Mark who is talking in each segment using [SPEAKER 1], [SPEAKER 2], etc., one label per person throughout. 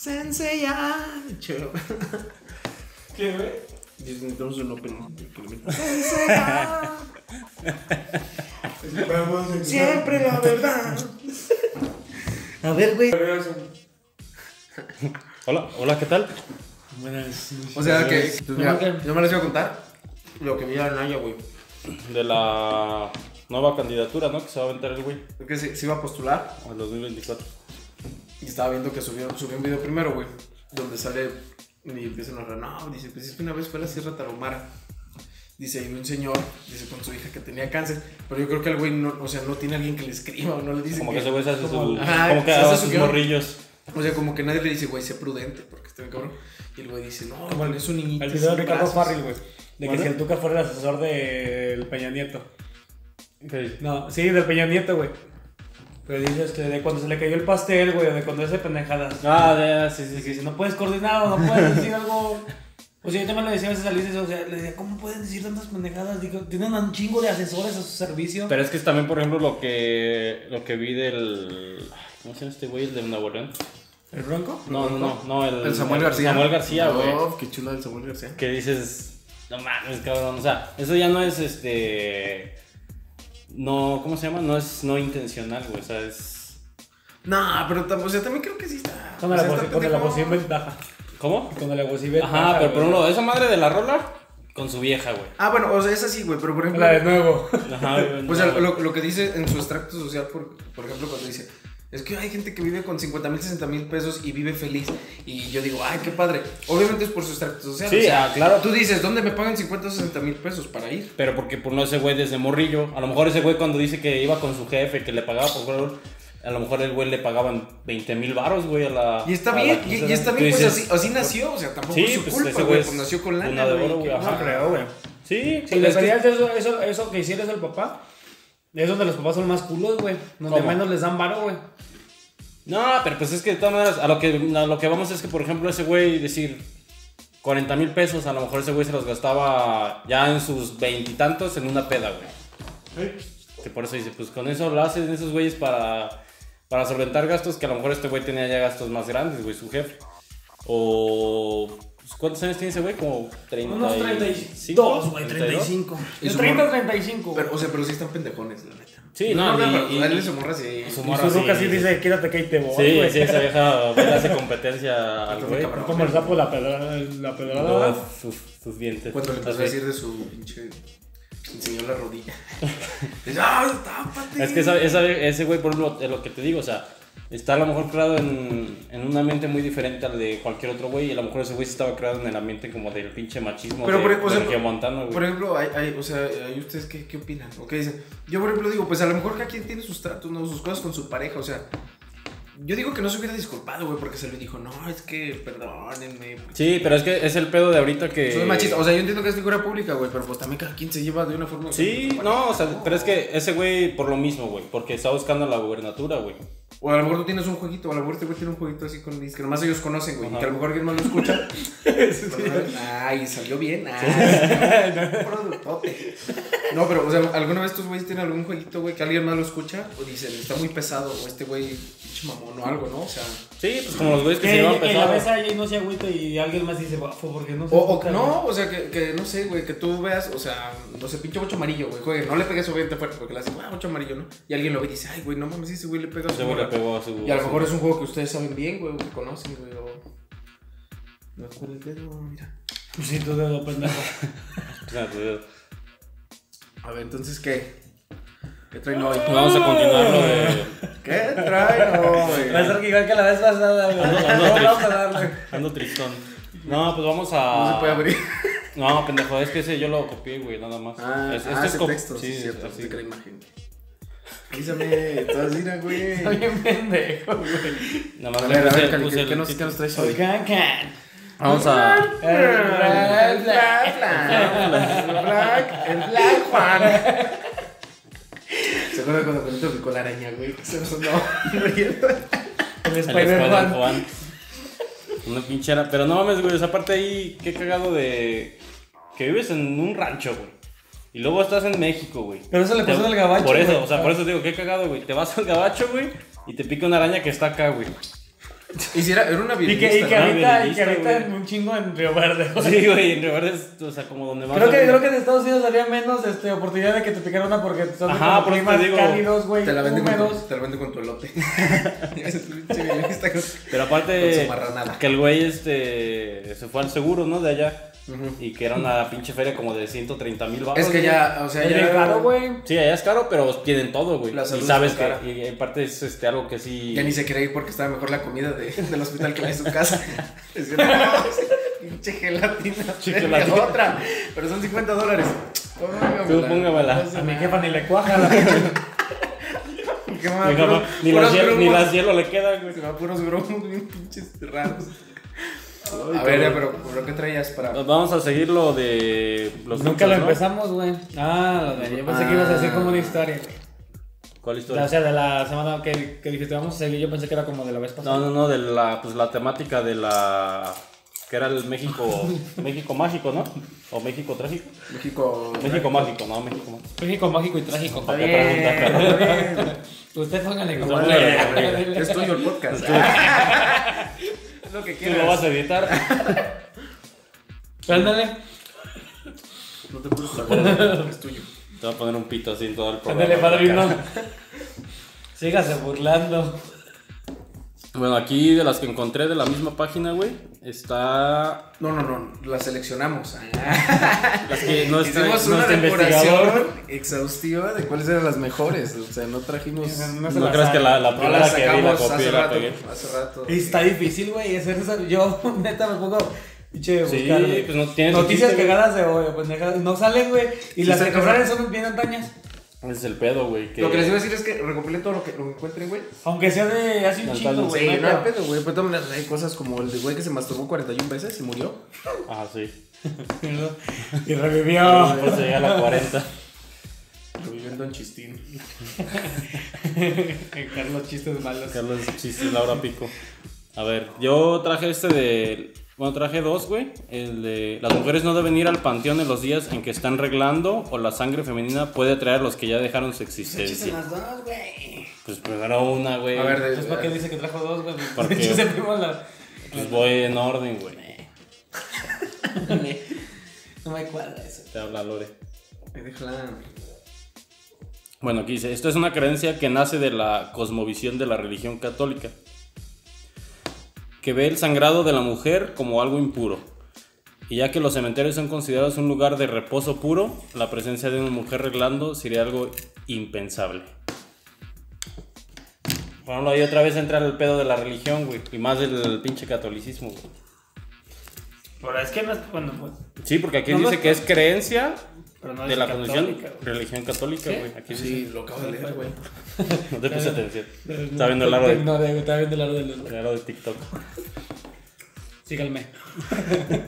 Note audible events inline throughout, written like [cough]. [SPEAKER 1] Sensei
[SPEAKER 2] [laughs]
[SPEAKER 1] Ancho.
[SPEAKER 3] ¿Qué, güey?
[SPEAKER 1] Necesitamos un open.
[SPEAKER 3] Sensei Vamos a
[SPEAKER 1] Siempre la verdad. A ver, güey.
[SPEAKER 4] Hola, hola, ¿qué tal?
[SPEAKER 3] Buenas noches.
[SPEAKER 1] O sea que, pues mira, yo me les iba a contar lo que me dijeron a Naya, güey.
[SPEAKER 4] De la nueva candidatura, ¿no? Que se va a aventar el güey
[SPEAKER 1] Creo que se, se iba a postular
[SPEAKER 4] en 2024.
[SPEAKER 1] y estaba viendo que subió, subió un video primero, güey. Donde sale y empiezan a hablar. No, dice, pues es que una vez fue a la Sierra Tarahumara. Dice, y un señor, dice, con su hija que tenía cáncer. Pero yo creo que el güey, no, o sea, no tiene alguien que le escriba o no le dice.
[SPEAKER 4] Como
[SPEAKER 1] que-
[SPEAKER 4] que ese güey se hace su.
[SPEAKER 1] como-
[SPEAKER 4] Como
[SPEAKER 1] Ajá,
[SPEAKER 4] que
[SPEAKER 1] se hace
[SPEAKER 4] hace
[SPEAKER 1] su
[SPEAKER 4] sus
[SPEAKER 1] guión.
[SPEAKER 4] morrillos.
[SPEAKER 1] O sea, como que nadie le dice, güey, sé prudente, porque está bien cabrón. Y el güey dice, no,
[SPEAKER 2] Como el-
[SPEAKER 1] es un niñito.
[SPEAKER 2] El video de
[SPEAKER 1] sin
[SPEAKER 2] Ricardo
[SPEAKER 1] brazos".
[SPEAKER 2] Farril, güey. De que
[SPEAKER 4] ¿Mande?
[SPEAKER 2] si el Tuca fuera el asesor del Peña Nieto.
[SPEAKER 4] Ok.
[SPEAKER 2] No, sí, del Peña Nieto, güey. Pero dices que de cuando se le cayó el pastel, güey, o de cuando hace pendejadas.
[SPEAKER 4] Ah, ya, sí, sí,
[SPEAKER 2] Así que
[SPEAKER 4] sí.
[SPEAKER 2] dice, no puedes coordinar o no puedes
[SPEAKER 4] [laughs]
[SPEAKER 2] decir algo. O sea, yo también le decía a veces a Luis eso, o sea, le decía, ¿cómo pueden decir tantas pendejadas? Digo, tienen un chingo de asesores a su servicio.
[SPEAKER 4] Pero es que también, por ejemplo, lo que, lo que vi del. ¿Cómo se llama este güey? El de Nuevo León.
[SPEAKER 2] ¿El Bronco?
[SPEAKER 4] No, no, no, no, el,
[SPEAKER 1] El Samuel García.
[SPEAKER 4] Samuel García, güey.
[SPEAKER 1] Oh, qué chula el Samuel García.
[SPEAKER 4] Que dices, no mames, cabrón. O sea, eso ya no es este. No, ¿cómo se llama? No es no intencional, güey. O sea, es.
[SPEAKER 1] No, pero tam- o sea, también creo que sí está.
[SPEAKER 2] Con
[SPEAKER 1] o
[SPEAKER 2] la
[SPEAKER 1] sea,
[SPEAKER 2] voz,
[SPEAKER 1] está
[SPEAKER 2] con la
[SPEAKER 1] pendejo.
[SPEAKER 2] voz en
[SPEAKER 4] pues-
[SPEAKER 2] ventaja.
[SPEAKER 4] ¿Cómo?
[SPEAKER 2] Con la voz en
[SPEAKER 4] este Ajá, pero por ejemplo, esa madre de la rola con su vieja, güey.
[SPEAKER 1] Ah, bueno, o sea, es así, güey, pero por ejemplo.
[SPEAKER 2] La de nuevo.
[SPEAKER 4] Ajá, güey.
[SPEAKER 1] O sea,
[SPEAKER 4] no,
[SPEAKER 1] Pues lo, lo que dice en su extracto social, por, por ejemplo, cuando dice, es que hay gente que vive con 50 mil, 60 mil pesos y vive feliz. Y yo digo, ay, qué padre. Obviamente es por su extracto social.
[SPEAKER 4] Sí,
[SPEAKER 1] o sea,
[SPEAKER 4] ah, claro.
[SPEAKER 1] Tú dices, ¿dónde me pagan 50 o 60 mil pesos para ir?
[SPEAKER 4] Pero porque por no ese güey desde morrillo. A lo mejor ese güey cuando dice que iba con su jefe, que le pagaba por gol, a lo mejor el güey le pagaban 20 mil baros, güey, a la.
[SPEAKER 1] Y está
[SPEAKER 4] a Ah, la
[SPEAKER 1] bien, y,
[SPEAKER 4] quincena.
[SPEAKER 1] y está
[SPEAKER 4] Tú
[SPEAKER 1] bien, pues
[SPEAKER 4] dices, ah,
[SPEAKER 1] así, así nació. O sea, tampoco
[SPEAKER 4] Sí,
[SPEAKER 1] es su
[SPEAKER 4] pues,
[SPEAKER 1] culpa,
[SPEAKER 4] ese
[SPEAKER 1] güey.
[SPEAKER 4] güey es
[SPEAKER 1] pues nació con
[SPEAKER 4] cuna
[SPEAKER 1] lana,
[SPEAKER 4] de
[SPEAKER 1] güey.
[SPEAKER 4] oro,
[SPEAKER 1] que-
[SPEAKER 4] güey, ajá.
[SPEAKER 1] no,
[SPEAKER 2] creo, güey.
[SPEAKER 4] Sí,
[SPEAKER 2] Si
[SPEAKER 4] pues,
[SPEAKER 2] les
[SPEAKER 4] es que-
[SPEAKER 2] harías eso, eso, eso que hicieras el papá, es donde los papás son más culos, güey. Donde
[SPEAKER 4] ¿Cómo?
[SPEAKER 2] menos les dan varo, güey.
[SPEAKER 4] No, pero pues es que de todas maneras, a lo que, a lo que vamos es que, por ejemplo, ese güey, decir 40 mil pesos, a lo mejor ese güey se los gastaba ya en sus veintitantos en una peda, güey. Que por eso dice, pues con eso lo hacen esos güeyes para, para solventar gastos que a lo mejor este güey tenía ya gastos más grandes, güey, su jefe. O. pues, ¿Cuántos años tiene ese güey? Como 30.
[SPEAKER 2] Unos 32, güey,
[SPEAKER 4] 35.
[SPEAKER 1] Y
[SPEAKER 2] De
[SPEAKER 1] su
[SPEAKER 2] 30 a
[SPEAKER 1] morra-
[SPEAKER 2] 35.
[SPEAKER 1] Pero, o sea, pero sí están pendejones, la neta.
[SPEAKER 4] Sí, no, y-
[SPEAKER 1] pero pues,
[SPEAKER 4] y-
[SPEAKER 1] darle su morra sí.
[SPEAKER 4] Su
[SPEAKER 2] y
[SPEAKER 4] morra
[SPEAKER 2] su ruca sí
[SPEAKER 4] sí.
[SPEAKER 2] dice, quédate que ahí te voy,
[SPEAKER 4] Sí,
[SPEAKER 2] güey.
[SPEAKER 4] sí, esa vieja güey, le hace competencia al
[SPEAKER 1] Está muy
[SPEAKER 4] güey.
[SPEAKER 1] cabrón.
[SPEAKER 2] [laughs] Como el sapo la pedrada, la pedrada.
[SPEAKER 4] No,
[SPEAKER 2] ¿verdad?
[SPEAKER 4] sus, sus dientes.
[SPEAKER 1] Cuando le empezó a
[SPEAKER 4] Así.
[SPEAKER 1] decir de su pinche. Enseñó la rodilla. [laughs] Dice, ¡ah, tápate!
[SPEAKER 4] Es que esa- esa- ese güey, por ejemplo, es lo que te digo, o sea, está a lo mejor creado en, en un ambiente muy diferente al de cualquier otro güey, y a lo mejor ese güey se estaba creado en el ambiente como del pinche machismo
[SPEAKER 1] Pero,
[SPEAKER 4] de,
[SPEAKER 1] por, e-, o sea,
[SPEAKER 4] de regiomontano,
[SPEAKER 1] por e-,
[SPEAKER 4] güey.
[SPEAKER 1] ejemplo, hay, hay- o sea, hay ustedes qué, qué opinan? ¿O qué dicen? Yo, por ejemplo, digo, pues a lo mejor cada quien tiene sus tratos, ¿no? sus cosas con su pareja, o sea. Yo digo que no se hubiera disculpado, güey, porque se le dijo, no, es que perdónenme. porque
[SPEAKER 4] Sí, pero es que es el pedo de ahorita que...
[SPEAKER 1] Soy machista. O sea, yo entiendo que es figura pública, güey, pero pues también cada quien se lleva de una forma.
[SPEAKER 4] Sí,
[SPEAKER 1] con su
[SPEAKER 4] no,
[SPEAKER 1] pareja,
[SPEAKER 4] o sea, pero es que ese güey por lo mismo, güey, porque está buscando la gubernatura, güey.
[SPEAKER 1] O a lo mejor tú tienes un jueguito, o a lo mejor este güey tiene un jueguito así con mis que nomás ellos conocen, güey, y
[SPEAKER 4] Ajá.
[SPEAKER 1] que a lo mejor alguien más lo escucha. Pero, ay, salió bien, ay, salió productote. No, pero, o sea, ¿alguna vez estos güeyes tienen algún jueguito, güey, que alguien más lo escucha? O dicen, está muy pesado, o este güey, pinche mamón o algo, ¿no? O sea,
[SPEAKER 4] Sí, pues como los güeyes que se
[SPEAKER 2] Que,
[SPEAKER 4] llevan
[SPEAKER 2] que la
[SPEAKER 4] pesado.
[SPEAKER 2] ves ahí y no se agüita y alguien más dice, guafo, porque no se
[SPEAKER 1] o, o-
[SPEAKER 2] agüita, güey?"
[SPEAKER 1] no, o sea, que, que no sé, güey, que tú veas, o sea, no sé, pinche ocho amarillo, güey, juegue, no le pegues obviamente fuerte, porque le hace, ah, ocho amarillo, ¿no? Y alguien lo ve y dice, ay, güey, no mames, ese güey le pega a su
[SPEAKER 4] Ese güey pues,
[SPEAKER 1] morra".
[SPEAKER 4] le pegó a su...
[SPEAKER 1] Y a lo mejor es un juego que ustedes saben bien, güey, o que conocen, güey. O... No es por el dedo, mira.
[SPEAKER 2] Pues Sí, tú de lo pendejo.
[SPEAKER 1] A ver, entonces, ¿qué? ¿Qué traen hoy?
[SPEAKER 4] Pues Vamos a continuar lo de...
[SPEAKER 1] ¿Qué traen
[SPEAKER 4] [laughs]
[SPEAKER 2] Va a
[SPEAKER 1] hoy?
[SPEAKER 2] ser que igual que la vez pasada,
[SPEAKER 1] [laughs]
[SPEAKER 2] güey.
[SPEAKER 4] Ando- ando
[SPEAKER 2] No,
[SPEAKER 4] triste.
[SPEAKER 2] vamos a darle.
[SPEAKER 4] Ando tristón. No, pues vamos a...
[SPEAKER 1] No se puede abrir.
[SPEAKER 4] No, pendejo, es que ese yo lo copié, güey, nada más.
[SPEAKER 1] Ah,
[SPEAKER 4] Es-
[SPEAKER 1] es,
[SPEAKER 4] esto
[SPEAKER 1] ah, ese
[SPEAKER 4] cop-
[SPEAKER 1] texto, sí, es cierto,
[SPEAKER 4] así.
[SPEAKER 1] te crea imagen. Dígame, todas mira, güey.
[SPEAKER 2] Está bien [laughs] pendejo, güey.
[SPEAKER 4] Nada más
[SPEAKER 1] A
[SPEAKER 4] le
[SPEAKER 1] ver, a
[SPEAKER 4] puse-
[SPEAKER 1] ver, Cali,
[SPEAKER 4] puse
[SPEAKER 1] ¿qué,
[SPEAKER 4] el
[SPEAKER 1] qué nos, ¿qué
[SPEAKER 4] título.
[SPEAKER 1] nos traes
[SPEAKER 2] Soy
[SPEAKER 1] hoy?
[SPEAKER 2] Cancan.
[SPEAKER 4] Vamos a.
[SPEAKER 1] El black, el black, el black, Juan. ¿Se acuerdan cuando Juanito picó la araña, güey? [laughs] Se nos andaba riendo.
[SPEAKER 2] El
[SPEAKER 4] El Spider-Man.
[SPEAKER 2] Spider-Man.
[SPEAKER 4] Una pinchera. Pero no mames, güey. O sea, aparte ahí, qué cagado de. Que vives en un rancho, güey. Y luego estás en México, güey.
[SPEAKER 2] Pero eso le pasó
[SPEAKER 4] Te-
[SPEAKER 2] en el gabacho,
[SPEAKER 4] Por eso,
[SPEAKER 2] güey.
[SPEAKER 4] o sea, por eso digo, qué cagado, güey. [laughs] Te vas al gabacho, güey. Y te pica una araña que está acá, güey.
[SPEAKER 1] Y si era, era una
[SPEAKER 2] Y
[SPEAKER 1] violinista.
[SPEAKER 2] que, y que
[SPEAKER 1] ¿no?
[SPEAKER 2] ahorita, y que
[SPEAKER 4] violinista,
[SPEAKER 2] ahorita
[SPEAKER 4] güey.
[SPEAKER 2] en un chingo en Río Verde, güey.
[SPEAKER 4] Sí, güey, en lugar de- o sea, como donde más.
[SPEAKER 2] Creo que, creo que en Estados Unidos había menos este, oportunidad de que te picara una porque son
[SPEAKER 4] Ajá,
[SPEAKER 2] como
[SPEAKER 4] por eso te
[SPEAKER 2] climas
[SPEAKER 4] digo.
[SPEAKER 2] cálidos, güey,
[SPEAKER 1] Te la vende con tu,
[SPEAKER 2] húmedos.
[SPEAKER 1] te la vende con tu elote. [laughs] Ese pinche violinista con-
[SPEAKER 4] Pero
[SPEAKER 1] Con
[SPEAKER 4] aparte,
[SPEAKER 1] su marranada.
[SPEAKER 4] que el güey este, se fue al seguro, ¿no? De allá.
[SPEAKER 1] Ujú.
[SPEAKER 4] Y que era una pinche feria como de 130 mil baros.
[SPEAKER 1] Es que ya, o sea,
[SPEAKER 2] Es
[SPEAKER 1] ya.
[SPEAKER 2] bien caro, güey.
[SPEAKER 4] Sí, allá es caro, pero tienen todo, güey.
[SPEAKER 1] La salud
[SPEAKER 4] Y sabes
[SPEAKER 1] es cara.
[SPEAKER 4] que, y aparte es este, algo que sí. [laughs]
[SPEAKER 1] Ya ni se quería ir porque estaba mejor la comida de- del hospital que la de su casa. [laughs] Decía, "No, Pinche gelatina.
[SPEAKER 4] Pinche
[SPEAKER 1] denme
[SPEAKER 4] gelatina.
[SPEAKER 1] otra. Pero son 50 dólares. Póngamela.
[SPEAKER 4] Tú póngamela.
[SPEAKER 2] A mi jefa ni le cuaja [laughs] la pinche.
[SPEAKER 1] Qué mal,
[SPEAKER 4] Ni, jamás-
[SPEAKER 1] puros-
[SPEAKER 4] ni las
[SPEAKER 1] puros
[SPEAKER 4] hiel- ni
[SPEAKER 1] grumos.
[SPEAKER 4] las hielo le quedan, güey.
[SPEAKER 1] Se va puros grumos bien pinches raros.
[SPEAKER 4] Ay,
[SPEAKER 1] a ver, ya,
[SPEAKER 4] cabrón.
[SPEAKER 1] pero, pero ¿qué traías para.?
[SPEAKER 4] Nos vamos a seguir lo de los
[SPEAKER 2] Nunca lo
[SPEAKER 4] Simpsons, ¿no?
[SPEAKER 2] empezamos, güey. Ah, lo de. Yo pensé que ibas a decir como una historia, güey.
[SPEAKER 4] ¿Cuál
[SPEAKER 2] O
[SPEAKER 4] historia?
[SPEAKER 2] sea, de la semana que, que dijiste, vamos a seguir, yo pensé que era como de la vez pasada.
[SPEAKER 4] No, no, no, de la, pues, la temática de la. que era el
[SPEAKER 2] [laughs]
[SPEAKER 4] México. México mágico, ¿no? O México trágico.
[SPEAKER 1] México.
[SPEAKER 4] México mágico, no, México mágico.
[SPEAKER 2] México mágico y trágico.
[SPEAKER 4] Para que preguntar.
[SPEAKER 1] Eh,
[SPEAKER 2] Usted póngale como.
[SPEAKER 1] Vale, Es tuyo el podcast. Es lo que
[SPEAKER 4] Tú lo vas
[SPEAKER 1] quieras.
[SPEAKER 4] a editar.
[SPEAKER 2] Ándale,
[SPEAKER 1] No te puedes sacar. Es tuyo.
[SPEAKER 4] Te voy a poner un pito así en todo el programa.
[SPEAKER 2] ándale, padrino. Sígase burlando.
[SPEAKER 4] Bueno, aquí de las que encontré de la misma página, güey, está.
[SPEAKER 1] No, no, no. La seleccionamos. Ah,
[SPEAKER 4] Las que no está,
[SPEAKER 1] Hicimos
[SPEAKER 4] no
[SPEAKER 1] una
[SPEAKER 4] está investigador.
[SPEAKER 1] depuración exhaustiva de cuáles eran las mejores. O sea, no trajimos.
[SPEAKER 2] No se
[SPEAKER 4] No
[SPEAKER 2] la
[SPEAKER 4] creas
[SPEAKER 2] sabe.
[SPEAKER 4] que la, la
[SPEAKER 1] No
[SPEAKER 4] primera
[SPEAKER 1] las
[SPEAKER 4] que vi la
[SPEAKER 1] sacamos
[SPEAKER 4] copié
[SPEAKER 1] hace
[SPEAKER 4] y la
[SPEAKER 1] rato.
[SPEAKER 4] pegué.
[SPEAKER 1] Hace rato.
[SPEAKER 2] Y Está difícil, güey, hacer eso. Yo, [laughs] neta, me pongo. pinche,
[SPEAKER 4] Sí,
[SPEAKER 2] buscar, güey.
[SPEAKER 4] pues, no tiene su
[SPEAKER 2] Noticias
[SPEAKER 4] chiste, güey.
[SPEAKER 2] cagadas de hoy, pendejadas. No salen, güey. Y
[SPEAKER 1] Sí,
[SPEAKER 2] las
[SPEAKER 1] está
[SPEAKER 2] que salen son bien antañas.
[SPEAKER 4] Ese es el pedo, güey. Que...
[SPEAKER 1] Lo que les iba a decir es que recopilen todo lo que, lo que encuentren, güey.
[SPEAKER 2] Aunque sea de hace un
[SPEAKER 4] Las
[SPEAKER 2] chingo,
[SPEAKER 4] salen,
[SPEAKER 2] güey.
[SPEAKER 1] Sí,
[SPEAKER 2] no hay
[SPEAKER 1] no pues. hay
[SPEAKER 2] pedo.
[SPEAKER 1] pedo, güey. Pero también hay cosas como el de güey que se masturbó 41 veces y murió.
[SPEAKER 4] Ajá, Ah, sí. [laughs]
[SPEAKER 2] Y revivió.
[SPEAKER 4] Por eso llegué a la 40.
[SPEAKER 1] Reviviendo en chistín.
[SPEAKER 2] Carlos, chistes malos.
[SPEAKER 4] Carlos Chistes, Laura Pico. A ver, yo traje este de. Bueno, traje dos, güey. El de. Las mujeres no deben ir al panteón en los días en que están reglando o la sangre femenina puede atraer a los que ya dejaron su
[SPEAKER 2] Échese
[SPEAKER 4] existencia.
[SPEAKER 2] las dos, güey.
[SPEAKER 4] Pues primero una, güey.
[SPEAKER 1] A ver, de-
[SPEAKER 2] Entonces, ¿para qué dice que trajo dos, güey? [laughs]
[SPEAKER 4] ¿Por qué?
[SPEAKER 2] Échese primero la.
[SPEAKER 4] Pues voy en orden, güey.
[SPEAKER 2] No me cuadra eso.
[SPEAKER 4] Te habla Lore.
[SPEAKER 1] Ahí déjala.
[SPEAKER 4] Bueno, aquí dice, esto es una creencia que nace de la cosmovisión de la religión católica, que ve el sangrado de la mujer como algo impuro. Y ya que los cementerios son considerados un lugar de reposo puro, la presencia de una mujer reglando sería algo impensable. Por ejemplo, ahí otra vez entra el pedo de la religión, güey, y más del pinche catolicismo, güey.
[SPEAKER 2] Pero es que no es cuando pues.
[SPEAKER 4] Sí, porque aquí
[SPEAKER 2] No, no
[SPEAKER 4] dice
[SPEAKER 2] es-
[SPEAKER 4] que es creencia
[SPEAKER 2] Pero no
[SPEAKER 4] de
[SPEAKER 2] es
[SPEAKER 4] la
[SPEAKER 2] católica,
[SPEAKER 4] condición
[SPEAKER 2] güey.
[SPEAKER 4] religión católica,
[SPEAKER 2] ¿Sí?
[SPEAKER 4] güey. Aquí
[SPEAKER 1] Sí,
[SPEAKER 4] sí.
[SPEAKER 1] lo acabo de leer, güey.
[SPEAKER 4] [laughs] No te puse atención. Está viendo el largo de
[SPEAKER 2] No, güey, está viendo el aro de los.
[SPEAKER 4] Claro, de TikTok.
[SPEAKER 2] Síganme.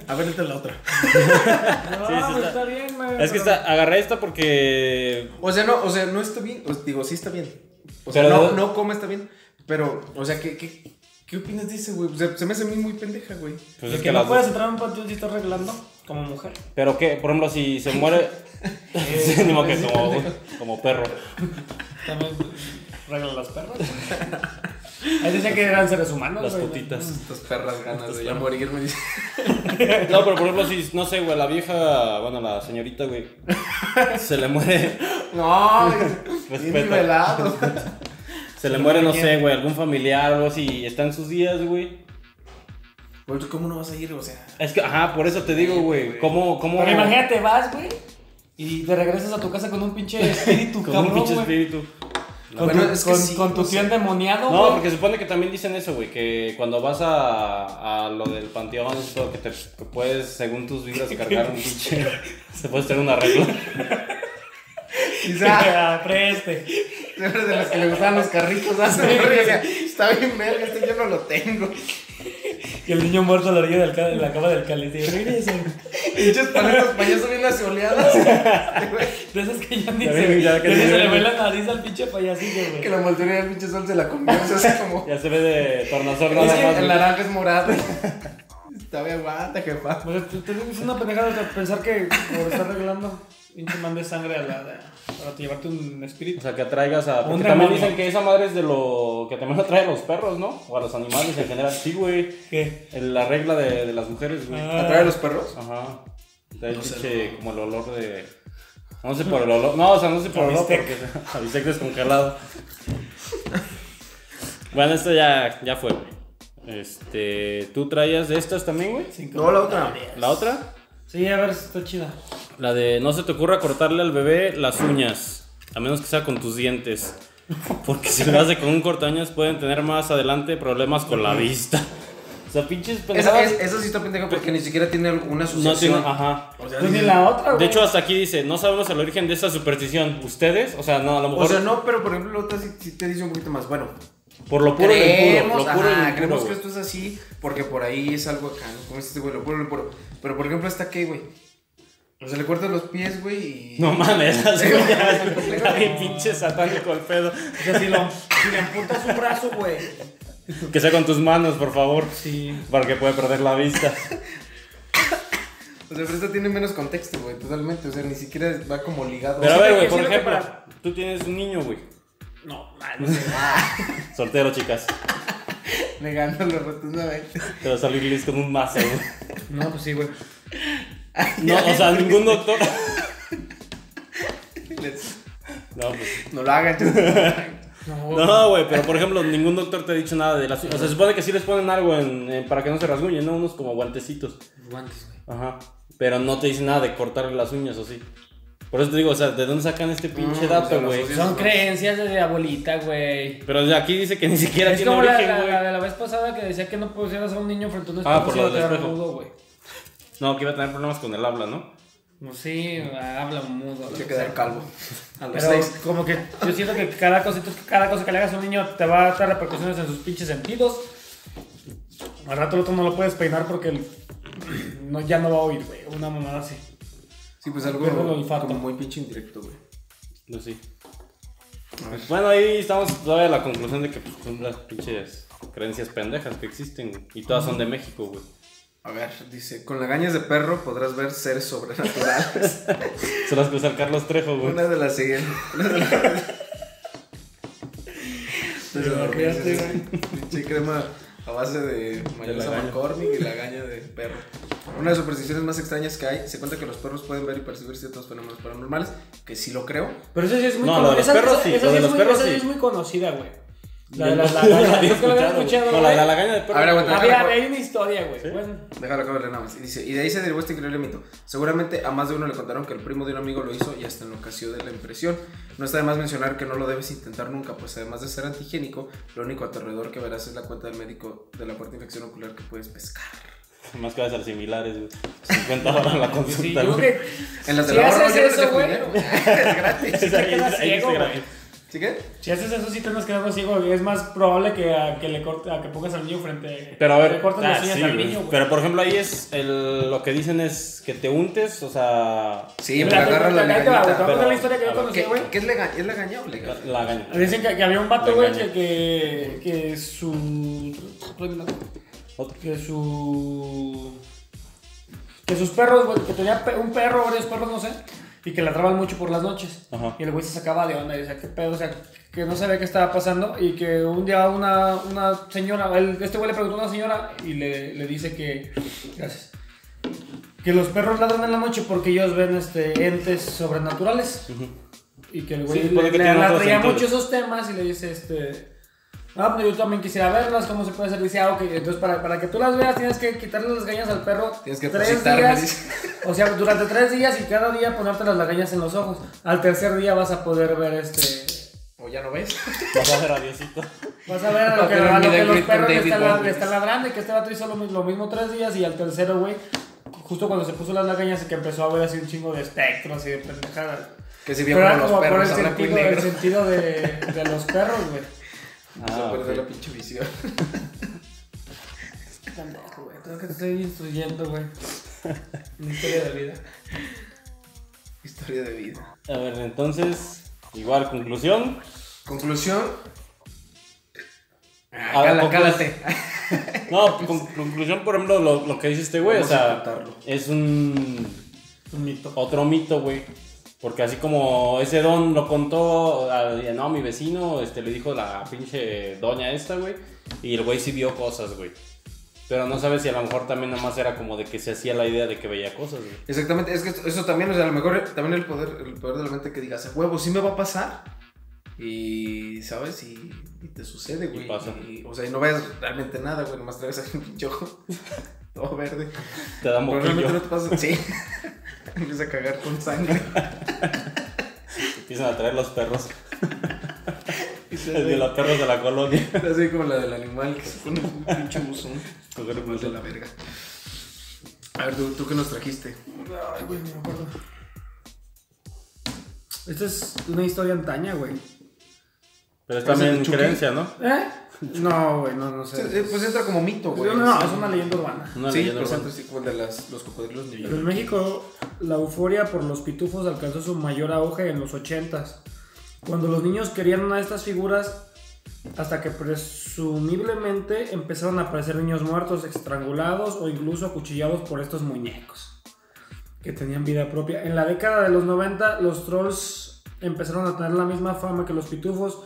[SPEAKER 1] A ver, esta es la otra.
[SPEAKER 2] No,
[SPEAKER 4] sí,
[SPEAKER 2] pues,
[SPEAKER 4] está-
[SPEAKER 2] está bien, güey.
[SPEAKER 4] Es que
[SPEAKER 2] pero-
[SPEAKER 4] está, agarré esta porque.
[SPEAKER 1] O sea, no, o sea, no está bien. O- digo, sí está bien. O sea,
[SPEAKER 4] Pero-
[SPEAKER 1] no, no come está bien. Pero, o sea, ¿qué, qué, qué opinas de ese, güey? O sea, se me hace a mí muy pendeja, güey.
[SPEAKER 4] Pues
[SPEAKER 2] ¿De
[SPEAKER 4] es
[SPEAKER 2] que,
[SPEAKER 4] que
[SPEAKER 2] no
[SPEAKER 4] las
[SPEAKER 2] puedes
[SPEAKER 4] dos.
[SPEAKER 2] entrar a un panteón si estás arreglando como mujer.
[SPEAKER 4] Pero que, por ejemplo, si se
[SPEAKER 2] [laughs]
[SPEAKER 4] muere. [laughs] Sí, ni modo que como,
[SPEAKER 2] Eh,
[SPEAKER 4] como perro.
[SPEAKER 2] También reglan las perras. Ahí decía que eran seres humanos.
[SPEAKER 4] Las
[SPEAKER 2] güey.
[SPEAKER 4] putitas.
[SPEAKER 1] Estas perras ganas de ya morirme. dice.
[SPEAKER 4] No, pero por ejemplo, si, no sé, güey, la vieja. Bueno, la señorita, güey. Se le
[SPEAKER 2] [laughs]
[SPEAKER 4] muere.
[SPEAKER 1] [laughs] No, es
[SPEAKER 4] Respeta.
[SPEAKER 1] [laughs] nivelado.
[SPEAKER 4] Se le muere, no sé, güey, algún familiar o algo así. y Está en sus días, güey.
[SPEAKER 1] Güey, ¿tú cómo no vas a ir? O sea,
[SPEAKER 4] Es que, ajá, por eso te digo, güey. ¿Cómo, cómo.
[SPEAKER 2] Pero imagínate, vas, güey. Y te regresas a tu casa con un pinche espíritu,
[SPEAKER 4] Con un
[SPEAKER 2] cabrón,
[SPEAKER 4] pinche
[SPEAKER 2] güey.
[SPEAKER 4] espíritu.
[SPEAKER 2] Con,
[SPEAKER 1] Bueno,
[SPEAKER 2] tu,
[SPEAKER 1] es que
[SPEAKER 2] con-
[SPEAKER 1] sí,
[SPEAKER 2] con tu
[SPEAKER 1] o
[SPEAKER 2] tío endemoniado,
[SPEAKER 4] No,
[SPEAKER 2] güey. [laughs]
[SPEAKER 4] porque se supone que también dicen eso, güey, que cuando vas a, a lo del panteón, y todo, que te que puedes, según tus vibras, cargar un
[SPEAKER 2] [laughs]
[SPEAKER 4] pinche. Se puede hacer una regla.
[SPEAKER 1] quizá
[SPEAKER 2] preste.
[SPEAKER 1] tú eres de los que le gustaban los carritos [laughs] hace porque decía, está bien verga, este yo no lo tengo.
[SPEAKER 2] Y el niño muerto a la orilla del ca- de la cama del cáliz. Y regresen.
[SPEAKER 1] Pinches paletas payaso bien asoleadas. [laughs] Este güey,
[SPEAKER 2] De esas que ya ni
[SPEAKER 4] Ya
[SPEAKER 2] se,
[SPEAKER 4] vi, ya que
[SPEAKER 2] ya ni
[SPEAKER 4] se
[SPEAKER 2] se
[SPEAKER 4] ve.
[SPEAKER 2] le ve la nariz al pinche payasillo,
[SPEAKER 1] que
[SPEAKER 2] güey.
[SPEAKER 1] la moltería del pinche sol se la comió. O sea, es como.
[SPEAKER 4] Ya se ve de tornasol
[SPEAKER 1] Es que
[SPEAKER 4] nada más.
[SPEAKER 1] el [laughs]
[SPEAKER 4] güey.
[SPEAKER 1] naranja es morado. Todavía aguanta, jefa.
[SPEAKER 2] O sea, te, te- es una pendejada o sea, pensar que por estar arreglando, pinche mande sangre a la, para llevarte un
[SPEAKER 4] O
[SPEAKER 2] espíritu.
[SPEAKER 4] sea, que atraigas a.
[SPEAKER 2] Un
[SPEAKER 4] Porque también
[SPEAKER 2] demonio.
[SPEAKER 4] dicen que esa madre es de lo. que también atrae a los perros, ¿no? O a los animales en general. Sí, güey.
[SPEAKER 2] ¿Qué?
[SPEAKER 4] El- La regla de, de las mujeres, güey.
[SPEAKER 2] Ah.
[SPEAKER 1] ¿Atrae a los perros?
[SPEAKER 4] Ajá. De ahí
[SPEAKER 1] No sé,
[SPEAKER 4] pinche como el olor de. No sé por el olor. No, o sea, no sé por el olor
[SPEAKER 2] bistec.
[SPEAKER 4] porque. A [laughs] bistec descongelado. bueno, esto ya, ya fue, güey. Este. ¿Tú traías de estas también, güey?
[SPEAKER 1] No, la otra.
[SPEAKER 4] ¿La otra?
[SPEAKER 2] Sí, a ver, está chida.
[SPEAKER 4] La de no se te ocurra cortarle al bebé las uñas, a menos que sea con tus dientes. Porque si lo hace con un cortañas pueden tener más adelante problemas con la vista. [laughs] O sea, pinches
[SPEAKER 1] Esa,
[SPEAKER 4] pendejadas.
[SPEAKER 1] es, esa sí está pendeja porque ni siquiera Pues tiene ah. alguna
[SPEAKER 4] No
[SPEAKER 1] asociación.
[SPEAKER 4] tiene, ajá.
[SPEAKER 1] O sea,
[SPEAKER 2] Pues ni
[SPEAKER 1] dices-
[SPEAKER 2] la otra, güey.
[SPEAKER 4] De hecho, hasta aquí dice, no sabemos el origen de esta superstición. ¿Ustedes? O sea, no, a lo mejor
[SPEAKER 1] O sea, no, pero por ejemplo, la otra sí, sí te dice un poquito más. Bueno,
[SPEAKER 4] por lo puro y lo impuro,
[SPEAKER 1] creemos,
[SPEAKER 4] lo puro y lo
[SPEAKER 1] ajá,
[SPEAKER 4] impuro,
[SPEAKER 1] creemos que
[SPEAKER 4] güey.
[SPEAKER 1] esto es así porque por ahí es algo acá, ¿no? Como dices, güey, lo puro, lo puro. Pero por ejemplo, ¿esta qué, güey? O sea, le cortas los pies, güey, y. [laughs]
[SPEAKER 4] No mames, las
[SPEAKER 1] Sí, [laughs]
[SPEAKER 4] uñas.
[SPEAKER 1] güey.
[SPEAKER 4] Está bien pinche satánico el pedo.
[SPEAKER 2] O sea, si, lo, si le amputas un brazo, güey.
[SPEAKER 4] Que sea con tus manos, por favor.
[SPEAKER 2] Sí.
[SPEAKER 4] Para que pueda perder la vista.
[SPEAKER 1] O sea, pero esta tiene menos contexto, güey, totalmente. O sea, ni siquiera va como ligado.
[SPEAKER 4] Pero a ver, güey,
[SPEAKER 2] que
[SPEAKER 4] por
[SPEAKER 2] siento que
[SPEAKER 4] ejemplo,
[SPEAKER 2] para-
[SPEAKER 4] tú tienes un niño, güey.
[SPEAKER 2] No, mal, no sé.
[SPEAKER 4] Soltero, chicas.
[SPEAKER 1] [laughs] Negándolo rotundamente.
[SPEAKER 4] Te va a salir listo con un
[SPEAKER 1] [laughs]
[SPEAKER 4] mazo, güey.
[SPEAKER 2] No, pues sí, güey.
[SPEAKER 4] No, o sea, ningún doctor. No, pues.
[SPEAKER 1] No lo hagan, chicos.
[SPEAKER 2] No,
[SPEAKER 4] No, güey, pero por ejemplo, ningún doctor te ha dicho nada de las. O sea, se supone que sí les ponen algo en, en- para que no se rasguñen, ¿no? Unos como guantecitos.
[SPEAKER 2] Guantes, güey.
[SPEAKER 4] Ajá. Pero no te dicen nada de cortarle las uñas o sí. Por eso te digo, o sea, ¿de dónde sacan este
[SPEAKER 1] Mm,
[SPEAKER 4] pinche
[SPEAKER 1] o sea,
[SPEAKER 4] dato,
[SPEAKER 1] las
[SPEAKER 4] güey?
[SPEAKER 1] asocian-
[SPEAKER 2] Son creencias de abuelita, güey.
[SPEAKER 4] Pero de aquí dice que ni siquiera
[SPEAKER 2] Es
[SPEAKER 4] tiene
[SPEAKER 2] como la,
[SPEAKER 4] origen,
[SPEAKER 2] la,
[SPEAKER 4] güey.
[SPEAKER 2] la de la vez pasada que decía que no pusieras a un niño frente a un espejo.
[SPEAKER 4] Ah, por lo
[SPEAKER 2] si
[SPEAKER 4] del
[SPEAKER 2] era
[SPEAKER 4] espejo.
[SPEAKER 2] mudo, güey.
[SPEAKER 4] No, que iba a tener problemas con el habla, ¿no?
[SPEAKER 2] No, Pues sí, habla mudo.
[SPEAKER 1] Hay que quedar calvo. A los
[SPEAKER 2] Pero
[SPEAKER 1] seis.
[SPEAKER 2] como que yo siento que cada cosita, cada cosa que le hagas a un niño te va a dar repercusiones en sus pinches sentidos. Al rato el otro no lo puedes peinar porque el- [clears throat] no, ya no va a oír, güey. Una mamada así.
[SPEAKER 1] Sí, pues algo
[SPEAKER 2] Pierdo el olfato.
[SPEAKER 1] como muy pinche indirecto, güey.
[SPEAKER 4] No, sí. Bueno, ahí estamos todavía a la conclusión de que pues, son las pinches creencias pendejas que existen güey. y todas son de México, güey.
[SPEAKER 1] A ver, dice, con lagañas de perro podrás ver seres
[SPEAKER 4] [laughs]
[SPEAKER 1] sobrenaturales.
[SPEAKER 4] Se las cruza el Carlos Trejo, güey.
[SPEAKER 1] Una de las siguientes. Una de las- Te
[SPEAKER 2] bloqueaste,
[SPEAKER 1] güey. Pinche crema a base de mayonesa
[SPEAKER 4] lagaña.
[SPEAKER 1] McCormick y lagaña de perro. Una de las supersticiones más extrañas que hay, se cuenta que los perros pueden ver y percibir ciertos fenómenos paranormales, que sí lo creo.
[SPEAKER 2] Pero esa sí es muy
[SPEAKER 4] No,
[SPEAKER 2] cono-
[SPEAKER 4] lo de los
[SPEAKER 2] esa-
[SPEAKER 4] perros
[SPEAKER 2] esa-
[SPEAKER 4] sí,
[SPEAKER 2] esa
[SPEAKER 4] lo de
[SPEAKER 2] es
[SPEAKER 4] los
[SPEAKER 2] muy-
[SPEAKER 4] perros
[SPEAKER 2] esa
[SPEAKER 4] sí.
[SPEAKER 2] es muy conocida, güey. La
[SPEAKER 4] Yo
[SPEAKER 2] de la,
[SPEAKER 4] no-
[SPEAKER 2] la, la,
[SPEAKER 4] no había
[SPEAKER 2] la- es que la había
[SPEAKER 4] escuchado, güey.
[SPEAKER 2] escuchado,
[SPEAKER 4] No, la de la
[SPEAKER 2] güey.
[SPEAKER 4] lagaña de perro.
[SPEAKER 1] A ver, aguanta.
[SPEAKER 2] Había, había una historia, güey. Bueno,
[SPEAKER 1] Déjalo acabarle nada más. Y dice, y de ahí se derivó este increíble mito. Seguramente a más de uno le contaron que el primo de un amigo lo hizo y hasta enloqueció de la impresión. No está de más mencionar que no lo debes intentar nunca, pues además de ser antigénico, lo único aterrador que verás es la cuenta del médico de la fuerte infección ocular que puedes pescar.
[SPEAKER 4] Más que a las similares, güey. 50 dólares la
[SPEAKER 2] sí,
[SPEAKER 4] consulta,
[SPEAKER 2] yo creo
[SPEAKER 4] güey.
[SPEAKER 2] que
[SPEAKER 1] En las
[SPEAKER 2] Si
[SPEAKER 1] del ahorro
[SPEAKER 2] haces
[SPEAKER 1] yo les
[SPEAKER 2] eso,
[SPEAKER 1] dejo
[SPEAKER 2] güey.
[SPEAKER 1] dinero, güey. [laughs] Es gratis.
[SPEAKER 2] te
[SPEAKER 4] [laughs] Ahí- ahí
[SPEAKER 2] quedas ciego,
[SPEAKER 4] dice
[SPEAKER 2] güey.
[SPEAKER 4] gratis.
[SPEAKER 1] ¿Sí qué?
[SPEAKER 2] Si haces eso, sí te andas quedando ciego. güey. Es más probable que, a, que le corte, a que pongas al niño frente.
[SPEAKER 4] Pero a
[SPEAKER 2] Le
[SPEAKER 4] ver,
[SPEAKER 2] cortes
[SPEAKER 4] ah,
[SPEAKER 2] las uñas
[SPEAKER 4] sí,
[SPEAKER 2] al
[SPEAKER 4] güey.
[SPEAKER 2] niño, güey.
[SPEAKER 4] pero por ejemplo ahí es el- lo que dicen es que te untes, o sea,
[SPEAKER 1] Sí, me
[SPEAKER 2] Mira,
[SPEAKER 1] agarra
[SPEAKER 2] te-
[SPEAKER 1] la
[SPEAKER 2] te- ahí te va, güey, te voy
[SPEAKER 1] legañita.
[SPEAKER 2] a contar la historia que yo
[SPEAKER 4] Pero,
[SPEAKER 2] conocí,
[SPEAKER 1] ¿Qué,
[SPEAKER 2] güey.
[SPEAKER 1] qué es legaña? ¿Es legaña o
[SPEAKER 4] la,
[SPEAKER 1] legaña?
[SPEAKER 4] la gaña.
[SPEAKER 2] Dicen que, que había un vato, güey,
[SPEAKER 4] Venga,
[SPEAKER 2] que, que, que su.
[SPEAKER 4] Otro.
[SPEAKER 2] Que su. Que sus perros, güey, que tenía pe- un perro, varios perros, no sé, y que ladraban mucho por las noches.
[SPEAKER 4] Ajá.
[SPEAKER 2] Y el güey se sacaba de onda y decía, qué pedo, o sea, que no sabía qué estaba pasando. Y que un día una, una señora, él- este güey le preguntó a una señora y le, le dice que. Gracias. Que los perros ladran en la noche porque ellos ven este, entes sobrenaturales. Y que el güey
[SPEAKER 4] Sí,
[SPEAKER 2] le,
[SPEAKER 4] puede que
[SPEAKER 2] le-
[SPEAKER 4] tenga
[SPEAKER 2] le
[SPEAKER 4] otro
[SPEAKER 2] atraía
[SPEAKER 4] sentido.
[SPEAKER 2] mucho esos temas y le dice, este... No, pero yo también quisiera verlas, ¿cómo se puede hacer? Dice, ah, ok, entonces para, para que tú las veas tienes que quitarle las gañas al perro
[SPEAKER 1] Tienes que
[SPEAKER 2] tres
[SPEAKER 1] depositarme,
[SPEAKER 2] días.
[SPEAKER 1] dice.
[SPEAKER 2] O sea, durante tres días y cada día ponerte las lagañas en los ojos. Al tercer día vas a poder ver este...
[SPEAKER 1] ¿O ya no ves? [laughs]
[SPEAKER 4] Vas a ver a Diosito.
[SPEAKER 2] Vas a ver a lo que,
[SPEAKER 1] Pero
[SPEAKER 2] a lo
[SPEAKER 1] mira,
[SPEAKER 2] que los
[SPEAKER 1] Great
[SPEAKER 2] perros le
[SPEAKER 1] David
[SPEAKER 2] están, la-
[SPEAKER 1] Bowie.
[SPEAKER 2] le están ladrando y que este vato hizo lo, mi- lo mismo tres días y al tercero, güey, justo cuando se puso las lagañas y que empezó a ver así un chingo de espectros y de pendejadas.
[SPEAKER 1] Que si bien
[SPEAKER 2] Pero
[SPEAKER 1] como
[SPEAKER 2] era
[SPEAKER 1] los
[SPEAKER 2] como por el
[SPEAKER 1] perros, hablan muy
[SPEAKER 2] sentido, el
[SPEAKER 1] negro.
[SPEAKER 2] sentido de, de los perros, güey.
[SPEAKER 1] [laughs] Se
[SPEAKER 4] Ah,
[SPEAKER 1] perdió
[SPEAKER 4] ok.
[SPEAKER 1] la pinche visión. [laughs]
[SPEAKER 2] Pendejo, güey. Creo que te estoy instruyendo,
[SPEAKER 1] [laughs]
[SPEAKER 2] güey. Mi historia de vida.
[SPEAKER 1] Historia de vida.
[SPEAKER 4] A ver, entonces, igual conclusión.
[SPEAKER 1] Conclusión.
[SPEAKER 4] A ver,
[SPEAKER 1] Ah, Cala-
[SPEAKER 4] conclu-
[SPEAKER 1] cálate.
[SPEAKER 4] No, con- conclusión, por ejemplo, lo, lo que dice este güey, o
[SPEAKER 1] Vamos a
[SPEAKER 4] sea,
[SPEAKER 1] intentarlo.
[SPEAKER 4] es un
[SPEAKER 3] Un mito.
[SPEAKER 4] otro mito, güey. Porque así como ese don lo contó, a- no, mi vecino, este, le dijo la pinche doña esta, güey. Y el güey sí vio cosas, güey. Pero no sabe si a lo mejor también nada más era como de que se hacía la idea de que veía cosas, güey.
[SPEAKER 1] Exactamente, es que esto- eso también, o sea, a lo mejor también el poder, el poder de la mente que digas, "A huevo, sí me va a pasar. Y, ¿sabes? Y, y te sucede, güey.
[SPEAKER 4] pasa.
[SPEAKER 1] Y- o sea, y no ves realmente nada, güey, nomás traes ahí [laughs] un pinche ojo todo verde.
[SPEAKER 4] Te da
[SPEAKER 1] Pero realmente no
[SPEAKER 4] moquillo.
[SPEAKER 1] te pasa. Sí. [laughs] Empieza a cagar con [laughs] sangre.
[SPEAKER 4] Empiezan a traer los perros. [laughs]
[SPEAKER 1] Y se
[SPEAKER 4] El de
[SPEAKER 1] ve
[SPEAKER 4] los perros de la colonia.
[SPEAKER 1] [laughs] Así como la del animal que se pone un pinche buzón. Animal de la verga. A ver, ¿tú, tú qué nos trajiste?
[SPEAKER 2] Ay, güey, no me acuerdo. Esta es una historia antaña, güey.
[SPEAKER 4] Pero es
[SPEAKER 1] Parece
[SPEAKER 4] también
[SPEAKER 1] de Chucky.
[SPEAKER 4] creencia, ¿no?
[SPEAKER 2] ¿Eh?
[SPEAKER 1] [laughs]
[SPEAKER 2] No, güey, no, no sé.
[SPEAKER 1] Eh, Pues entra como mito, güey.
[SPEAKER 2] no, no, es una leyenda urbana.
[SPEAKER 4] Una
[SPEAKER 1] sí,
[SPEAKER 4] leyenda
[SPEAKER 1] pues
[SPEAKER 4] urbana.
[SPEAKER 1] entra así como el de las, los cocodrilos
[SPEAKER 2] Pero en
[SPEAKER 1] niños.
[SPEAKER 2] México, la euforia por los pitufos alcanzó su mayor auge en los 80s, cuando los niños querían una de estas figuras hasta que presumiblemente empezaron a aparecer niños muertos, estrangulados o incluso acuchillados por estos muñecos que tenían vida propia. En la década de los 90, los trolls empezaron a tener la misma fama que los pitufos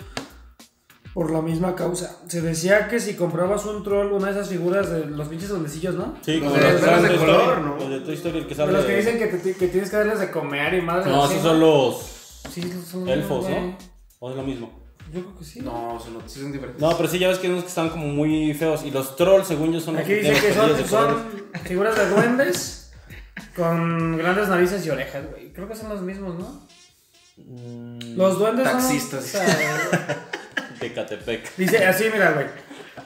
[SPEAKER 2] por la misma causa. Se decía que si comprabas un troll, una de esas figuras de los pinches duendecillos, ¿no?
[SPEAKER 4] Sí,
[SPEAKER 1] Los
[SPEAKER 4] como
[SPEAKER 1] de
[SPEAKER 4] los
[SPEAKER 1] los
[SPEAKER 4] que
[SPEAKER 1] perros
[SPEAKER 4] salen
[SPEAKER 1] de
[SPEAKER 4] Toy Story,
[SPEAKER 1] color, ¿no?
[SPEAKER 4] Los de Toy Story, el que
[SPEAKER 2] De
[SPEAKER 4] sale.
[SPEAKER 2] los que dicen que, te ti- que tienes que darles de comer y más.
[SPEAKER 4] No, esos son los
[SPEAKER 2] Sí, son
[SPEAKER 4] elfos, ¿no? O es lo mismo.
[SPEAKER 2] Yo creo que sí.
[SPEAKER 1] No, son, sí son diferentes.
[SPEAKER 4] No, pero sí, ya ves que hay unos que están como muy feos. Y los trolls, según yo, son los
[SPEAKER 2] Aquí
[SPEAKER 4] tienen
[SPEAKER 2] dice
[SPEAKER 4] los
[SPEAKER 2] que
[SPEAKER 4] cabellos
[SPEAKER 2] son,
[SPEAKER 4] de colores.
[SPEAKER 2] son figuras de duendes con grandes narices y orejas, güey. Creo que son los mismos, ¿no?
[SPEAKER 4] Mm,
[SPEAKER 2] Los duendes
[SPEAKER 1] Taxistas.
[SPEAKER 2] son... o
[SPEAKER 4] [laughs]
[SPEAKER 2] sea,
[SPEAKER 4] de Catepec.
[SPEAKER 2] dice así, mira, güey.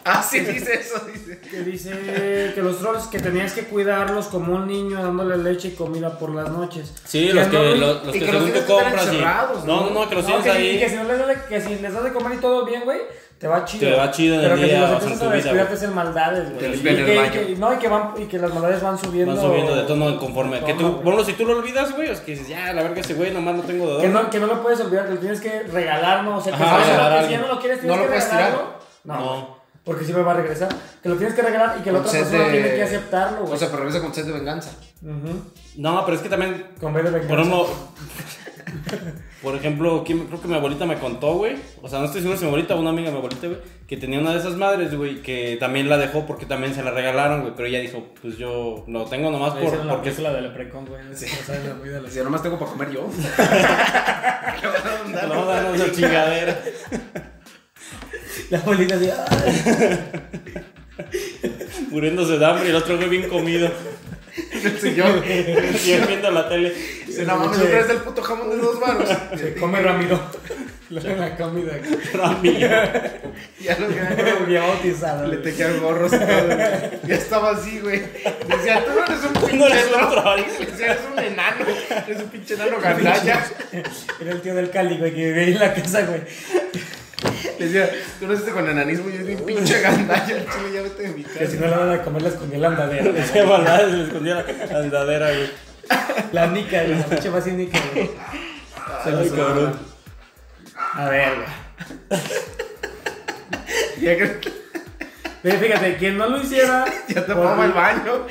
[SPEAKER 1] Ah, sí, dice eso, dice.
[SPEAKER 2] Que dice que los trolls que tenías que cuidarlos como un niño dándole leche y comida por las noches.
[SPEAKER 4] Sí, los que,
[SPEAKER 2] no-
[SPEAKER 4] los, los
[SPEAKER 1] y
[SPEAKER 4] que,
[SPEAKER 1] que los
[SPEAKER 4] según
[SPEAKER 1] tienes que tener
[SPEAKER 4] tú compras. Y...
[SPEAKER 1] encerrados,
[SPEAKER 4] No, no,
[SPEAKER 1] ¿no?
[SPEAKER 4] no, que los
[SPEAKER 2] No,
[SPEAKER 4] tienes
[SPEAKER 2] que, si,
[SPEAKER 4] ahí.
[SPEAKER 2] que si no les das de, que si les das de comer y todo bien, güey, te va chido.
[SPEAKER 4] Te va chido en
[SPEAKER 2] Pero
[SPEAKER 4] el
[SPEAKER 2] que
[SPEAKER 4] día,
[SPEAKER 2] si los
[SPEAKER 4] vas en
[SPEAKER 2] empiezas
[SPEAKER 4] tu
[SPEAKER 2] a
[SPEAKER 4] vida,
[SPEAKER 2] descuidar,
[SPEAKER 4] güey.
[SPEAKER 2] te hacen maldades,
[SPEAKER 1] Te
[SPEAKER 2] güey.
[SPEAKER 1] limpian
[SPEAKER 2] Y
[SPEAKER 1] el
[SPEAKER 2] que- y
[SPEAKER 1] baño.
[SPEAKER 2] que- No, y que, van, y que las maldades van subiendo.
[SPEAKER 4] Van subiendo de tono conforme.
[SPEAKER 2] de
[SPEAKER 4] Que
[SPEAKER 2] tono,
[SPEAKER 4] tú,
[SPEAKER 2] güey.
[SPEAKER 4] ponlo, si tú lo olvidas, güey, es que dices, ya, la verga, ese güey, nomás no tengo de
[SPEAKER 2] Que
[SPEAKER 4] dónde.
[SPEAKER 2] no, que no lo puedes olvidar, que lo tienes que regalar, ¿no? O sea, que
[SPEAKER 4] Ajá,
[SPEAKER 2] si-
[SPEAKER 4] regalar a
[SPEAKER 2] que si ya
[SPEAKER 4] alguien.
[SPEAKER 2] no lo quieres,
[SPEAKER 1] No
[SPEAKER 2] tienes
[SPEAKER 1] lo
[SPEAKER 2] que
[SPEAKER 1] puedes tirar.
[SPEAKER 2] regalarlo. No, porque si me va a regresar. Que lo tienes que regalar y que la
[SPEAKER 1] Con
[SPEAKER 2] otra
[SPEAKER 1] sed
[SPEAKER 2] persona
[SPEAKER 1] de-
[SPEAKER 2] tiene que aceptarlo, güey.
[SPEAKER 1] O sea, pero regresa con sed de venganza.
[SPEAKER 2] Ujú.
[SPEAKER 4] No, pero es que también,
[SPEAKER 2] Con ver de
[SPEAKER 4] por
[SPEAKER 2] venganza. [laughs]
[SPEAKER 4] ejemplo. Por ejemplo, ¿quién- creo que mi abuelita me contó, güey. O sea, no estoy seguro si mi abuelita o una amiga de mi abuelita, güey. Que tenía una de esas madres, güey. Que también la dejó porque también se la regalaron, güey. Pero ella dijo, pues yo lo tengo nomás
[SPEAKER 2] Ahí hicieron
[SPEAKER 4] por,
[SPEAKER 2] la
[SPEAKER 4] porque
[SPEAKER 2] película de Leprecon, güey. O sea, la vida de
[SPEAKER 1] Decía, nomás tengo para comer yo. [laughs]
[SPEAKER 4] No, no, no, chingadera.
[SPEAKER 2] La abuelita [laughs] así, "Ay".
[SPEAKER 4] Muriéndose de hambre y el otro güey bien comido. [laughs]
[SPEAKER 1] Sí, yo.
[SPEAKER 4] Y él viendo la tele.
[SPEAKER 1] Dice, no mames, otra vez el puto jamón de dos varos.
[SPEAKER 2] Se come Ramiro. [laughs] La comida.
[SPEAKER 4] Ramiro.
[SPEAKER 1] Ya lo gané.
[SPEAKER 2] Ya bautizado.
[SPEAKER 1] Le
[SPEAKER 2] güey.
[SPEAKER 1] tejían gorros y todo. Ya estaba así, güey. Decía, tú no eres un
[SPEAKER 4] No eres
[SPEAKER 1] pinche
[SPEAKER 4] un
[SPEAKER 1] troll.
[SPEAKER 4] troll.
[SPEAKER 1] Decía, eres un enano. Eres un pinche enano gandalla.
[SPEAKER 2] Era el tío del Cali, güey, que vivía ahí en la casa, güey.
[SPEAKER 1] Decía, tú naciste con enanismo y eres un pinche gandalla. al Chile, ya vete de mi
[SPEAKER 2] Que si
[SPEAKER 1] casa.
[SPEAKER 2] no la van a comer, la escondía en la andadera. güey.
[SPEAKER 4] Qué maldad, se le escondía la andadera, güey.
[SPEAKER 2] La nica, güey, la pinche más nica, güey.
[SPEAKER 1] Se los
[SPEAKER 4] Ay, cabrón.
[SPEAKER 2] A ver, güey.
[SPEAKER 1] [laughs] Ya que
[SPEAKER 2] Pero fíjate, quien no lo hiciera.
[SPEAKER 1] ya
[SPEAKER 2] por-
[SPEAKER 1] tapaba el baño.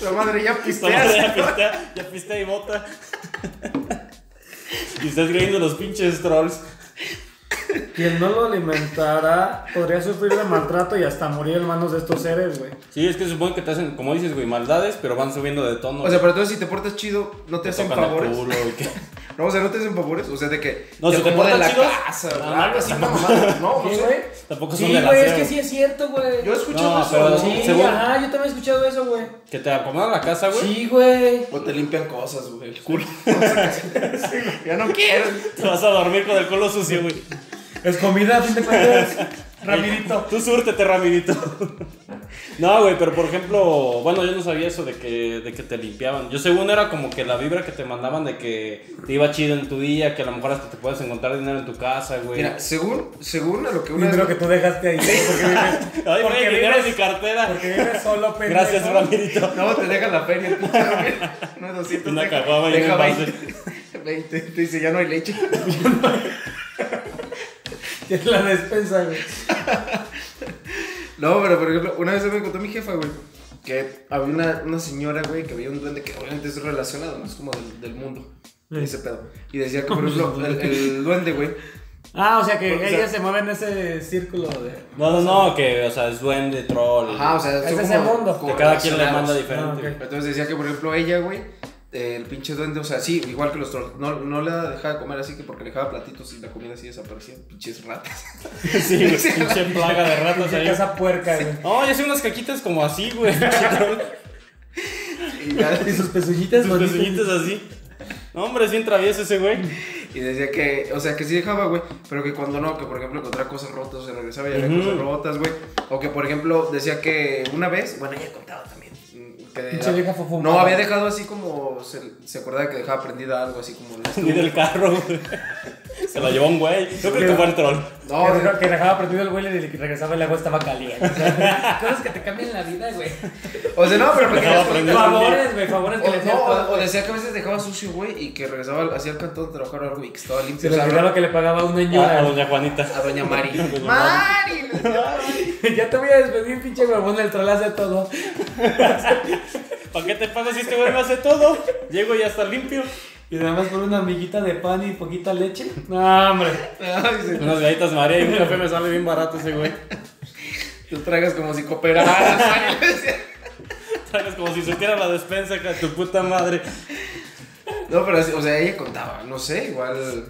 [SPEAKER 1] La madre ya
[SPEAKER 4] Esta madre
[SPEAKER 1] pisteas.
[SPEAKER 4] Ya pistea, ya pistea y bota. [laughs] Y estás creyendo los pinches trolls.
[SPEAKER 2] Quien no lo alimentara podría sufrir de maltrato y hasta morir en manos de estos seres, güey.
[SPEAKER 4] Sí, es que supongo que te hacen, como dices, güey, maldades, pero van subiendo de tono.
[SPEAKER 1] O sea, pero entonces si te portas chido, no te hacen
[SPEAKER 4] tocan el
[SPEAKER 1] favores.
[SPEAKER 4] culo y que-
[SPEAKER 1] No, o sea, no te hacen favores. O sea, de que.
[SPEAKER 4] No,
[SPEAKER 1] te
[SPEAKER 4] si te
[SPEAKER 1] acomodan
[SPEAKER 4] portas
[SPEAKER 1] la
[SPEAKER 4] chido,
[SPEAKER 1] casa.
[SPEAKER 4] nada
[SPEAKER 1] ¿verdad?
[SPEAKER 4] más.
[SPEAKER 1] Así, una mamada. No, no
[SPEAKER 2] ¿Sí,
[SPEAKER 1] sé.
[SPEAKER 2] güey?
[SPEAKER 4] Tampoco son
[SPEAKER 2] Sí,
[SPEAKER 4] de la
[SPEAKER 2] güey, es
[SPEAKER 4] SEO.
[SPEAKER 2] que sí es cierto, güey.
[SPEAKER 1] Yo he escuchado
[SPEAKER 4] No,
[SPEAKER 1] eso.
[SPEAKER 4] pero-
[SPEAKER 1] güey.
[SPEAKER 2] Sí,
[SPEAKER 4] seguro.
[SPEAKER 2] ajá, yo también he escuchado eso, güey.
[SPEAKER 4] Que te acomodan la casa, güey.
[SPEAKER 2] Sí, güey.
[SPEAKER 1] O te limpian cosas, güey. [laughs] El culo. Sí, güey, ya no quiero.
[SPEAKER 4] Te vas a dormir con el culo sucio, güey.
[SPEAKER 2] Es comida, a fin de cuentas. [laughs] Rapidito.
[SPEAKER 4] Tú súrtete, Ramirito. No, güey, pero por ejemplo, bueno, yo no sabía eso de que, de que te limpiaban. Yo según era como que la vibra que te mandaban de que te iba chido en tu día, que a lo mejor hasta te puedes encontrar dinero en tu casa, güey.
[SPEAKER 1] Mira, según, según a lo que una
[SPEAKER 2] Primero
[SPEAKER 1] vez.
[SPEAKER 2] que tú dejaste ahí. Porque
[SPEAKER 4] [laughs]
[SPEAKER 2] vives,
[SPEAKER 4] Ay, güey,
[SPEAKER 2] porque
[SPEAKER 4] dinero en mi
[SPEAKER 2] vives-
[SPEAKER 4] cartera.
[SPEAKER 2] porque vives solo, pendejo.
[SPEAKER 4] Gracias, Ramirito.
[SPEAKER 1] No, te deja la feria, el pinche, güey. No es 200.
[SPEAKER 4] Una
[SPEAKER 1] deja-
[SPEAKER 4] caguama y un
[SPEAKER 1] Deja
[SPEAKER 4] envase.
[SPEAKER 1] [laughs] 20. 20. Te dice, ya no hay leche.
[SPEAKER 2] Que es la despensa, güey.
[SPEAKER 1] No, pero por ejemplo, una vez me contó mi jefa, güey, que había una, una señora, güey, que había un duende que obviamente es relacionado, no es como del, del mundo.
[SPEAKER 2] Sí.
[SPEAKER 1] Ese pedo. Y decía que, por ejemplo, el, el duende, güey.
[SPEAKER 2] Ah, o sea que
[SPEAKER 1] O sea-
[SPEAKER 2] ellas se mueven en ese círculo de.
[SPEAKER 4] No, no, no, que, o sea, es duende, troll.
[SPEAKER 1] Ajá, o sea,
[SPEAKER 2] Es
[SPEAKER 1] son
[SPEAKER 2] ese
[SPEAKER 1] como-
[SPEAKER 2] mundo.
[SPEAKER 1] como
[SPEAKER 4] que cada quien le
[SPEAKER 1] relacionados.
[SPEAKER 4] manda diferente.
[SPEAKER 2] Ah, ok.
[SPEAKER 1] Entonces decía que, por ejemplo, ella, güey, eh, el pinche duende, o sea, sí, igual que los trolls, no, no le dejaba comer así que porque le dejaba platitos y la comida así desaparecía. Pinches ratas. [laughs]
[SPEAKER 4] [laughs] Sí, güey, pinche plaga de ratas
[SPEAKER 2] Esa
[SPEAKER 4] ahí.
[SPEAKER 2] casa puerca, güey.
[SPEAKER 4] No, yo hice unas caquitas como así, güey.
[SPEAKER 1] Y, ya-
[SPEAKER 2] Y sus pezuñitas pues,
[SPEAKER 4] Sus
[SPEAKER 2] bonitas.
[SPEAKER 4] pezuñitas así. No, hombre, es bien travieso ese güey.
[SPEAKER 1] y decía que, o sea, que sí dejaba, güey, pero que cuando no, que por ejemplo encontraba cosas rotas, o sea, regresaba y había
[SPEAKER 4] Ujú.
[SPEAKER 1] cosas rotas, güey. O que, por ejemplo, decía que una vez, bueno, ella contaba también. mm, Que
[SPEAKER 2] Pinche vieja fofo.
[SPEAKER 1] no, había dejado así como, se, se acordaba que dejaba prendida algo así como...
[SPEAKER 2] [laughs]
[SPEAKER 1] la
[SPEAKER 4] Ni del carro, güey. Se la llevó un güey. Yo creo que fue el troll.
[SPEAKER 1] No,
[SPEAKER 2] que,
[SPEAKER 1] de-
[SPEAKER 2] que dejaba prendido el güey y le- que regresaba el agua estaba caliente. o sea, [laughs] cosas que te cambian la vida,
[SPEAKER 4] [laughs]
[SPEAKER 2] güey.
[SPEAKER 1] o sea, no, pero porque...
[SPEAKER 4] Dejaba prendida.
[SPEAKER 2] Favores, güey, favores que
[SPEAKER 1] O,
[SPEAKER 2] le hacían.
[SPEAKER 1] no,
[SPEAKER 2] todas,
[SPEAKER 1] o- o
[SPEAKER 2] güey.
[SPEAKER 1] decía que a veces dejaba sucio, güey, y que regresaba hacia el cantón a trabajar o algo y que estaba limpio.
[SPEAKER 2] Se
[SPEAKER 1] o
[SPEAKER 2] le
[SPEAKER 1] sea,
[SPEAKER 2] olvidaba que le pagaba una
[SPEAKER 4] eh, A, a
[SPEAKER 2] ñora.
[SPEAKER 4] doña Juanita.
[SPEAKER 1] a doña
[SPEAKER 4] [laughs]
[SPEAKER 1] Mari.
[SPEAKER 4] Doña
[SPEAKER 1] ¡Mari! le decía.
[SPEAKER 2] [laughs] ya te voy a despedir, pinche huevón, el troll hace todo.
[SPEAKER 4] ¿Para qué te pagas si este güey me hace todo? Llego y ya está limpio.
[SPEAKER 2] Y nada más por una amiguita de pan y poquita leche. No, hombre.
[SPEAKER 1] [laughs] Ay, dice,
[SPEAKER 4] Unas galletas María y un café me sale bien barato ese güey.
[SPEAKER 1] Tú tragas como si [laughs] cooperaras. Mari, le decía.
[SPEAKER 4] Sabes, como si supiera la despensa, hija de tu puta madre. [laughs]
[SPEAKER 1] no, pero, así, o sea, ella contaba, no sé, igual.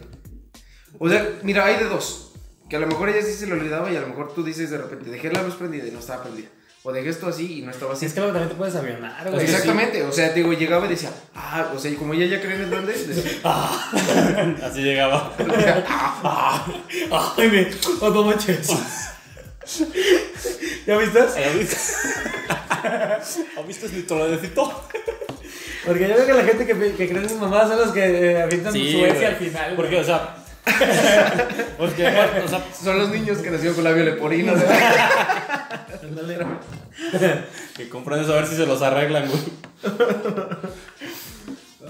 [SPEAKER 1] O sea, mira, hay de dos. Que a lo mejor ella sí se le olvidaba y a lo mejor tú dices de repente, dejé la luz prendida y no estaba prendida. O dejé esto así y no estaba así.
[SPEAKER 2] Si es que luego también te puedes avionar, güey.
[SPEAKER 1] Exactamente, o sea, digo, llegaba y decía, ah, o sea, y como ella ya creía en el duende, decía,
[SPEAKER 4] Así llegaba.
[SPEAKER 2] Ay, me. Oh, no manches. ¿Ya viste?
[SPEAKER 4] [laughs] ¿Has visto mi troledecito?
[SPEAKER 2] Porque yo veo que la gente que, que cree en sus mamás son los que eh, avientan su
[SPEAKER 4] güey.
[SPEAKER 2] ex al final. güey.
[SPEAKER 4] Porque, o sea. [laughs] Porque, o sea,
[SPEAKER 1] son los niños que nacieron con labio leporino. ¿verdad?
[SPEAKER 2] Ándale.
[SPEAKER 4] que compran eso a ver si se los arreglan, güey.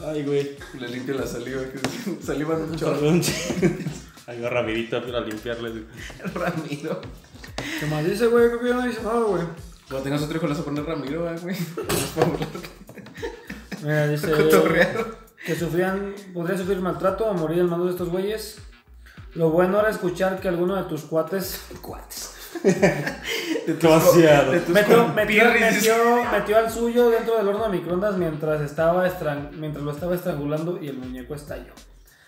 [SPEAKER 4] Ay, güey.
[SPEAKER 1] Le limpio la saliva, que [laughs] saliva de un chorro.
[SPEAKER 4] Un chingo. [laughs] Ahí va Ramirito para limpiarles.
[SPEAKER 1] Ramiro.
[SPEAKER 2] ¿Qué más dice, güey? Creo que yo no dice nada, güey.
[SPEAKER 1] Cuando tengas otro hijo, le vas a poner Ramiro, ¿eh, güey.
[SPEAKER 2] Mira, [laughs]
[SPEAKER 1] [laughs]
[SPEAKER 2] dice.
[SPEAKER 1] Cotorreado.
[SPEAKER 2] que sufrían, podría sufrir maltrato o morir en manos de estos güeyes. Lo bueno era escuchar que alguno de tus cuates. Cuates.
[SPEAKER 4] Demasiado.
[SPEAKER 2] Metió, metió,
[SPEAKER 1] compirris.
[SPEAKER 2] metió, metió al suyo dentro del horno de microondas mientras, estaba estran- mientras lo estaba estrangulando y el muñeco estalló.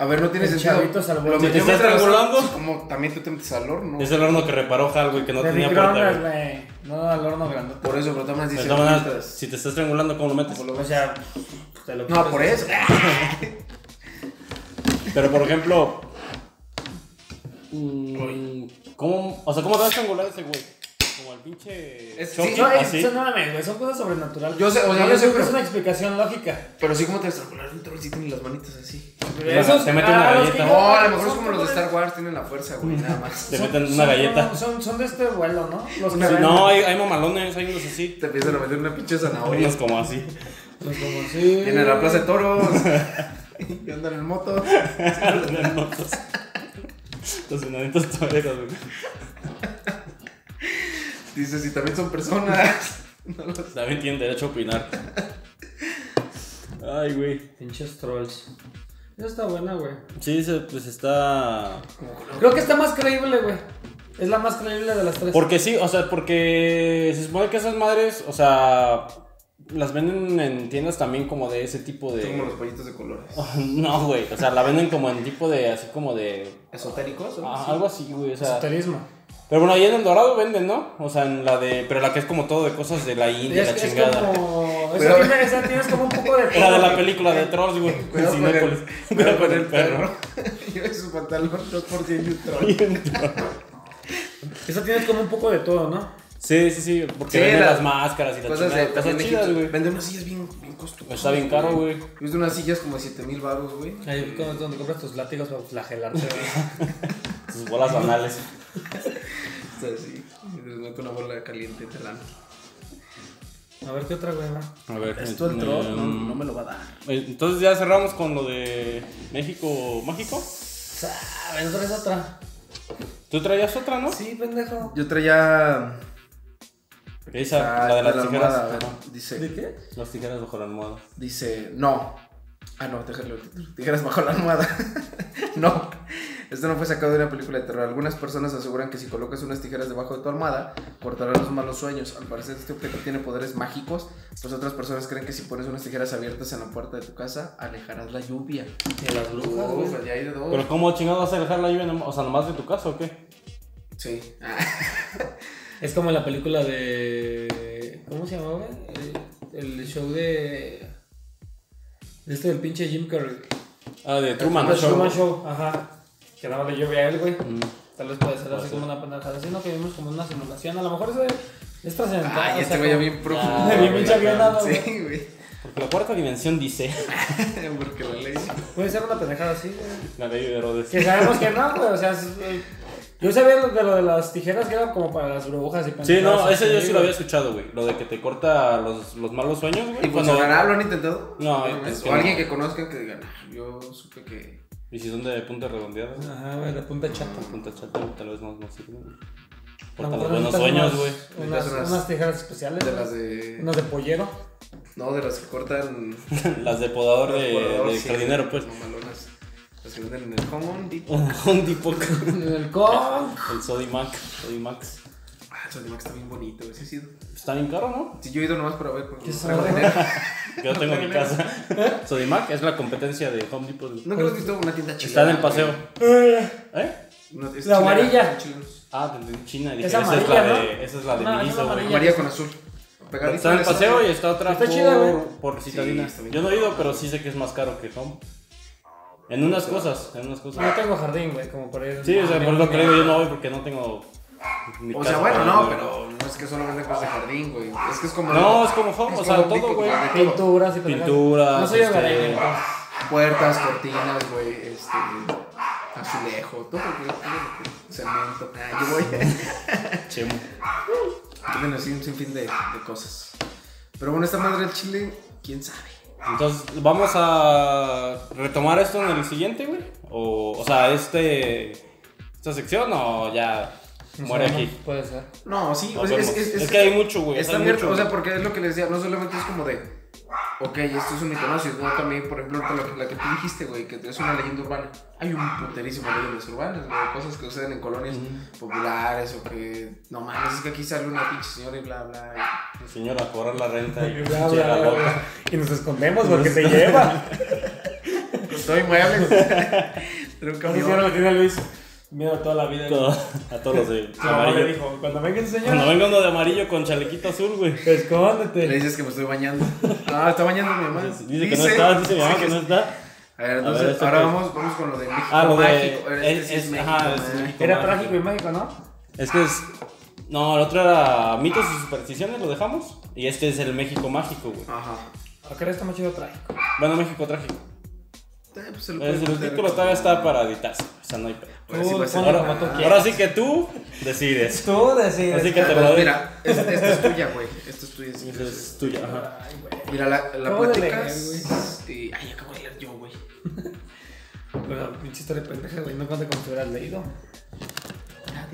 [SPEAKER 1] A ver, no tiene
[SPEAKER 2] El
[SPEAKER 1] sentido.
[SPEAKER 2] chavito salvó.
[SPEAKER 1] Lo
[SPEAKER 4] te
[SPEAKER 2] Si
[SPEAKER 1] metió
[SPEAKER 4] estás
[SPEAKER 1] mientras-
[SPEAKER 4] estrangulando.
[SPEAKER 1] Como también tú te metes al horno.
[SPEAKER 4] Es el horno que reparó Hal, güey, que no
[SPEAKER 2] de
[SPEAKER 4] tenía puerta,
[SPEAKER 2] microondas,
[SPEAKER 4] güey.
[SPEAKER 2] güey. No, al horno grandote.
[SPEAKER 1] Por eso, pero también
[SPEAKER 4] De
[SPEAKER 1] dice.
[SPEAKER 4] todas maneras,
[SPEAKER 1] mientras-
[SPEAKER 4] si te estás triangulando, ¿cómo lo pues, metes?
[SPEAKER 2] O sea, te lo
[SPEAKER 1] No, por eso.
[SPEAKER 4] Pero por ejemplo, mm, ¿cómo, o sea, ¿cómo te vas a estrangular a ese güey? Como al pinche.
[SPEAKER 1] Es-
[SPEAKER 4] Chucky,
[SPEAKER 1] sí,
[SPEAKER 2] No, es,
[SPEAKER 4] así.
[SPEAKER 2] eh, son, no mames, güey, son cosas sobrenaturales.
[SPEAKER 1] Yo sé, o sea,
[SPEAKER 2] No,
[SPEAKER 1] yo sé,
[SPEAKER 2] creo que
[SPEAKER 1] pero-
[SPEAKER 2] es una explicación lógica.
[SPEAKER 1] Pero sí, como te estrangular un troll, sí tienen las manitas así.
[SPEAKER 4] Te meten una
[SPEAKER 2] los
[SPEAKER 4] galleta.
[SPEAKER 2] que-
[SPEAKER 1] No, a lo mejor es
[SPEAKER 2] son
[SPEAKER 1] como los de
[SPEAKER 2] cabrones.
[SPEAKER 1] Star Wars, tienen la fuerza, güey, nada [laughs] más.
[SPEAKER 4] Te
[SPEAKER 2] Son-
[SPEAKER 4] meten
[SPEAKER 2] son-
[SPEAKER 4] una galleta.
[SPEAKER 2] Son, son, de este vuelo, ¿no? Los que
[SPEAKER 1] Una-
[SPEAKER 2] venden.
[SPEAKER 4] No, hay, hay mamalones, hay unos así.
[SPEAKER 1] Te empiezan a meter una pinche zanahoria.
[SPEAKER 4] Unos como así. [laughs]
[SPEAKER 2] Los pues, como
[SPEAKER 4] eh,
[SPEAKER 2] sí.
[SPEAKER 1] Vienen a la plaza de [laughs] toros. Y andan en moto.
[SPEAKER 4] Andan locos. Los enanitos toreros, güey.
[SPEAKER 1] Dice, si también son personas. No lo sé.
[SPEAKER 4] También tienen derecho a opinar. Ay, güey.
[SPEAKER 2] Pinches trolls. Esa está buena, güey.
[SPEAKER 4] Sí, se- pues está.
[SPEAKER 2] Creo que está más creíble, güey. Es la más creíble de las
[SPEAKER 1] Pues-
[SPEAKER 2] tres.
[SPEAKER 4] Porque sí, o sea, porque se supone que esas madres, o sea, las venden en tiendas también como de ese tipo de.
[SPEAKER 1] Son como los pollitos de colores.
[SPEAKER 4] [laughs] No, güey. O sea, la venden como en tipo de. Así como de.
[SPEAKER 1] ¿Esotéricos?
[SPEAKER 4] ah, algo así, güey. O sea.
[SPEAKER 2] Esoterismo.
[SPEAKER 4] Pero bueno, ahí en El Dorado venden, ¿no? O sea, en la de. Pero la que es como todo de cosas de la India,
[SPEAKER 2] Es,
[SPEAKER 4] la
[SPEAKER 2] es
[SPEAKER 4] chingada.
[SPEAKER 2] como.
[SPEAKER 1] Pero-
[SPEAKER 2] Esa tiene, esa tiene como un poco de
[SPEAKER 4] [laughs]
[SPEAKER 2] todo.
[SPEAKER 4] La de
[SPEAKER 1] [laughs]
[SPEAKER 4] la
[SPEAKER 2] güey.
[SPEAKER 4] película de Trolls, güey. pues,
[SPEAKER 1] Cuidado
[SPEAKER 4] en
[SPEAKER 1] con el, [laughs]
[SPEAKER 4] Cinépolis.
[SPEAKER 1] cuidado con el perro. [laughs] Lleva su pantalón 2% y un troll.
[SPEAKER 2] Esa tiene como un poco de todo, ¿no?
[SPEAKER 4] Sí, sí, sí. Porque
[SPEAKER 1] Sí,
[SPEAKER 4] venden
[SPEAKER 1] la-
[SPEAKER 4] las máscaras y la
[SPEAKER 1] Cosas
[SPEAKER 4] chingada,
[SPEAKER 1] de
[SPEAKER 4] Cosas
[SPEAKER 1] también
[SPEAKER 4] chidas,
[SPEAKER 1] Egipto.
[SPEAKER 4] güey.
[SPEAKER 1] Venden unas sillas bien, bien costosas.
[SPEAKER 4] Está bien caro, güey.
[SPEAKER 1] Viste unas sillas como de 7 mil baros, güey. [laughs]
[SPEAKER 2] Ahí es donde compras tus látigos para flagelarte,
[SPEAKER 4] Sus bolas banales.
[SPEAKER 1] O sea, sí. Y les meto una bola caliente de lana.
[SPEAKER 2] A ver qué otra, güey. va.
[SPEAKER 4] A ver.
[SPEAKER 1] Esto el
[SPEAKER 4] eh,
[SPEAKER 1] troll no, no me lo va a dar.
[SPEAKER 4] Entonces ya cerramos con lo de México Mágico.
[SPEAKER 2] Ah, A ver, otra es otra.
[SPEAKER 4] Tú traías otra, ¿no?
[SPEAKER 2] Sí, pendejo.
[SPEAKER 1] Yo traía
[SPEAKER 4] Esa, la de las
[SPEAKER 1] Ah,
[SPEAKER 4] tijeras.
[SPEAKER 1] almohada, a ver,
[SPEAKER 4] ajá.
[SPEAKER 1] dice,
[SPEAKER 5] ¿De qué?
[SPEAKER 4] Las tijeras bajo la almohada.
[SPEAKER 1] dice, no. Ah, no, déjalo, tijeras bajo la almohada. [laughs] no. Esto no fue sacado de una película de terror. Algunas personas aseguran que si colocas unas tijeras debajo de tu almohada, cortará los malos sueños. Al parecer este objeto tiene poderes mágicos, pues otras personas creen que si pones unas tijeras abiertas en la puerta de tu casa, alejarás la lluvia.
[SPEAKER 4] De las
[SPEAKER 1] Uf, allá hay de dos.
[SPEAKER 4] Pero ¿cómo chingado vas a dejar la lluvia? nom- O sea, nomás de tu casa o qué?
[SPEAKER 1] Sí. Ah,
[SPEAKER 2] Es como la película de. ¿Cómo se llamaba? Eh, El, el show de. De este del pinche Jim Carrey.
[SPEAKER 4] Ah, de Truman
[SPEAKER 2] El Pues, Truman
[SPEAKER 4] Show.
[SPEAKER 2] Show, ajá. Que nada más le llueve a él, güey.
[SPEAKER 4] Mm.
[SPEAKER 2] Tal vez puede ser
[SPEAKER 4] Puede
[SPEAKER 2] así
[SPEAKER 4] ser.
[SPEAKER 2] como una pendejada. Así no que vimos como una simulación. A lo mejor eso es, es trascendental.
[SPEAKER 1] Ay,
[SPEAKER 2] Ah, o
[SPEAKER 1] este
[SPEAKER 2] sea,
[SPEAKER 1] güey ya
[SPEAKER 2] como-
[SPEAKER 1] bien profundo.
[SPEAKER 2] Ya, bien
[SPEAKER 1] güey.
[SPEAKER 2] pinche avionado,
[SPEAKER 1] Sí, güey. [laughs]
[SPEAKER 4] Porque la cuarta dimensión dice. [laughs]
[SPEAKER 1] Porque la ley.
[SPEAKER 2] Puede ser una pendejada así, güey.
[SPEAKER 4] La ley de Herodes.
[SPEAKER 2] Que sabemos que no, güey. O sea, es- eh, yo sabía lo de lo de las tijeras que eran como para las burbujas y
[SPEAKER 4] Sí, no,
[SPEAKER 2] pendejadas
[SPEAKER 4] ese yo
[SPEAKER 2] así,
[SPEAKER 4] sí lo
[SPEAKER 2] güey.
[SPEAKER 4] había escuchado, güey. Lo de que te corta los, los malos sueños, güey.
[SPEAKER 1] ¿Y
[SPEAKER 4] Cuando-
[SPEAKER 1] funcionará? ¿Lo han intentado?
[SPEAKER 4] No, es
[SPEAKER 1] mames.
[SPEAKER 4] que
[SPEAKER 1] O alguien
[SPEAKER 4] no.
[SPEAKER 1] que conozcan que digan, "Ah, yo supe que.
[SPEAKER 4] Y si son de punta redondeada, güey.
[SPEAKER 2] Ajá, güey, de punta chata.
[SPEAKER 4] Con punta chata, güey, tal vez no, no sirve, güey.
[SPEAKER 2] A
[SPEAKER 4] Corta
[SPEAKER 2] lo
[SPEAKER 4] los
[SPEAKER 2] mejor
[SPEAKER 4] buenos
[SPEAKER 2] necesitas
[SPEAKER 4] sueños,
[SPEAKER 2] unas-
[SPEAKER 4] güey. [laughs]
[SPEAKER 2] Unas,
[SPEAKER 1] Necesitas
[SPEAKER 2] unas tijeras especiales.
[SPEAKER 1] De
[SPEAKER 2] güey.
[SPEAKER 1] las de.
[SPEAKER 2] Unas de pollero.
[SPEAKER 1] No, de las que cortan.
[SPEAKER 4] Las de podador de,
[SPEAKER 1] Podador,
[SPEAKER 4] de
[SPEAKER 1] sí,
[SPEAKER 4] jardinero, pues. [laughs]
[SPEAKER 1] mamalonas. Las que venden en el Home Depot.
[SPEAKER 4] Un un tipo cabrón.
[SPEAKER 2] En [laughs] el con.
[SPEAKER 4] El Sodimac. Sodimax.
[SPEAKER 1] Ah, el Sodimac está bien bonito, ese ha sido.
[SPEAKER 4] Está bien caro, ¿no?
[SPEAKER 1] Sí, yo he ido nomás para ver porque
[SPEAKER 2] ¿Qué
[SPEAKER 1] no traigo
[SPEAKER 2] sabe?
[SPEAKER 1] dinero.
[SPEAKER 2] [laughs]
[SPEAKER 4] Yo tengo en mi casa. [laughs] Sodimac es la competencia de Home Depot. güey.
[SPEAKER 1] Nunca has visto una tienda chilena.
[SPEAKER 4] Está en el
[SPEAKER 1] güey?
[SPEAKER 4] paseo. ¿Eh?
[SPEAKER 1] No, es
[SPEAKER 2] La
[SPEAKER 1] chilena,
[SPEAKER 2] amarilla.
[SPEAKER 1] chilenos.
[SPEAKER 4] Ah, de de China. dije,
[SPEAKER 2] Es
[SPEAKER 4] esa, es
[SPEAKER 2] amarilla,
[SPEAKER 4] la
[SPEAKER 2] ¿no?
[SPEAKER 4] de, esa es la de
[SPEAKER 2] No, es
[SPEAKER 4] Miniso, güey.
[SPEAKER 2] amarilla.
[SPEAKER 1] Amarilla con azul. Pegadita
[SPEAKER 4] Está en el
[SPEAKER 1] esa.
[SPEAKER 4] paseo y está otra
[SPEAKER 2] Está
[SPEAKER 4] por,
[SPEAKER 2] chida, güey.
[SPEAKER 4] por citadina.
[SPEAKER 1] Sí, está bien.
[SPEAKER 4] Yo no he ido, pero sí sé que es más caro que Home. En unas cosas, en unas
[SPEAKER 2] No
[SPEAKER 4] cosas.
[SPEAKER 2] tengo jardín, güey, como por ir.
[SPEAKER 4] Sí, o sea, por lo creo yo no voy porque no tengo. mi
[SPEAKER 1] O
[SPEAKER 4] casa
[SPEAKER 1] sea, bueno,
[SPEAKER 4] para
[SPEAKER 1] no,
[SPEAKER 4] ir, güey.
[SPEAKER 1] pero no es que solo venden cosas de jardín, güey. Es que es como.
[SPEAKER 4] No, es como Home,
[SPEAKER 1] es
[SPEAKER 4] o sea,
[SPEAKER 1] como
[SPEAKER 4] todo,
[SPEAKER 1] Pico,
[SPEAKER 4] güey.
[SPEAKER 1] güey.
[SPEAKER 2] Pinturas y pendejadas.
[SPEAKER 4] Pinturas,
[SPEAKER 2] No soy
[SPEAKER 4] este,
[SPEAKER 2] hogareño, entonces.
[SPEAKER 1] Puertas, cortinas, güey, este, azulejo, todo, güey, todo lo que- cemento, ah, yo voy, [laughs]
[SPEAKER 4] Chemo.
[SPEAKER 1] tienen así un sinfín de, de cosas. Pero bueno, esta madre del chile, quién sabe.
[SPEAKER 4] Entonces, ¿vamos a retomar esto en el siguiente, güey? O, o sea, este, esta sección o ya muere
[SPEAKER 2] No,
[SPEAKER 4] aquí.
[SPEAKER 2] Puede ser.
[SPEAKER 1] No, sí,
[SPEAKER 4] Nos
[SPEAKER 1] o sea, es,
[SPEAKER 4] vemos.
[SPEAKER 1] es-
[SPEAKER 4] Es que hay mucho, güey,
[SPEAKER 1] Está
[SPEAKER 4] hay
[SPEAKER 1] abierto,
[SPEAKER 4] mucho,
[SPEAKER 1] o sea,
[SPEAKER 4] güey.
[SPEAKER 1] porque es lo que les decía, no solamente es como de, ok, esto es un icono, sino también, por ejemplo, ahorita la, la que tú dijiste, güey, que es una leyenda urbana. Hay un puterísimo de leyendas urbanas, güey, cosas que suceden en colonias populares o que, no mames, es que aquí sale una pinche señora y bla, bla. y- pues,
[SPEAKER 4] Señora, a cobrar la renta [laughs] y
[SPEAKER 2] Bla, bla,
[SPEAKER 4] llega
[SPEAKER 2] bla,
[SPEAKER 4] loca.
[SPEAKER 2] bla. Y nos escondemos porque te lleva.
[SPEAKER 4] [laughs]
[SPEAKER 1] Estoy muebles. [laughs] Era un
[SPEAKER 6] Así ahora
[SPEAKER 1] camión.
[SPEAKER 6] lo tiene Luis. Mira toda la vida.
[SPEAKER 4] Todo- a todos los de
[SPEAKER 6] Su mamá le
[SPEAKER 4] amarillo.
[SPEAKER 6] dijo, cuando venga ese señor,
[SPEAKER 4] Cuando venga uno de amarillo con chalequito azul, güey.
[SPEAKER 1] Le
[SPEAKER 2] Escóndete.
[SPEAKER 1] dices que me estoy bañando. No, está bañando mi mamá.
[SPEAKER 4] Dice, que no está, dice mi mamá que no está.
[SPEAKER 1] A ver,
[SPEAKER 4] A ver,
[SPEAKER 1] entonces,
[SPEAKER 4] esto
[SPEAKER 1] ahora
[SPEAKER 4] que-
[SPEAKER 1] vamos, vamos con lo de México
[SPEAKER 4] Ah, lo de-
[SPEAKER 1] mágico. Este
[SPEAKER 4] es-
[SPEAKER 1] sí
[SPEAKER 4] es-
[SPEAKER 1] México
[SPEAKER 4] ajá, es
[SPEAKER 1] mágico.
[SPEAKER 4] México.
[SPEAKER 2] Era trágico y mágico, ¿no?
[SPEAKER 4] Es que es. No, el otro era mitos y supersticiones, lo dejamos. Y este es el México mágico, güey.
[SPEAKER 1] Ajá.
[SPEAKER 2] Acá está más chido trágico.
[SPEAKER 4] Bueno, México trágico.
[SPEAKER 1] Eh, pues se lo
[SPEAKER 4] Es-
[SPEAKER 1] pueden
[SPEAKER 4] el
[SPEAKER 1] meter.
[SPEAKER 4] título todavía está para editarse, o sea, no hay pedo.
[SPEAKER 1] Ahora sí va a ser-
[SPEAKER 2] Ponlo como tú
[SPEAKER 1] Ah,
[SPEAKER 2] quieras.
[SPEAKER 4] Ahora sí que tú decides.
[SPEAKER 2] Tú decides.
[SPEAKER 4] Así que te
[SPEAKER 1] pues
[SPEAKER 4] lo doy.
[SPEAKER 1] Mira, es- esta es tuya, güey. Esta es tuya. si
[SPEAKER 4] Esa
[SPEAKER 1] quieres.
[SPEAKER 4] pues, es tuya, ajá.
[SPEAKER 1] Mira, la, la
[SPEAKER 2] Acabo de
[SPEAKER 1] platicas. y- Ay, acabo de leer yo, güey.
[SPEAKER 2] Bueno, pinche historia pendeja, güey. No cuenta como te hubieras leído. Ah,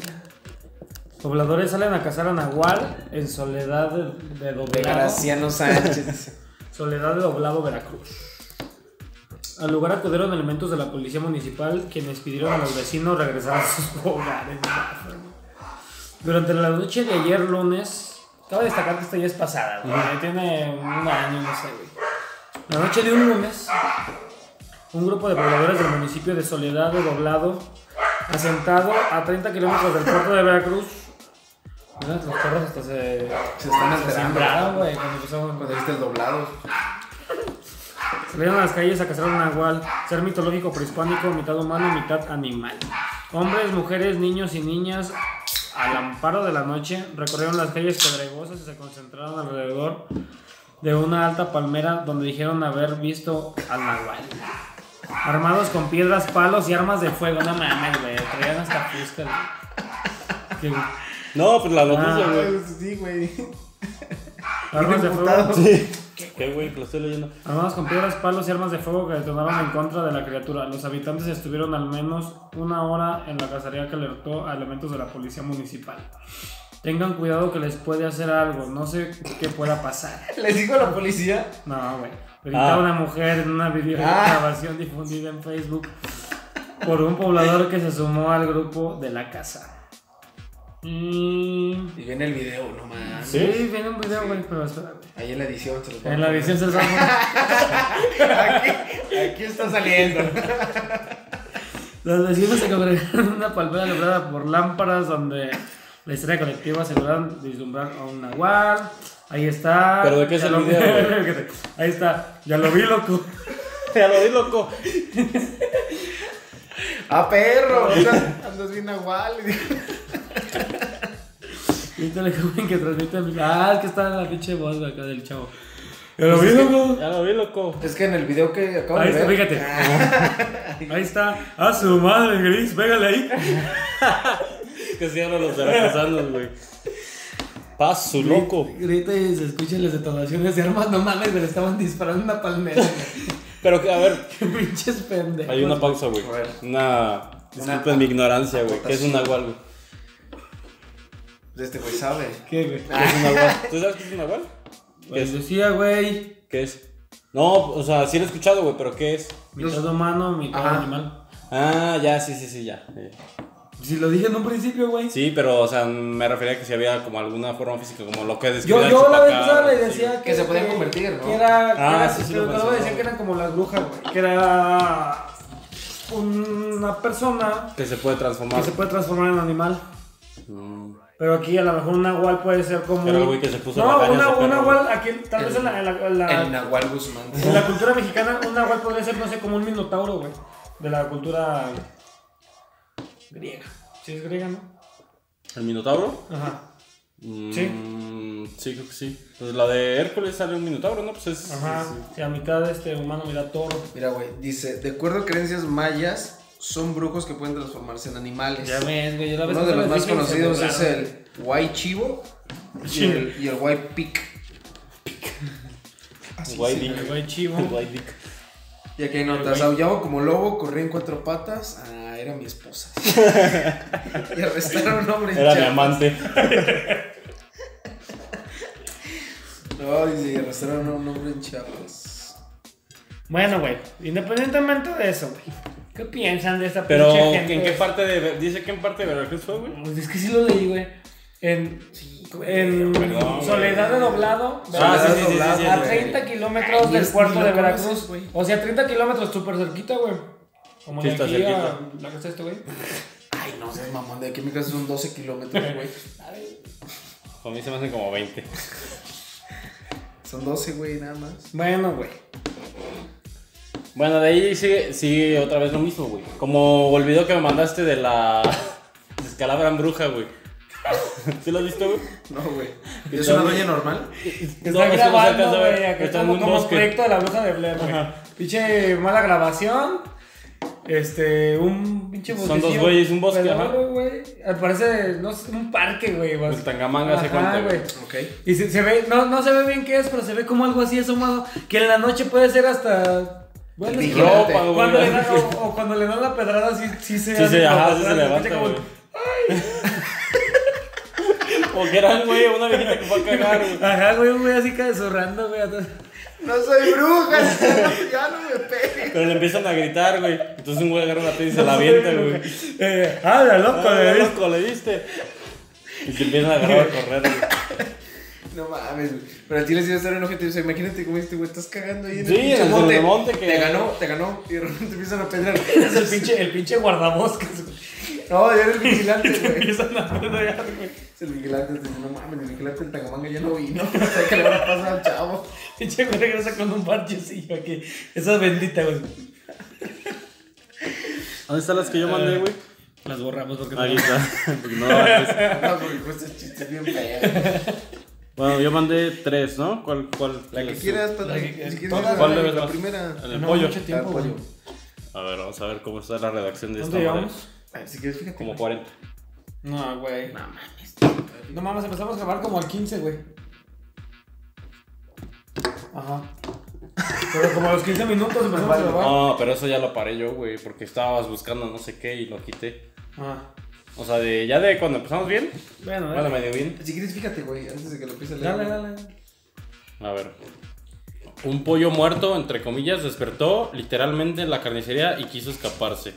[SPEAKER 2] Pobladores salen a cazar a Nahual en Soledad de, de Doblado.
[SPEAKER 1] De Graciano Sánchez.
[SPEAKER 2] Soledad de Doblado, Veracruz. Al lugar acudieron elementos de la policía municipal quienes pidieron a los vecinos regresar a sus [laughs] hogares. Durante la noche de ayer lunes, cabe destacar que esta ya es pasada, güey, ya tiene un año, no sé, güey. La noche de un lunes, un grupo de pobladores del municipio de Soledad de Doblado, asentado a 30 kilómetros del puerto de Veracruz, Mira, los perros hasta se,
[SPEAKER 1] Se están
[SPEAKER 2] se
[SPEAKER 1] alterando.
[SPEAKER 2] sembraron, Ah, güey, cuando empezaron
[SPEAKER 1] Cuando viste el doblado.
[SPEAKER 2] Salieron a las calles a cazar un nahual, ser mitológico prehispánico, mitad humano y mitad animal. Hombres, mujeres, niños y niñas, al amparo de la noche, recorrieron las calles pedregosas y se concentraron alrededor de una alta palmera donde dijeron haber visto al nahual. Armados con piedras, palos y armas de fuego. No mames, güey. Traían hasta fusca. güey. Que-
[SPEAKER 4] No, pues la noticia,
[SPEAKER 2] Ah.
[SPEAKER 4] güey.
[SPEAKER 1] Sí, [laughs] güey.
[SPEAKER 2] Armas de fuego.
[SPEAKER 1] emputado.
[SPEAKER 4] Qué güey, que lo estoy leyendo.
[SPEAKER 2] Armados con piedras, palos y armas de fuego que detonaron en contra de la criatura. Los habitantes estuvieron al menos una hora en la cacería que alertó a elementos de la policía municipal. Tengan cuidado que les puede hacer algo. No sé qué pueda pasar.
[SPEAKER 1] Les dijo la policía.
[SPEAKER 2] No, güey. Gritaba
[SPEAKER 4] Ah.
[SPEAKER 2] una mujer en una videograbación difundida en Facebook por un poblador que se sumó al grupo de la casa. Mm,
[SPEAKER 1] Y ven el video, no mames.
[SPEAKER 2] sí, viene un video, güey, pero espera, güey.
[SPEAKER 1] Ahí en la edición se los voy a
[SPEAKER 2] En la
[SPEAKER 1] poner.
[SPEAKER 2] visión se les va a poner.
[SPEAKER 1] Aquí, aquí está saliendo. [laughs]
[SPEAKER 2] Los vecinos se congregaron en una palmera alumbrada por lámparas donde la historia colectiva se lograron vislumbrar a un nahual. Ahí está.
[SPEAKER 4] ¿Pero de qué es
[SPEAKER 2] Ya
[SPEAKER 4] el
[SPEAKER 2] lo-
[SPEAKER 4] video,
[SPEAKER 2] [laughs]
[SPEAKER 4] güey?
[SPEAKER 2] Ahí está. Ya lo vi, loco.
[SPEAKER 4] Ya lo di, loco.
[SPEAKER 1] ¡Ah,
[SPEAKER 2] [laughs]
[SPEAKER 1] perro! Andas, andas bien agual.
[SPEAKER 2] Y el joven que transmite. en vivo. Ah, es que está en la pinche voz de acá del chavo.
[SPEAKER 7] ¿Ya lo vi, loco?
[SPEAKER 4] Ya lo vi, loco.
[SPEAKER 1] Es que en el video que acabo
[SPEAKER 2] Ahí
[SPEAKER 1] de
[SPEAKER 2] está,
[SPEAKER 1] ver.
[SPEAKER 2] fíjate. Ahí está. A su madre, gris, pégale ahí.
[SPEAKER 4] Que se hablan los veracruzanos, güey. Paso, loco.
[SPEAKER 2] Grita y se escuchan las detonaciones de armas. No mames, le estaban disparando una palmera.
[SPEAKER 4] Pero que, a ver,
[SPEAKER 2] Qué pinches pendejos.
[SPEAKER 4] hay una pausa, güey.
[SPEAKER 1] A ver.
[SPEAKER 4] Una. Disculpen mi ignorancia, güey. ¿Qué es un nahual, güey?
[SPEAKER 1] Este güey sabe.
[SPEAKER 2] ¿Qué, güey?
[SPEAKER 4] ¿Qué es un nahual? ¿Tú sabes qué es un nahual? ¿Qué
[SPEAKER 2] Pues
[SPEAKER 4] es?
[SPEAKER 2] decía, güey.
[SPEAKER 4] ¿Qué es? No, o sea, sí lo he escuchado, güey, pero ¿qué es?
[SPEAKER 2] Mitad humano, mitad
[SPEAKER 1] Ajá.
[SPEAKER 2] animal.
[SPEAKER 4] Ah, ya, sí, sí, sí, ya. Eh, ya.
[SPEAKER 2] Si lo dije en un principio, güey.
[SPEAKER 4] Sí, pero, o sea, me refería a que si había como alguna forma física, como lo que describía
[SPEAKER 2] Yo,
[SPEAKER 4] el
[SPEAKER 2] yo la vez
[SPEAKER 4] chupacabra,
[SPEAKER 2] pasada le
[SPEAKER 4] sí.
[SPEAKER 2] decía que,
[SPEAKER 1] Que se podían convertir, ¿no?
[SPEAKER 2] Que era. que
[SPEAKER 4] Ah,
[SPEAKER 2] era-
[SPEAKER 4] sí, sí lo
[SPEAKER 2] pero luego
[SPEAKER 4] mencionó.
[SPEAKER 2] decían que eran como las brujas, güey. Que era. Una persona
[SPEAKER 4] Que se puede
[SPEAKER 2] que
[SPEAKER 4] transformar.
[SPEAKER 2] se puede transformar en animal.
[SPEAKER 4] Mm.
[SPEAKER 2] Pero aquí a lo mejor un nahual puede ser como.
[SPEAKER 4] Pero el güey que se puso
[SPEAKER 2] No,
[SPEAKER 4] las
[SPEAKER 2] una,
[SPEAKER 4] arañas de
[SPEAKER 2] un
[SPEAKER 4] perro.
[SPEAKER 2] nahual, aquí, tal vez en la, en la- en la-
[SPEAKER 1] El Nahual Guzmán.
[SPEAKER 2] en la cultura mexicana, un nahual podría ser, no sé, como un minotauro, güey. De la cultura griega. Si es griega, ¿no?
[SPEAKER 4] ¿El minotauro?
[SPEAKER 2] Ajá.
[SPEAKER 4] Mm,
[SPEAKER 2] Sí.
[SPEAKER 4] Sí, creo que sí. Pues la de Hércules sale un minotauro, ¿no? Pues es.
[SPEAKER 2] Ajá.
[SPEAKER 4] es-
[SPEAKER 2] Sí, a mitad este humano, mitad toro.
[SPEAKER 1] Mira, güey, dice, de acuerdo a creencias mayas, son brujos que pueden transformarse en animales.
[SPEAKER 2] Ya ves, güey, yo la vez
[SPEAKER 1] Uno de
[SPEAKER 2] pasada
[SPEAKER 1] los
[SPEAKER 2] les
[SPEAKER 1] más
[SPEAKER 2] dije y se
[SPEAKER 1] conocidos es
[SPEAKER 2] burlaron.
[SPEAKER 1] el Guay Chivo y el, y el Guay Pic.
[SPEAKER 2] Ah,
[SPEAKER 4] Guay Dick.
[SPEAKER 2] El güey chivo.
[SPEAKER 4] Guay Dick.
[SPEAKER 1] Y aquí no, notas, aullaba como lobo, corría en cuatro patas. Ah, era mi
[SPEAKER 4] [laughs]
[SPEAKER 1] esposa. y arrestaron a un hombre en
[SPEAKER 4] Era mi
[SPEAKER 1] Chiapas.
[SPEAKER 2] [laughs]
[SPEAKER 4] amante.
[SPEAKER 1] No, dice, y arrestaron a un hombre en Chiapas.
[SPEAKER 2] Bueno, güey, independientemente de eso, güey. ¿Qué piensan de esta
[SPEAKER 4] Pero,
[SPEAKER 2] pinche gente?
[SPEAKER 4] ¿en qué parte de. Dice que en parte de Veracruz fue, güey?
[SPEAKER 2] Pues es que sí lo leí, güey. En, en
[SPEAKER 4] perdón, güey.
[SPEAKER 2] Soledad de Doblado,
[SPEAKER 4] Ah, sí, sí, sí, sí,
[SPEAKER 2] Veracruz,
[SPEAKER 4] sí,
[SPEAKER 2] a
[SPEAKER 4] güey.
[SPEAKER 2] 30 kilómetros
[SPEAKER 1] Ay,
[SPEAKER 2] del
[SPEAKER 1] es-
[SPEAKER 2] puerto
[SPEAKER 1] ni
[SPEAKER 2] de
[SPEAKER 1] lo conoces,
[SPEAKER 2] Veracruz.
[SPEAKER 1] güey.
[SPEAKER 2] O sea, 30 kilómetros súper cerquita, güey. Como
[SPEAKER 4] Sí,
[SPEAKER 2] de
[SPEAKER 4] está
[SPEAKER 2] aquí
[SPEAKER 4] cerquita.
[SPEAKER 2] a la casa de este güey.
[SPEAKER 1] Ay, no seas mamón, de aquí a mi casa son 12 kilómetros, güey.
[SPEAKER 4] A mí se me hacen como 20.
[SPEAKER 1] Son 12, güey, nada más.
[SPEAKER 2] Bueno, güey.
[SPEAKER 4] Bueno, de ahí sigue, sigue otra vez lo mismo, güey. Como olvidó que me mandaste de la [laughs] descalabran bruja, güey. [laughs] ¿Sí lo has visto, güey?
[SPEAKER 1] No, güey.
[SPEAKER 4] ¿Qué
[SPEAKER 1] ¿Es
[SPEAKER 4] tal,
[SPEAKER 1] una
[SPEAKER 4] güey?
[SPEAKER 1] dueña normal?
[SPEAKER 2] Está
[SPEAKER 4] No, es que no se alcanza
[SPEAKER 2] grabando,
[SPEAKER 4] a ver,
[SPEAKER 2] güey, acá
[SPEAKER 4] está en
[SPEAKER 2] como,
[SPEAKER 4] un
[SPEAKER 2] como
[SPEAKER 4] bosque.
[SPEAKER 2] proyecto de la bruja de Blair, güey. Pinche mala grabación. Este, un pinche
[SPEAKER 4] Son
[SPEAKER 2] bosquecillo
[SPEAKER 4] dos güeyes, un bosque,
[SPEAKER 2] pedorro,
[SPEAKER 4] ajá.
[SPEAKER 2] güey. Parece, no sé, un parque, güey. vas-
[SPEAKER 4] El Tangamanga hace cuenta,
[SPEAKER 2] Ajá,
[SPEAKER 4] güey.
[SPEAKER 1] Ok.
[SPEAKER 2] Y se, se ve, no, no se ve bien qué es, pero se ve como algo así asomado, que en la noche puede ser hasta... Bueno, es que-
[SPEAKER 1] Ropa,
[SPEAKER 4] Ropa, güey.
[SPEAKER 2] cuando le dan, o, o cuando le dan la pedrada, sí, sí se...
[SPEAKER 4] Sí,
[SPEAKER 2] hace
[SPEAKER 4] sí,
[SPEAKER 2] para
[SPEAKER 4] ajá, sí se
[SPEAKER 2] atrás,
[SPEAKER 4] levanta,
[SPEAKER 2] escucha como-
[SPEAKER 4] güey. O que era, güey, una viejita que fue a cagar, güey.
[SPEAKER 2] Ajá, güey, un güey así cae zurrando, güey. atrás.
[SPEAKER 1] No soy [laughs] bruja, ya no me pegues.
[SPEAKER 4] Pero le empiezan a gritar, güey. Entonces un güey agarra una pena y se la avienta, güey.
[SPEAKER 2] [laughs] Eh, ah, la loco,
[SPEAKER 4] Ah,
[SPEAKER 2] güey.
[SPEAKER 4] loco, le diste. Y se empiezan a agarrar a correr, güey.
[SPEAKER 1] No mames, güey. Pero a ti les iba a estar enojete. O sea, imagínate cómo este güey estás cagando ahí en
[SPEAKER 4] Sí,
[SPEAKER 1] el pinche
[SPEAKER 4] en el
[SPEAKER 1] monte.
[SPEAKER 4] monte que-
[SPEAKER 1] Te ganó, te ganó. Y de repente empiezan a pedrear.
[SPEAKER 2] Es el pinche, el pinche guardabosques, güey. [laughs]
[SPEAKER 1] No, ya eres vigilante, güey.
[SPEAKER 2] Empiezan a pedrear, güey.
[SPEAKER 1] Es El vigilante, te dice, no mames, el vigilante del Tagamanga ya no vino. [laughs] No sé qué le va a pasar al chavo.
[SPEAKER 2] Pinche güey regresa con un parchecillo aquí. Esas benditas, güey.
[SPEAKER 4] ¿Dónde están las que yo mandé, güey?
[SPEAKER 2] Las borramos porque
[SPEAKER 4] Ahí está. [laughs] Porque no la ves.
[SPEAKER 1] No, porque fue este chiste bien feo.
[SPEAKER 4] Bueno, yo mandé tres, ¿no? ¿Cuál? cuál
[SPEAKER 1] La que quieras, padre.
[SPEAKER 2] La que-
[SPEAKER 1] si quieres,
[SPEAKER 2] todas,
[SPEAKER 4] ¿Cuál
[SPEAKER 1] la,
[SPEAKER 4] debes
[SPEAKER 1] la
[SPEAKER 4] más?
[SPEAKER 1] primera.
[SPEAKER 4] En el pollo.
[SPEAKER 2] mucho
[SPEAKER 1] Ah,
[SPEAKER 2] tiempo,
[SPEAKER 1] pollo.
[SPEAKER 2] güey.
[SPEAKER 4] A ver, vamos a ver cómo está la redacción de esta
[SPEAKER 2] ¿Dónde
[SPEAKER 4] madre.
[SPEAKER 2] llevamos?
[SPEAKER 1] A ver, Ah, si quieres, fíjate.
[SPEAKER 4] Como
[SPEAKER 1] güey.
[SPEAKER 4] 40.
[SPEAKER 2] No, güey. No mames. No mames, empezamos a grabar como al 15, güey. Ajá. Pero como a los 15 minutos empezamos a grabar.
[SPEAKER 4] No, pero eso ya lo paré yo, güey, porque estabas buscando no sé qué y lo quité.
[SPEAKER 2] Ah.
[SPEAKER 4] O sea, de, ya de cuando empezamos bien.
[SPEAKER 8] Bueno,
[SPEAKER 4] Bueno,
[SPEAKER 8] dale.
[SPEAKER 4] medio bien.
[SPEAKER 1] Si quieres, fíjate, güey, antes de que lo empiece a leer.
[SPEAKER 8] Dale,
[SPEAKER 1] güey.
[SPEAKER 8] dale.
[SPEAKER 4] A ver. Un pollo muerto, entre comillas, despertó literalmente en la carnicería y quiso escaparse.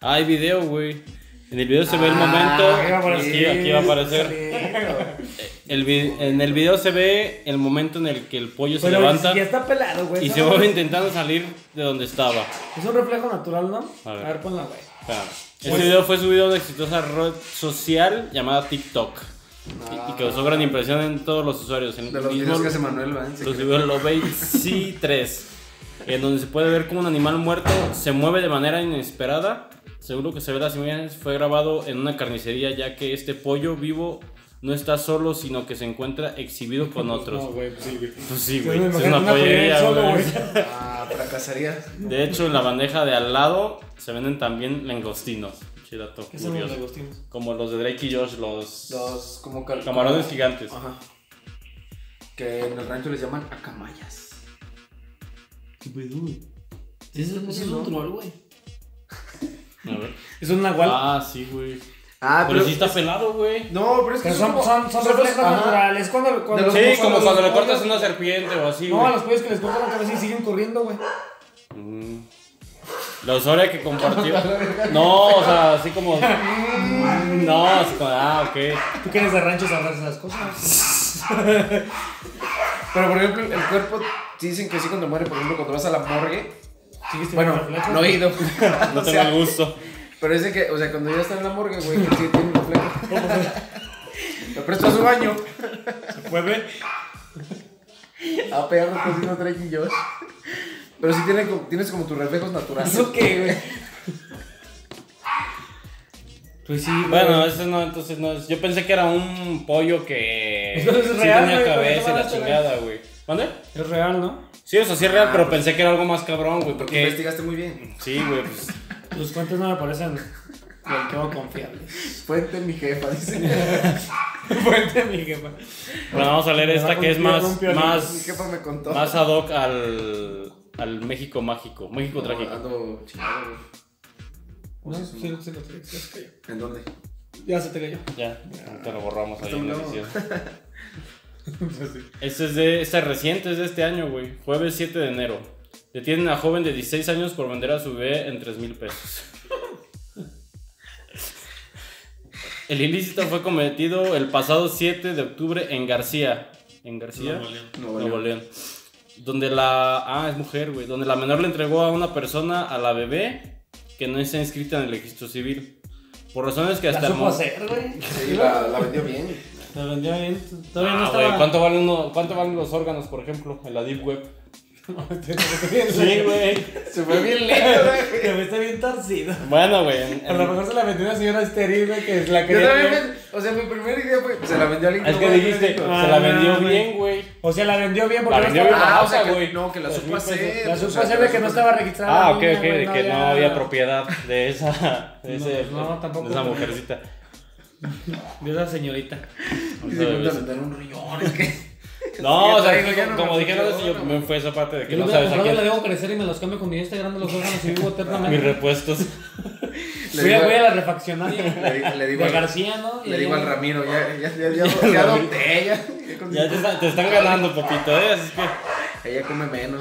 [SPEAKER 4] Ah, hay video, güey. En el video se ve el
[SPEAKER 1] Ah,
[SPEAKER 4] momento. Aquí, aquí va a aparecer. El vi- en el video se ve el momento en el que el pollo se
[SPEAKER 8] Pero
[SPEAKER 4] levanta
[SPEAKER 8] ya está pelado, güey.
[SPEAKER 4] y
[SPEAKER 8] eso
[SPEAKER 4] se
[SPEAKER 8] no-
[SPEAKER 4] va intentando salir de donde estaba.
[SPEAKER 8] Es un reflejo natural, ¿no?
[SPEAKER 4] A
[SPEAKER 8] A
[SPEAKER 4] ver.
[SPEAKER 8] ver, ponla, güey.
[SPEAKER 4] Espera. Este
[SPEAKER 1] Pues-
[SPEAKER 4] video fue subido a una exitosa red social llamada TikTok y, y causó gran impresión en todos los usuarios. En el
[SPEAKER 1] Ah. De los
[SPEAKER 4] mismo
[SPEAKER 1] videos que hace Manuel, va. en
[SPEAKER 4] lo
[SPEAKER 1] secreto.
[SPEAKER 4] subió el Obey 3 en donde se puede ver cómo un animal muerto se mueve de manera inesperada. Según lo que se ve en las imágenes, fue grabado en una carnicería, ya que este pollo vivo no está solo, sino que se encuentra exhibido con otros.
[SPEAKER 8] No, güey, pues sí, güey.
[SPEAKER 4] Pues sí,
[SPEAKER 8] Yo me
[SPEAKER 4] güey. Es
[SPEAKER 8] imagino
[SPEAKER 4] una
[SPEAKER 8] una pollería
[SPEAKER 4] pollería,
[SPEAKER 8] solo,
[SPEAKER 4] güey.
[SPEAKER 8] güey.
[SPEAKER 1] Ah, fracasaría.
[SPEAKER 4] De hecho, en la bandeja de al lado se venden también langostinos. Chidato,
[SPEAKER 8] ¿Qué son los
[SPEAKER 4] curioso.
[SPEAKER 8] agostinos?
[SPEAKER 4] Como los de Drake y Josh, los
[SPEAKER 1] Los Ah. como cal-
[SPEAKER 4] camarones gigantes.
[SPEAKER 1] Ajá. Que en el rancho les llaman acamayas.
[SPEAKER 8] ¿Qué pedo, güey? Ese ese es un troll, güey.
[SPEAKER 4] A ver.
[SPEAKER 8] Es un nahual.
[SPEAKER 4] Ah, sí, güey.
[SPEAKER 1] Ah,
[SPEAKER 4] Pero sí está pelado, güey.
[SPEAKER 1] No, pero es que
[SPEAKER 2] Pero son, son, son reflejos
[SPEAKER 1] ajá.
[SPEAKER 2] naturales. Cuando,
[SPEAKER 1] De
[SPEAKER 2] cuando,
[SPEAKER 1] los-
[SPEAKER 4] Sí, como
[SPEAKER 1] los
[SPEAKER 4] cuando le
[SPEAKER 2] pollos-
[SPEAKER 4] cortas una serpiente o así,
[SPEAKER 2] No, a
[SPEAKER 4] güey.
[SPEAKER 2] los pollos que les cortan la cabeza y siguen corriendo, güey.
[SPEAKER 4] Mm. La usuaria que compartió. No, o sea, así como. No, así como. Ah, ok.
[SPEAKER 2] Tú que eres de rancho sabrás esas cosas.
[SPEAKER 1] Pero por ejemplo, el cuerpo, sí dicen que sí cuando muere, por ejemplo, cuando vas a la morgue.
[SPEAKER 2] Sigues teniendo
[SPEAKER 1] Bueno,
[SPEAKER 2] reflejos.
[SPEAKER 1] no he
[SPEAKER 2] [laughs]
[SPEAKER 1] ido.
[SPEAKER 4] Ah.
[SPEAKER 1] [laughs]
[SPEAKER 4] No
[SPEAKER 1] O
[SPEAKER 4] tengo
[SPEAKER 1] sea,
[SPEAKER 4] el gusto.
[SPEAKER 1] Pero dice que, o sea, cuando ya está en la morgue, güey, que sí tiene un reflejo. [laughs] Lo presto a su baño.
[SPEAKER 8] Mueve.
[SPEAKER 1] A perro, cocino Drake y Josh. Pero sí tiene, como- tienes como tus reflejos naturales.
[SPEAKER 2] ¿Eso qué, güey? Pues sí, güey.
[SPEAKER 4] Bueno, ese no, entonces no es. Yo pensé que era un pollo que.
[SPEAKER 8] Entonces es
[SPEAKER 4] sí
[SPEAKER 8] real,
[SPEAKER 4] tenía
[SPEAKER 8] güey,
[SPEAKER 4] cabeza y
[SPEAKER 8] pero
[SPEAKER 4] la
[SPEAKER 8] no van a
[SPEAKER 4] chingada, güey. ¿Mande?
[SPEAKER 8] Es real, ¿no?
[SPEAKER 4] Sí, o sea, sí es real, pero pensé que era algo más cabrón, güey.
[SPEAKER 1] Porque
[SPEAKER 4] Porque.
[SPEAKER 1] investigaste muy bien.
[SPEAKER 4] Sí, güey, pues.
[SPEAKER 8] Tus fuentes no me parecen del todo
[SPEAKER 4] [laughs]
[SPEAKER 2] [laughs]
[SPEAKER 8] confiables.
[SPEAKER 1] Fuente mi jefa, dice.
[SPEAKER 8] Fuente, mi jefa.
[SPEAKER 4] Bueno, vamos a leer
[SPEAKER 8] Me
[SPEAKER 4] esta
[SPEAKER 8] va
[SPEAKER 4] que es
[SPEAKER 8] con-
[SPEAKER 4] más.
[SPEAKER 8] con piolín.
[SPEAKER 1] mi
[SPEAKER 4] Más.
[SPEAKER 1] jefa me contó.
[SPEAKER 4] Más ad hoc al. Al México mágico. México
[SPEAKER 1] No,
[SPEAKER 4] trágico.
[SPEAKER 1] ando chingado, güey.
[SPEAKER 8] No, sí, se lo trae, se cayó.
[SPEAKER 1] ¿En dónde?
[SPEAKER 8] Ya se te cayó.
[SPEAKER 4] Ya, te lo borramos ahí
[SPEAKER 1] Hasta
[SPEAKER 4] en
[SPEAKER 1] un
[SPEAKER 4] la
[SPEAKER 1] lado.
[SPEAKER 4] edición. Este es de este es reciente, es de este año, güey. Jueves 7 de enero. Detienen a joven de 16 años por vender a su bebé en 3 mil pesos. El ilícito fue cometido el pasado 7 de octubre en García. ¿En García?
[SPEAKER 1] Nuevo
[SPEAKER 4] Nuevo
[SPEAKER 1] León.
[SPEAKER 4] León. Donde la. Ah, es mujer, güey. Donde la menor le entregó a una persona a la bebé que no está inscrita en el registro civil. Por razones que
[SPEAKER 2] La
[SPEAKER 4] hasta el
[SPEAKER 2] supo
[SPEAKER 4] mo-
[SPEAKER 2] hacer, güey.
[SPEAKER 1] Sí, la, la vendió bien.
[SPEAKER 8] Te vendió bien. t- Todavía no
[SPEAKER 4] Ah,
[SPEAKER 8] estaba.
[SPEAKER 4] güey, ¿cuánto, valen uno- ¿Cuánto valen los órganos, por ejemplo, en la Deep Web?
[SPEAKER 8] [laughs]
[SPEAKER 4] Sí,
[SPEAKER 8] sí, güey.
[SPEAKER 4] güey.
[SPEAKER 1] Se fue bien lento, güey.
[SPEAKER 8] Te ves bien torcido.
[SPEAKER 4] Bueno, güey. en-
[SPEAKER 8] A lo mejor se la vendió una señora estéril, güey, que la
[SPEAKER 1] Yo
[SPEAKER 8] quería.
[SPEAKER 1] también,
[SPEAKER 8] bien.
[SPEAKER 1] me- o sea, mi primera idea fue, se la vendió a alguien.
[SPEAKER 4] Es que
[SPEAKER 1] güey,
[SPEAKER 4] dijiste, se
[SPEAKER 1] dijo.
[SPEAKER 8] Ah,
[SPEAKER 4] la vendió
[SPEAKER 8] no, güey.
[SPEAKER 4] bien, güey.
[SPEAKER 8] O sea, la vendió bien
[SPEAKER 4] La
[SPEAKER 8] porque
[SPEAKER 4] vendió
[SPEAKER 8] no
[SPEAKER 4] bien.
[SPEAKER 8] estaba.
[SPEAKER 1] Ah, o sea,
[SPEAKER 4] güey.
[SPEAKER 1] que no, que la
[SPEAKER 4] Dos
[SPEAKER 1] supo
[SPEAKER 4] mil
[SPEAKER 1] hacer.
[SPEAKER 4] pesos.
[SPEAKER 8] La
[SPEAKER 1] o sea,
[SPEAKER 8] supo hacer de que no estaba registrada.
[SPEAKER 4] Ah,
[SPEAKER 8] la
[SPEAKER 4] ok,
[SPEAKER 8] niña,
[SPEAKER 4] ok,
[SPEAKER 8] güey,
[SPEAKER 4] de que no había propiedad de esa, de,
[SPEAKER 8] No, pues
[SPEAKER 4] ese-
[SPEAKER 8] no, tampoco.
[SPEAKER 4] de esa mujercita.
[SPEAKER 8] [laughs] De esa señorita.
[SPEAKER 1] Y se me aventaron un riñón, es que.
[SPEAKER 4] No, o
[SPEAKER 1] Sí,
[SPEAKER 4] sea,
[SPEAKER 1] traigo, ya no
[SPEAKER 4] como
[SPEAKER 1] me
[SPEAKER 4] dije
[SPEAKER 1] funcionó,
[SPEAKER 4] antes, yo
[SPEAKER 1] no.
[SPEAKER 4] también fue esa parte de que
[SPEAKER 8] Yo
[SPEAKER 4] no
[SPEAKER 8] lo
[SPEAKER 4] sabes a
[SPEAKER 8] comprado, la
[SPEAKER 4] quién.
[SPEAKER 8] dejo crecer y me los cambio con mi Instagram de los órganos y vivo
[SPEAKER 4] Mis
[SPEAKER 8] eternamente.
[SPEAKER 4] repuestos. [laughs]
[SPEAKER 1] Le
[SPEAKER 8] Voy
[SPEAKER 1] digo-
[SPEAKER 8] a, voy a la refaccionaria.
[SPEAKER 1] Le, di- le digo
[SPEAKER 8] De
[SPEAKER 1] al,
[SPEAKER 8] García, ¿no? Y
[SPEAKER 1] le digo
[SPEAKER 8] ella-
[SPEAKER 1] al Ramiro, ya, ya, ya, ya, ya, adopté, ya. ya con-
[SPEAKER 4] Ya te, está- te están ganando, papito, ¿eh? Así es que.
[SPEAKER 1] Ella come menos.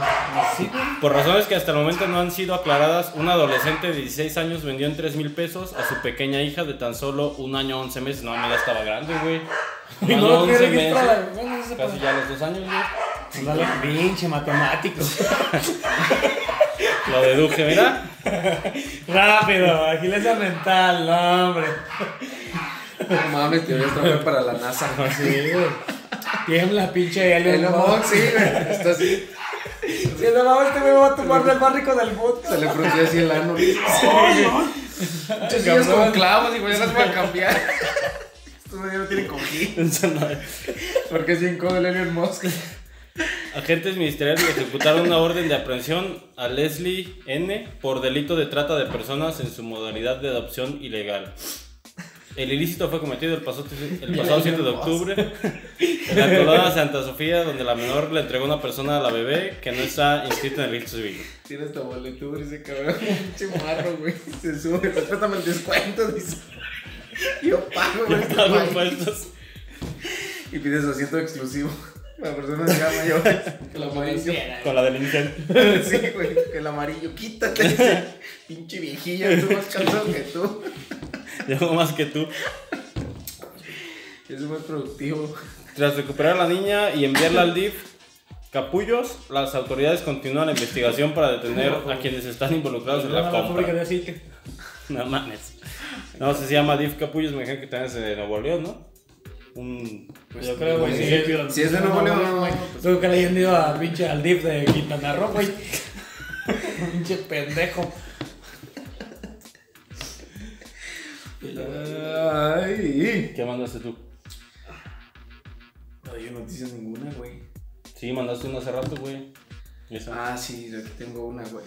[SPEAKER 8] Sí, güey.
[SPEAKER 4] Por razones que hasta el momento no han sido aclaradas, un adolescente de 16 años vendió en 3 mil pesos a su pequeña hija de tan solo un año 11 meses. No, me ya estaba grande, güey. Un
[SPEAKER 8] Y
[SPEAKER 4] año,
[SPEAKER 8] no lo tiene
[SPEAKER 4] 11 meses.
[SPEAKER 8] registrada. Bueno, ese
[SPEAKER 4] Casi
[SPEAKER 8] pedo.
[SPEAKER 4] ya los dos años, güey.
[SPEAKER 8] Ándale, Pues pinche matemático. [laughs]
[SPEAKER 4] Lo deduje, mira.
[SPEAKER 8] Rápido, agileza mental, no, hombre.
[SPEAKER 1] No mames, te voy a traer para la NASA.
[SPEAKER 8] Sí, güey. Tiembla, pinche Elon
[SPEAKER 1] El
[SPEAKER 8] Musk.
[SPEAKER 1] Musk, sí, güey. Está así.
[SPEAKER 8] Si no mames, este güey va a tomar del más rico del mundo.
[SPEAKER 1] Se le frunció así el ano. Muchos sillas con clavos, digo, ya las voy a cambiar. Estos ya no tienen cojín. Porque es bien codo el Elon Musk.
[SPEAKER 4] Agentes ministeriales ejecutaron una orden de aprehensión a Leslie N por delito de trata de personas en su modalidad de adopción ilegal. El ilícito fue cometido el pasado, el pasado 7 de octubre en la colada Santa Sofía, donde la menor le entregó una persona a la bebé que no está inscrita en el registro civil.
[SPEAKER 1] Tiene hasta boletura ese cabrón. Pinche marro, güey. Se sube. Respétame el descuento, dice. Yo pago en este
[SPEAKER 4] Pago
[SPEAKER 1] país.
[SPEAKER 4] impuestos.
[SPEAKER 1] Y pides asiento exclusivo. La persona ya mayor. El amarillo.
[SPEAKER 4] Con la del Intel.
[SPEAKER 1] [laughs] Sí, güey. Que el amarillo.
[SPEAKER 2] [laughs]
[SPEAKER 1] Quítate. ese Pinche viejilla. Tú más cansado que tú.
[SPEAKER 4] Llevo más que tú.
[SPEAKER 1] Es más productivo.
[SPEAKER 4] Tras recuperar a la niña y enviarla al DIF Capullos, las autoridades continúan la investigación para detener a quienes están involucrados en la
[SPEAKER 2] la fábrica de
[SPEAKER 4] compra.
[SPEAKER 2] aceite.
[SPEAKER 4] No mames. No, se llama DIF Capullos, me imagino que también es de Nuevo León, ¿no? Un... pues,
[SPEAKER 2] Yo creo, güey.
[SPEAKER 1] sí.
[SPEAKER 2] sí.
[SPEAKER 1] Si es de Nuevo León, no, pues-
[SPEAKER 2] Tú que le hayan ido a pinche al DIF de Quintana Roo, güey. [laughs] pinche pendejo.
[SPEAKER 1] Ay.
[SPEAKER 4] ¿Qué mandaste tú?
[SPEAKER 1] No hay noticias ninguna, güey.
[SPEAKER 4] Sí, mandaste uno hace rato, güey. Y esa.
[SPEAKER 1] Ah, sí, aquí tengo una, güey.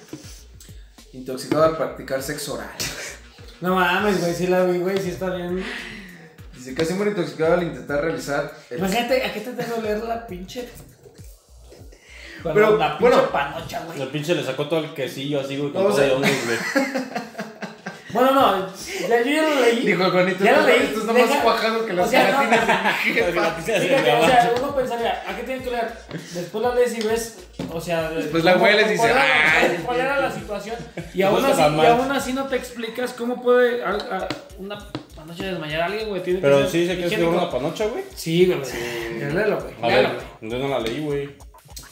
[SPEAKER 1] Intoxicado al practicar sexo oral.
[SPEAKER 2] No mames, güey, sí la vi, güey, sí está bien.
[SPEAKER 1] Dice, casi muere intoxicado al intentar realizar el
[SPEAKER 2] Imagínate, ¿a qué te tengo que leer la pinche?
[SPEAKER 1] Pero,
[SPEAKER 2] la pinche
[SPEAKER 1] bueno.
[SPEAKER 2] panocha, güey.
[SPEAKER 4] El pinche le sacó todo el quesillo así, güey, con
[SPEAKER 1] Vamos
[SPEAKER 4] todo
[SPEAKER 1] a-
[SPEAKER 4] de hongos, güey.
[SPEAKER 2] Bueno, no, ya, yo ya lo leí.
[SPEAKER 1] Dijo Juanito,
[SPEAKER 2] Ya lo leí.
[SPEAKER 1] esto está más
[SPEAKER 2] Deja-
[SPEAKER 1] cuajado que
[SPEAKER 2] o
[SPEAKER 1] las
[SPEAKER 2] sea, no.
[SPEAKER 1] gelatinas [laughs]
[SPEAKER 2] [laughs]
[SPEAKER 1] de mi jefa.
[SPEAKER 2] [laughs]
[SPEAKER 4] [laughs]
[SPEAKER 2] Fíjate, o
[SPEAKER 4] Fíjate,
[SPEAKER 2] sea, uno pensaría, ¿a qué tienes que leer? Después la lees y ves, o sea, de-
[SPEAKER 1] Después la
[SPEAKER 2] cómo-
[SPEAKER 1] hueles y
[SPEAKER 2] cuál
[SPEAKER 1] dices,
[SPEAKER 2] era la-
[SPEAKER 1] "Ay".
[SPEAKER 2] ¿Cuál era la situación? Y
[SPEAKER 4] No
[SPEAKER 2] aún,
[SPEAKER 4] está
[SPEAKER 2] así,
[SPEAKER 4] tan
[SPEAKER 2] y
[SPEAKER 4] mal.
[SPEAKER 2] aún así no te explicas cómo puede a- a- una panocha desmayar a alguien, güey. Tiene
[SPEAKER 4] Pero
[SPEAKER 2] que
[SPEAKER 4] sí se
[SPEAKER 2] ser
[SPEAKER 4] que es de
[SPEAKER 2] higiénico.
[SPEAKER 4] una panocha, güey.
[SPEAKER 2] Sí, güey. Léelo, güey.
[SPEAKER 4] A
[SPEAKER 2] Léelo,
[SPEAKER 4] ver,
[SPEAKER 2] güey.
[SPEAKER 4] yo no la leí, güey.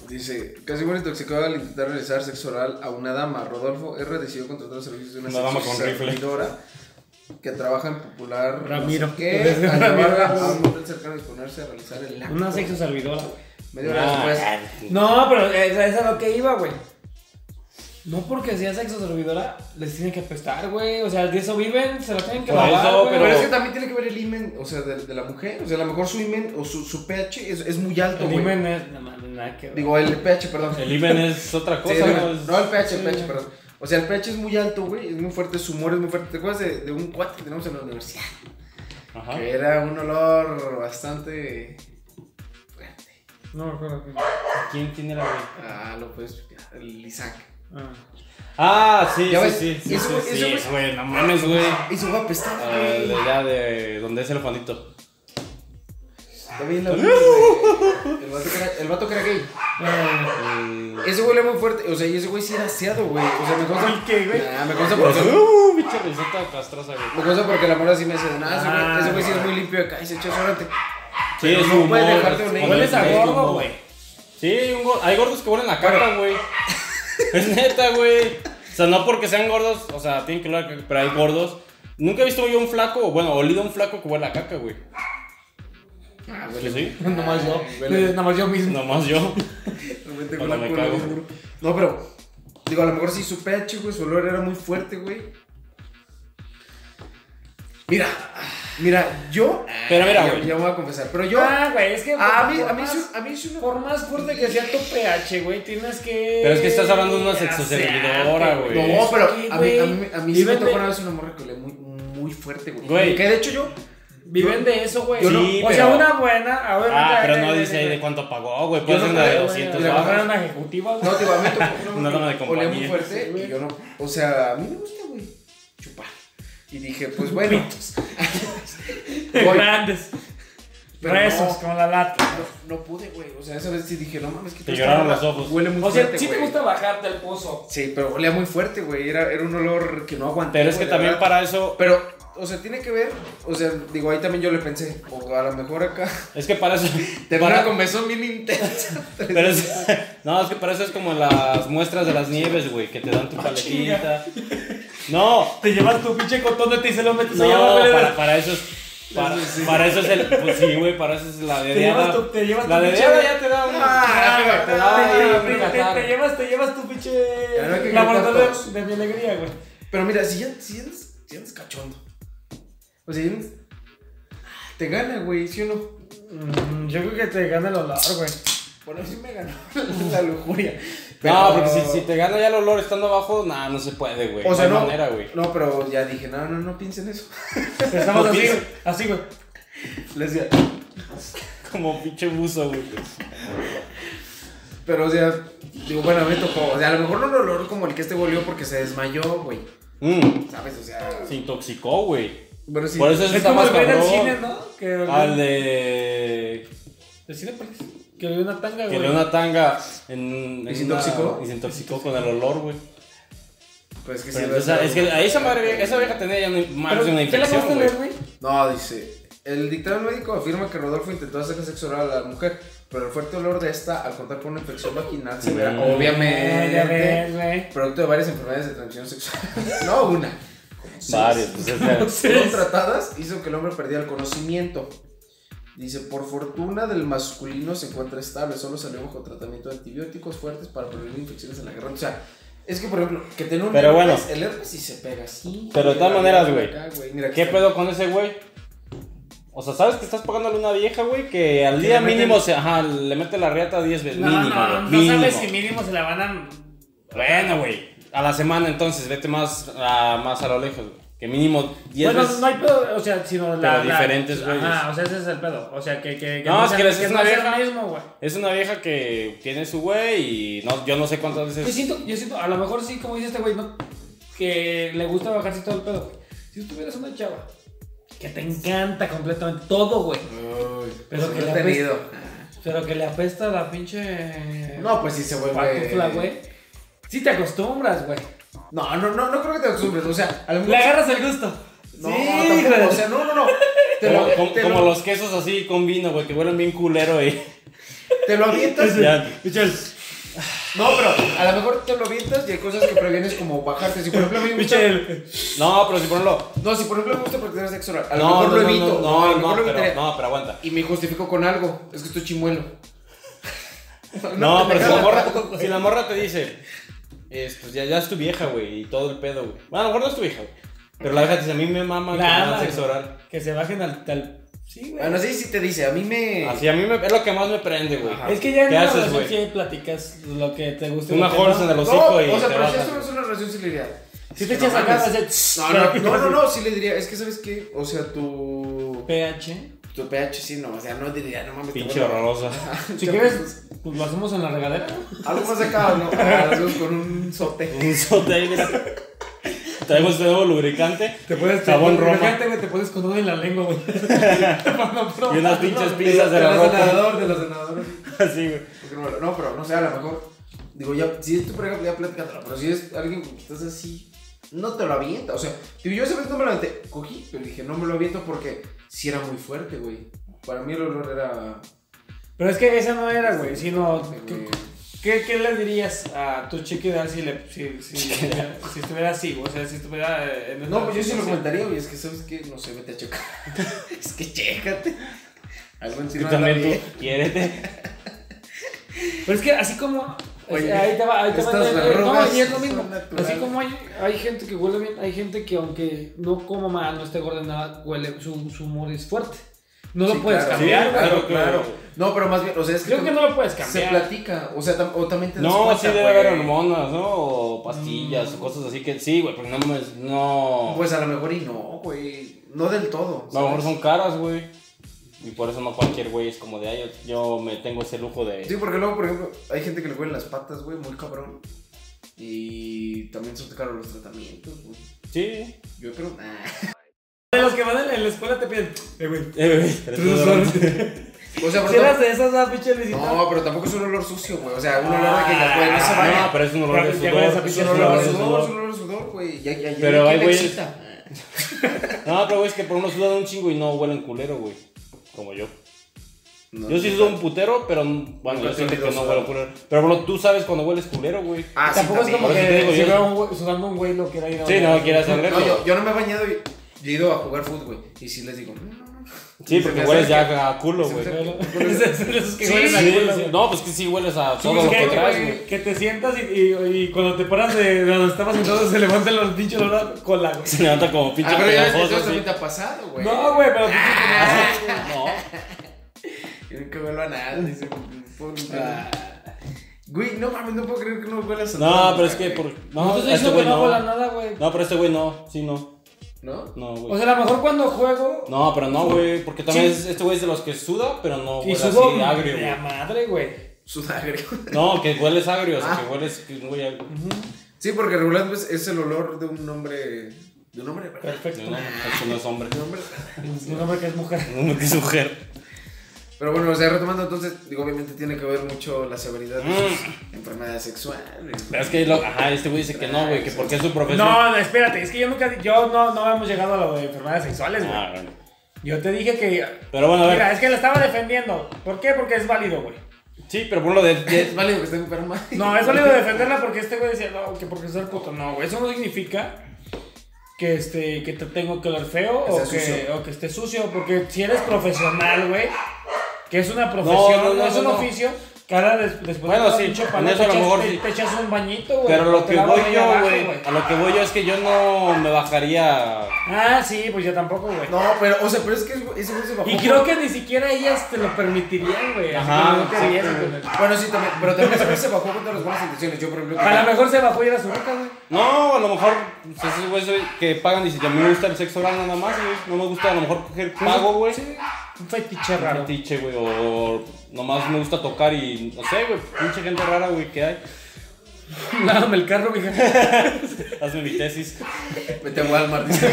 [SPEAKER 1] Dice, casi muere intoxicado al intentar realizar sexo oral a una dama. Rodolfo R. decidió contratar los servicios de una,
[SPEAKER 4] Una dama con rifle.
[SPEAKER 1] servidora que trabaja en popular
[SPEAKER 2] [laughs] Ramiro.
[SPEAKER 1] que
[SPEAKER 2] Desde
[SPEAKER 1] al llevarla
[SPEAKER 2] Ramiro.
[SPEAKER 1] a un hotel cercano a disponerse a realizar el acto.
[SPEAKER 2] Una sexo servidora, güey.
[SPEAKER 1] Media
[SPEAKER 4] Ah.
[SPEAKER 1] hora después.
[SPEAKER 2] pues.
[SPEAKER 4] eh,
[SPEAKER 2] No, pero eh, esa es a lo que iba, güey. No porque sea sexo servidora, les tienen que apestar, güey. O sea, de eso viven, se lo tienen que
[SPEAKER 4] Por
[SPEAKER 2] lavar,
[SPEAKER 4] eso,
[SPEAKER 2] güey.
[SPEAKER 1] Pero,
[SPEAKER 4] Pero-
[SPEAKER 1] es que también tiene que ver el imen, o sea, de, de la mujer. O sea, a lo mejor su imen o su, su pH es, es muy alto,
[SPEAKER 2] El
[SPEAKER 1] güey.
[SPEAKER 2] imen es... No, mames, nada que ver.
[SPEAKER 1] Digo, el pH, perdón.
[SPEAKER 4] El imen es otra
[SPEAKER 1] Sí,
[SPEAKER 4] cosa,
[SPEAKER 1] el
[SPEAKER 4] ¿no?
[SPEAKER 1] imen.
[SPEAKER 4] Es-
[SPEAKER 1] no, el pH, el pH, perdón. O sea, el pH es muy alto, güey. Es muy fuerte, su humor es muy fuerte. ¿Te acuerdas de, de un cuate que tenemos en la universidad?
[SPEAKER 4] Ajá.
[SPEAKER 1] Que era un olor bastante fuerte.
[SPEAKER 2] No me acuerdo. güey.
[SPEAKER 4] ¿Quién, quién era, güey?
[SPEAKER 1] Ah, lo puedes explicar. El Isaac.
[SPEAKER 2] Ah.
[SPEAKER 4] Ah, sí,
[SPEAKER 1] Ya
[SPEAKER 4] sí,
[SPEAKER 1] ves,
[SPEAKER 4] sí, sí,
[SPEAKER 1] ese
[SPEAKER 4] sí,
[SPEAKER 1] güey-
[SPEAKER 4] sí,
[SPEAKER 1] ese güey-
[SPEAKER 4] ese güey, no mames, güey.
[SPEAKER 1] Y su guapa está.
[SPEAKER 4] Ah, de allá de donde es el Juanito.
[SPEAKER 1] Está bien la güey. el, vato que era- el vato que era gay.
[SPEAKER 4] Mm,
[SPEAKER 1] Ese güey era muy fuerte. O sea, y ese güey sí era aseado, güey. O sea, me consta.
[SPEAKER 2] ¿Y qué, güey?
[SPEAKER 1] Nah, me consta
[SPEAKER 4] pues,
[SPEAKER 1] porque.
[SPEAKER 4] uh, pinche risita castrosa, güey.
[SPEAKER 1] Me consta porque la mora sí me hace de nada. ese güey-
[SPEAKER 2] Ah,
[SPEAKER 1] ese güey sí es
[SPEAKER 2] güey.
[SPEAKER 1] muy limpio acá y se echa suerte.
[SPEAKER 4] Sí, es
[SPEAKER 1] no
[SPEAKER 4] humor.
[SPEAKER 1] puedes dejar de oler.
[SPEAKER 4] es-
[SPEAKER 1] Hueles a
[SPEAKER 4] es
[SPEAKER 2] gordo,
[SPEAKER 4] humor.
[SPEAKER 2] güey.
[SPEAKER 4] Sí, un gor- hay gordos que huelen a caca, güey. Es neta, güey. O sea, no porque sean gordos, o sea, tienen que oler a caca, pero hay gordos. Nunca he visto yo un flaco, o bueno, olido a un flaco que huele a caca, güey.
[SPEAKER 1] Ah,
[SPEAKER 4] ¿Que sí?
[SPEAKER 2] Nomás yo.
[SPEAKER 1] Ay, huele.
[SPEAKER 2] Nomás yo mismo.
[SPEAKER 4] Nomás yo.
[SPEAKER 1] Realmente
[SPEAKER 4] Cuando
[SPEAKER 1] huele a
[SPEAKER 4] me
[SPEAKER 1] culo,
[SPEAKER 4] cago.
[SPEAKER 1] bien duro. No, pero. Digo, a lo mejor sí su pH, güey, su olor era muy fuerte, güey. Mira, mira, yo.
[SPEAKER 4] Pero mira,
[SPEAKER 1] Ya-
[SPEAKER 4] güey.
[SPEAKER 1] Ya me voy a confesar. Pero yo.
[SPEAKER 2] Ah, güey, es que.
[SPEAKER 1] A mí,
[SPEAKER 2] por
[SPEAKER 1] a mí,
[SPEAKER 2] más-
[SPEAKER 1] sí- a mí sí una-
[SPEAKER 2] Por más fuerte que sea tu pH, güey, tienes que.
[SPEAKER 4] Pero es que estás hablando de una sexoservidora, güey.
[SPEAKER 1] No, pero
[SPEAKER 2] Sí,
[SPEAKER 1] a mí, a mí,
[SPEAKER 2] güey.
[SPEAKER 1] a mí sí me
[SPEAKER 2] Viven
[SPEAKER 1] tocó
[SPEAKER 2] de-
[SPEAKER 1] una vez una morra que olía muy, muy fuerte, güey.
[SPEAKER 4] Güey.
[SPEAKER 1] Que de hecho yo.
[SPEAKER 2] Viven de eso, güey.
[SPEAKER 4] Yo no-
[SPEAKER 2] Sí, o
[SPEAKER 4] pero-
[SPEAKER 2] sea, una buena. A ver,
[SPEAKER 4] Ah,
[SPEAKER 2] una-
[SPEAKER 4] pero no
[SPEAKER 2] una-
[SPEAKER 4] dice ahí de cuánto pagó, güey.
[SPEAKER 1] Yo
[SPEAKER 4] Puede
[SPEAKER 1] no
[SPEAKER 4] ser una de
[SPEAKER 1] creo,
[SPEAKER 2] güey,
[SPEAKER 4] 200
[SPEAKER 2] a lo mejor
[SPEAKER 4] baros.
[SPEAKER 2] era una ejecutiva, güey.
[SPEAKER 1] No, digo, a mí me
[SPEAKER 2] [laughs]
[SPEAKER 1] tocó
[SPEAKER 4] Una
[SPEAKER 1] una
[SPEAKER 4] dama de
[SPEAKER 1] morra que olía muy
[SPEAKER 4] compañía.
[SPEAKER 1] fuerte y yo no. O sea, a mí me gusta, güey. Chupar. Y dije, pues
[SPEAKER 4] [laughs]
[SPEAKER 1] bueno. voy.
[SPEAKER 2] Grandes.
[SPEAKER 1] Pero
[SPEAKER 2] Presos,
[SPEAKER 1] no.
[SPEAKER 2] como la lata.
[SPEAKER 1] No, no pude, güey. O sea, esa vez sí dije, no mames, que
[SPEAKER 4] Te lloraron los ojos.
[SPEAKER 1] Huele muy
[SPEAKER 2] O sea,
[SPEAKER 1] fuerte.
[SPEAKER 2] sí te
[SPEAKER 1] güey.
[SPEAKER 2] gusta bajarte al pozo.
[SPEAKER 1] Sí, pero olía muy fuerte, güey. Era, era un olor que no aguanté.
[SPEAKER 4] Pero es que
[SPEAKER 1] güey, la
[SPEAKER 4] también
[SPEAKER 1] verdad.
[SPEAKER 4] para eso.
[SPEAKER 1] Pero, o sea, tiene que ver. O sea, digo, ahí también yo le pensé, o a lo mejor
[SPEAKER 4] [laughs]
[SPEAKER 1] acá.
[SPEAKER 4] Es que para eso.
[SPEAKER 1] Te
[SPEAKER 4] para-
[SPEAKER 1] una comezón bien intensa.
[SPEAKER 4] pero es- [laughs] no, es que para eso es como las muestras de las nieves, güey, que te dan tu
[SPEAKER 2] Ah,
[SPEAKER 4] paletita. No,
[SPEAKER 2] Te llevas tu pinche cotón de ti y se lo metes allá
[SPEAKER 4] no,
[SPEAKER 2] abajo, güey.
[SPEAKER 4] para, para eso es. Para, para eso es el. Pues sí, güey, para eso es la
[SPEAKER 2] Te llevas
[SPEAKER 4] dedeada.
[SPEAKER 2] tu, te llevas
[SPEAKER 4] La
[SPEAKER 2] tu pinche.
[SPEAKER 4] dedeada ya te da
[SPEAKER 1] Ah,
[SPEAKER 4] una. Te da
[SPEAKER 2] Te-
[SPEAKER 4] ahí,
[SPEAKER 2] te-
[SPEAKER 4] una
[SPEAKER 2] te- te
[SPEAKER 4] catarra.
[SPEAKER 2] llevas, te llevas tu pinche.
[SPEAKER 1] Ya no hay que
[SPEAKER 2] La
[SPEAKER 1] gritar
[SPEAKER 2] mordedora de-
[SPEAKER 1] todos.
[SPEAKER 2] de mi alegría, güey.
[SPEAKER 1] [laughs] Pero mira, si ya, si ya andas, si andas cachondo. O sea, ya andas- te gana, güey, ¿sí o no?
[SPEAKER 2] Mm, Yo creo que te gana el olor, güey.
[SPEAKER 1] Bueno, sí me ganó [laughs] la lujuria.
[SPEAKER 4] No, porque si, si te gana ya el olor estando abajo, nah, no se puede, güey.
[SPEAKER 1] O sea,
[SPEAKER 4] hay
[SPEAKER 1] no.
[SPEAKER 4] manera, güey.
[SPEAKER 1] No, pero ya dije, no, no, no piensen eso. [laughs]
[SPEAKER 2] Estamos
[SPEAKER 4] No
[SPEAKER 2] así,
[SPEAKER 4] pienso.
[SPEAKER 2] güey. Así, güey.
[SPEAKER 1] Les decía,
[SPEAKER 4] Como pinche buzo, güey.
[SPEAKER 1] pero o sea, digo, bueno, me tocó. O sea, a lo mejor no un olor como el que este volvió porque se desmayó, güey.
[SPEAKER 4] Mm,
[SPEAKER 1] ¿Sabes? O sea,
[SPEAKER 4] se intoxicó, güey.
[SPEAKER 1] Bueno, sí.
[SPEAKER 4] Por eso
[SPEAKER 2] Es,
[SPEAKER 4] eso está
[SPEAKER 2] como
[SPEAKER 4] más
[SPEAKER 2] el güey del
[SPEAKER 4] cabrón. Ah,
[SPEAKER 2] cine, ¿no? Que
[SPEAKER 4] Al de.
[SPEAKER 2] El cine, pues. Que le dio una tanga,
[SPEAKER 4] Que
[SPEAKER 2] güey.
[SPEAKER 4] le dio una tanga en.
[SPEAKER 1] ¿Y
[SPEAKER 4] en
[SPEAKER 1] se
[SPEAKER 4] una-
[SPEAKER 1] intoxicó?
[SPEAKER 4] Y se intoxicó con el olor, güey.
[SPEAKER 1] Pues es que sí.
[SPEAKER 4] Pero
[SPEAKER 1] va a
[SPEAKER 4] entonces, ah,
[SPEAKER 1] estar-
[SPEAKER 4] es que a esa madre, esa vieja tenía ya un- más
[SPEAKER 2] Pero,
[SPEAKER 4] de una
[SPEAKER 2] ¿Qué le
[SPEAKER 4] infección,
[SPEAKER 2] acabaste de
[SPEAKER 4] güey.
[SPEAKER 2] leer, güey?
[SPEAKER 1] No, dice. El dictamen médico afirma que Rodolfo intentó hacerle sexo oral a la mujer, pero el fuerte olor de esta, al contar con una infección vaginal severa,
[SPEAKER 4] Mm.
[SPEAKER 1] obviamente,
[SPEAKER 2] Ah, Ya ves, güey.
[SPEAKER 1] producto de varias enfermedades de transmisión sexual, [laughs] no una,
[SPEAKER 4] Varios, pues, o sea,
[SPEAKER 1] fueron tratadas, hizo que el hombre perdiera el conocimiento. Dice, por fortuna del masculino se encuentra estable, solo salió bajo tratamiento de antibióticos fuertes para prevenir infecciones en la garganta. O sea, es que, por ejemplo, que tener un
[SPEAKER 4] Pero bueno.
[SPEAKER 1] el herpes sí se pega así.
[SPEAKER 4] Pero de todas maneras, güey.
[SPEAKER 1] Acá, Mira, [laughs] aquí
[SPEAKER 4] ¿Qué
[SPEAKER 1] está.
[SPEAKER 4] pedo con ese güey? O sea, ¿sabes que estás pagándole a una vieja, güey? Que al
[SPEAKER 1] Que
[SPEAKER 4] día
[SPEAKER 1] le meten-
[SPEAKER 4] mínimo se. Ajá, le mete la riata 10 veces.
[SPEAKER 2] No,
[SPEAKER 4] mínimo,
[SPEAKER 2] no,
[SPEAKER 4] güey,
[SPEAKER 2] no
[SPEAKER 4] mínimo.
[SPEAKER 2] sabes si mínimo se la van a.
[SPEAKER 4] Bueno, güey. A la semana entonces, vete más a, más a lo lejos, güey. Que mínimo 10
[SPEAKER 8] Bueno,
[SPEAKER 4] veces.
[SPEAKER 8] no hay pedo, o sea, sino la.
[SPEAKER 4] Pero diferentes güeyes.
[SPEAKER 8] Ah, o sea, ese es el pedo. O sea, que. que,
[SPEAKER 4] No, es que les es
[SPEAKER 8] no
[SPEAKER 4] una
[SPEAKER 8] sea
[SPEAKER 4] vieja.
[SPEAKER 8] el mismo, güey.
[SPEAKER 4] Es una vieja que tiene su güey y no, yo no sé cuántas
[SPEAKER 2] Yo
[SPEAKER 4] veces.
[SPEAKER 2] siento, yo siento, a lo mejor sí, como dice este güey, ¿no? que le gusta bajarse todo el pedo, güey. Si tú tuvieras una chava que te encanta completamente todo, güey,
[SPEAKER 1] Uy,
[SPEAKER 2] Pero
[SPEAKER 1] pues
[SPEAKER 2] que
[SPEAKER 1] no
[SPEAKER 2] la
[SPEAKER 1] he tenido.
[SPEAKER 2] pero que le apesta la pinche.
[SPEAKER 1] No, pues sí se vuelve-
[SPEAKER 2] Pantufla, güey. Sí te acostumbras, güey.
[SPEAKER 1] No, no, no, no creo que te acostumbres. O sea, a lo mejor-
[SPEAKER 2] Le agarras el gusto.
[SPEAKER 1] Pues No,
[SPEAKER 2] sí,
[SPEAKER 1] tampoco,
[SPEAKER 2] güey.
[SPEAKER 1] o sea, no, no, no. Te
[SPEAKER 4] Como,
[SPEAKER 1] lo,
[SPEAKER 4] como-
[SPEAKER 1] te
[SPEAKER 4] como
[SPEAKER 1] lo-
[SPEAKER 4] los quesos así con vino, güey, que huelen bien culero, y
[SPEAKER 1] te lo avientas.
[SPEAKER 4] [laughs] Ya.
[SPEAKER 8] Michel,
[SPEAKER 1] No, pero a lo mejor te lo avientas y hay cosas que previenes como bajarte. Si por ejemplo a mí me gusta.
[SPEAKER 8] Michel.
[SPEAKER 4] No, pero si ponlo.
[SPEAKER 1] No, si por ejemplo me gusta practicar sexo oral. A lo
[SPEAKER 4] No,
[SPEAKER 1] mejor
[SPEAKER 4] no,
[SPEAKER 1] lo
[SPEAKER 4] no,
[SPEAKER 1] evito.
[SPEAKER 4] no,
[SPEAKER 1] a
[SPEAKER 4] no,
[SPEAKER 1] lo mejor lo
[SPEAKER 4] no, pero,
[SPEAKER 1] evitaré.
[SPEAKER 4] no, pero aguanta.
[SPEAKER 1] Y me justifico con algo. Es que estoy chimuelo.
[SPEAKER 4] No, pero si la
[SPEAKER 1] pendejada.
[SPEAKER 4] morra, si la morra te dice, es, pues ya, ya es tu vieja, güey, y todo el pedo, güey. Bueno, a lo mejor no es tu vieja, güey. Pero la vieja te dice, a mí me mama que me
[SPEAKER 2] Nada,
[SPEAKER 4] hagan sexo
[SPEAKER 2] güey.
[SPEAKER 4] oral.
[SPEAKER 2] Que se bajen al tal. Sí, güey.
[SPEAKER 1] Bueno, sí, sí te dice. A mí me.
[SPEAKER 4] Así a mí me, es lo que más me prende, güey.
[SPEAKER 1] Ajá.
[SPEAKER 2] es que ya en
[SPEAKER 4] ¿Qué
[SPEAKER 2] una
[SPEAKER 4] haces,
[SPEAKER 2] relación
[SPEAKER 4] güey?
[SPEAKER 2] sí platicas lo que te gusta. y
[SPEAKER 4] Una
[SPEAKER 2] lo que no.
[SPEAKER 4] horse en el
[SPEAKER 1] no,
[SPEAKER 4] hocico y
[SPEAKER 1] o sea,
[SPEAKER 4] te
[SPEAKER 1] pero
[SPEAKER 4] vas
[SPEAKER 1] si
[SPEAKER 4] a-
[SPEAKER 1] esto no es una relación sin lidiar.
[SPEAKER 2] Si te echas a cara, haces.
[SPEAKER 1] No, no,
[SPEAKER 4] [laughs]
[SPEAKER 1] no, no, no, sí le diría. Es que sabes qué, o sea, tu. [laughs]
[SPEAKER 2] PH.
[SPEAKER 1] Tu pH sí, no, o sea, no diría, no mames. te
[SPEAKER 4] Pinche
[SPEAKER 1] voy a-
[SPEAKER 4] horrorosa.
[SPEAKER 2] Si quieres, pues lo hacemos en la regadera. ¿no?
[SPEAKER 1] Algo más de cada
[SPEAKER 4] [laughs]
[SPEAKER 1] uno. Algo con un sote.
[SPEAKER 4] [laughs] Un sote ahí, mira. Traemos de nuevo lubricante.
[SPEAKER 2] Te puedes
[SPEAKER 4] Jabón
[SPEAKER 2] te-
[SPEAKER 4] Roma.
[SPEAKER 2] imagínate, güey, te pones con uno en la lengua, güey.
[SPEAKER 4] Y unas
[SPEAKER 1] [laughs]
[SPEAKER 4] pinches pinzas de la
[SPEAKER 1] los
[SPEAKER 4] ropa.
[SPEAKER 1] senador, de los senadores.
[SPEAKER 4] [laughs] Así, güey.
[SPEAKER 1] Porque no, no, pero no sé, a lo mejor. Digo, ya, si es tu pareja, pues ya platícatela. Pero si es alguien con quien estás así, no te lo avienta. O sea, digo, yo esa vez no me lo aventé. Cogí, pero dije, no me lo aviento porque sí era muy fuerte, güey. Para mí el olor era.
[SPEAKER 2] [laughs]
[SPEAKER 1] eh,
[SPEAKER 2] Pero es que esa no era, güey, sino...
[SPEAKER 1] güey.
[SPEAKER 2] ¿qué- ¿Qué, ¿Qué le dirías a tu chiquita si, le, si, si, si estuviera así? güey? O sea, si estuviera... eh, en
[SPEAKER 1] No, pues
[SPEAKER 2] esa
[SPEAKER 1] yo sí lo
[SPEAKER 2] situación.
[SPEAKER 1] comentaría, güey. Es que sabes que no sé, vete a checar. [laughs] es que chécate. Algo en sí
[SPEAKER 4] Tú
[SPEAKER 1] no anda
[SPEAKER 4] también
[SPEAKER 1] bien.
[SPEAKER 4] tú, quiérete.
[SPEAKER 2] Pero es que así como...
[SPEAKER 1] Oye,
[SPEAKER 2] es- ahí te va, ahí te va.
[SPEAKER 1] estas
[SPEAKER 2] eh, eh,
[SPEAKER 1] verrugas
[SPEAKER 2] no, y es lo
[SPEAKER 1] son
[SPEAKER 2] mismo.
[SPEAKER 1] naturales.
[SPEAKER 2] Así como hay, hay gente que huele bien, hay gente que aunque no coma mal, no esté gorda, nada, huele, su, su humor es fuerte. No
[SPEAKER 1] Sí,
[SPEAKER 2] lo puedes
[SPEAKER 1] claro.
[SPEAKER 2] cambiar.
[SPEAKER 1] Sí,
[SPEAKER 2] güey.
[SPEAKER 1] claro,
[SPEAKER 4] claro,
[SPEAKER 1] claro.
[SPEAKER 4] claro.
[SPEAKER 1] No, pero más bien, o sea, es que.
[SPEAKER 2] Creo que no lo puedes
[SPEAKER 1] Se
[SPEAKER 2] cambiar.
[SPEAKER 1] platica, o sea, tam- o también [laughs] te das
[SPEAKER 4] No,
[SPEAKER 1] cuenta,
[SPEAKER 4] sí debe haber
[SPEAKER 1] güey. Mm.
[SPEAKER 4] hormonas, ¿no? O pastillas, o cosas así que. Sí, güey, porque no mames, no.
[SPEAKER 1] Pues a lo mejor y no, güey. No del todo.
[SPEAKER 4] A lo mejor
[SPEAKER 1] ¿sabes?
[SPEAKER 4] son caras, güey. Y por eso no cualquier güey es como de, ay, yo, yo me tengo ese lujo
[SPEAKER 1] Sí,
[SPEAKER 4] de.
[SPEAKER 1] porque luego, por ejemplo, hay gente que le huelen las patas, güey, muy cabrón. Y también son caros los tratamientos, güey.
[SPEAKER 4] Sí. [laughs]
[SPEAKER 1] Yo creo. nah.
[SPEAKER 2] De los que van en en la escuela te piden... Eh, güey,
[SPEAKER 4] Eh,
[SPEAKER 1] [laughs]
[SPEAKER 4] güey.
[SPEAKER 1] O sea,
[SPEAKER 2] Si eras
[SPEAKER 1] pero.
[SPEAKER 2] de esas, ah, pinche Luisito.
[SPEAKER 1] tam- No, pero tampoco es un olor sucio, güey. O sea, un olor de que digas, güey, no se
[SPEAKER 4] Ah,
[SPEAKER 1] baña.
[SPEAKER 4] No, pero es un olor de
[SPEAKER 2] Ya hueles a
[SPEAKER 4] sudor.
[SPEAKER 1] Es
[SPEAKER 2] pinche
[SPEAKER 1] un
[SPEAKER 4] es
[SPEAKER 1] olor a sudor,
[SPEAKER 4] de
[SPEAKER 1] es un olor a sudor, güey. Ya, ya, ya.
[SPEAKER 4] Pero
[SPEAKER 1] ya
[SPEAKER 4] hay
[SPEAKER 1] te
[SPEAKER 4] güeyes-
[SPEAKER 1] excita.
[SPEAKER 4] No, pero güey, es que por uno sudan un chingo y no huelen culero, güey. Como yo.
[SPEAKER 1] No,
[SPEAKER 4] Yo sí
[SPEAKER 1] no.
[SPEAKER 4] sudo un putero, pero bueno,
[SPEAKER 1] Nunca
[SPEAKER 4] yo
[SPEAKER 1] te
[SPEAKER 4] siento que
[SPEAKER 1] olvidas
[SPEAKER 4] no
[SPEAKER 1] sudar.
[SPEAKER 4] huelo culero. Pero bro, tú sabes cuando hueles culero, güey.
[SPEAKER 1] Ah, sí,
[SPEAKER 2] Tampoco es
[SPEAKER 1] también.
[SPEAKER 2] como
[SPEAKER 4] Por eso te
[SPEAKER 2] que
[SPEAKER 4] digo,
[SPEAKER 2] si
[SPEAKER 4] yo-
[SPEAKER 2] veo un güey- sudando un güey lo quiera ir a
[SPEAKER 4] Sí, no quieras
[SPEAKER 1] No, yo,
[SPEAKER 4] sangrarlo.
[SPEAKER 1] yo no me he bañado y yo he ido a jugar fútbol, güey. Y sí les digo, "Mm, no, no, no.
[SPEAKER 4] Sí,
[SPEAKER 1] Se me
[SPEAKER 4] porque
[SPEAKER 1] hace
[SPEAKER 4] hueles
[SPEAKER 1] que-
[SPEAKER 4] ya a culo,
[SPEAKER 1] se me
[SPEAKER 4] güey.
[SPEAKER 1] hace
[SPEAKER 4] Sí,
[SPEAKER 2] [laughs] Esos que huelen a
[SPEAKER 4] sí,
[SPEAKER 2] culo,
[SPEAKER 4] sí.
[SPEAKER 2] güey.
[SPEAKER 4] No, pues que sí hueles a todo
[SPEAKER 2] Pues
[SPEAKER 4] lo
[SPEAKER 2] que,
[SPEAKER 4] que
[SPEAKER 2] güey,
[SPEAKER 4] traes, güey. [laughs]
[SPEAKER 2] que te sientas y, y- y cuando te paras de de donde estabas entonces se levantan los pinches olor a cola, güey.
[SPEAKER 4] Se levanta como pinche
[SPEAKER 1] Ah, pero ya ves que
[SPEAKER 4] pegajoso,
[SPEAKER 1] todo
[SPEAKER 4] así.
[SPEAKER 1] también te ha pasado, güey. Ah.
[SPEAKER 2] No, güey, pero pinche
[SPEAKER 4] No.
[SPEAKER 1] Yo nunca huelo a nada, dice. pobre Güey, no mames, no puedo creer que no huelas a nada.
[SPEAKER 4] No, pero es que por. No,
[SPEAKER 2] No, te estoy
[SPEAKER 4] este
[SPEAKER 2] diciendo que
[SPEAKER 4] güey
[SPEAKER 2] no huela
[SPEAKER 4] no.
[SPEAKER 2] nada, güey.
[SPEAKER 4] No, pero este güey no. Sí, no.
[SPEAKER 1] ¿No?
[SPEAKER 4] No,
[SPEAKER 2] O
[SPEAKER 4] güey.
[SPEAKER 2] sea, a lo mejor cuando juego
[SPEAKER 4] No, pero no, güey. Porque también
[SPEAKER 2] Sí.
[SPEAKER 4] es- este güey es de los que suda, pero no
[SPEAKER 2] y
[SPEAKER 4] huele
[SPEAKER 2] subo
[SPEAKER 4] así agrio,
[SPEAKER 2] de la
[SPEAKER 4] güey.
[SPEAKER 2] madre, güey.
[SPEAKER 1] [laughs] Sudagre.
[SPEAKER 4] No, que hueles agrio, o sea,
[SPEAKER 1] Ah.
[SPEAKER 4] que hueles. que, güey, agrio.
[SPEAKER 1] pues, Sí, porque regularmente es el olor de un hombre De un hombre, ¿verdad?
[SPEAKER 2] Perfecto.
[SPEAKER 4] No, no, eso no es hombre. [laughs]
[SPEAKER 1] De un hombre.
[SPEAKER 2] Un hombre que es mujer.
[SPEAKER 4] Un hombre que es mujer.
[SPEAKER 1] Pero bueno, o sea, retomando entonces, digo, obviamente tiene que ver mucho la severidad de sus enfermedades sexuales.
[SPEAKER 4] Pero es que, lo- ajá, este güey dice que no, güey, que porque es su profesión.
[SPEAKER 2] No, no, espérate, es que yo nunca, yo no, no hemos llegado a lo de enfermedades sexuales, güey.
[SPEAKER 4] Ah, bueno.
[SPEAKER 2] Yo te dije que,
[SPEAKER 4] Pero bueno, a ver.
[SPEAKER 2] mira, es que la estaba defendiendo. ¿Por qué? Porque es válido, güey.
[SPEAKER 4] Sí, pero por lo de.
[SPEAKER 1] [laughs]
[SPEAKER 4] de-
[SPEAKER 1] Es válido que esté enferma.
[SPEAKER 4] [laughs]
[SPEAKER 2] No, es válido defenderla porque este güey decía, no, que porque soy el puto. No, güey, eso no significa que, este, que te tengo que oler feo
[SPEAKER 1] Que
[SPEAKER 2] o,
[SPEAKER 1] sea
[SPEAKER 2] que,
[SPEAKER 1] sucio.
[SPEAKER 2] o que esté sucio. Porque si eres profesional, güey, que es una profesión,
[SPEAKER 4] no,
[SPEAKER 2] no,
[SPEAKER 4] no,
[SPEAKER 2] es un
[SPEAKER 4] no.
[SPEAKER 2] oficio, que ahora des- después
[SPEAKER 4] Bueno,
[SPEAKER 2] de una
[SPEAKER 4] sí,
[SPEAKER 2] pinche
[SPEAKER 4] en
[SPEAKER 2] paleta
[SPEAKER 4] eso a lo
[SPEAKER 2] te echas-
[SPEAKER 4] mejor
[SPEAKER 2] te,
[SPEAKER 4] sí.
[SPEAKER 2] te echas un bañito, güey.
[SPEAKER 4] Pero lo
[SPEAKER 2] te
[SPEAKER 4] que
[SPEAKER 2] lavas
[SPEAKER 4] voy
[SPEAKER 2] ahí
[SPEAKER 4] yo,
[SPEAKER 2] abajo,
[SPEAKER 4] güey. A lo que voy yo es que yo no me bajaría.
[SPEAKER 2] Ah, sí, pues yo tampoco, güey.
[SPEAKER 1] No, pero, o sea, pero es que ese güey se bajó.
[SPEAKER 2] Y creo que ni siquiera ellas te lo permitirían, güey. así
[SPEAKER 4] Ajá,
[SPEAKER 2] que no te harías, güey.
[SPEAKER 1] Bueno, sí, también, pero también ese güey se bajó con todas las buenas intenciones. Yo, por ejemplo,
[SPEAKER 2] A lo mejor se va a apoyar a su boca, güey.
[SPEAKER 4] No, a lo mejor. pues, esos güeyes güey, que pagan y dicen, a mí me gusta el sexo oral nada más, güey. No me gusta a lo mejor coger pago, güey.
[SPEAKER 2] Un fetiche raro.
[SPEAKER 4] Fetiche, güey, o nomás me gusta tocar y no sé, güey, mucha gente rara, güey, que hay.
[SPEAKER 2] [laughs] Lávame el carro, mija.
[SPEAKER 4] Hazme mi tesis. [laughs]
[SPEAKER 1] Vete a Walmart, dice.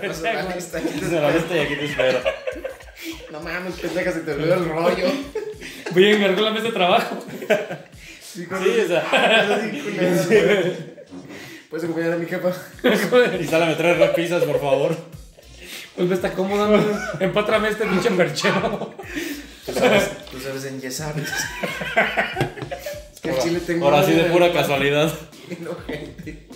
[SPEAKER 1] [laughs] Vas a la lista, Pues, aquí te
[SPEAKER 4] Desde la vista y aquí te espero.
[SPEAKER 1] espero. No mames, pendeja, se te olvidó el rollo.
[SPEAKER 2] Voy a encargar la mesa de trabajo.
[SPEAKER 1] Sí,
[SPEAKER 4] Sí, o sea, [laughs]
[SPEAKER 1] Puedes acompañar a mi jefa.
[SPEAKER 4] instálame tres repisas, por favor.
[SPEAKER 2] Pues me está cómodo, güey. Empátrame este pinche [laughs] perchero.
[SPEAKER 1] Tú sabes, tú sabes enyesar. Es que al chile tengo.
[SPEAKER 4] Ahora sí, de
[SPEAKER 1] [laughs]
[SPEAKER 4] pura casualidad.
[SPEAKER 1] No, gente.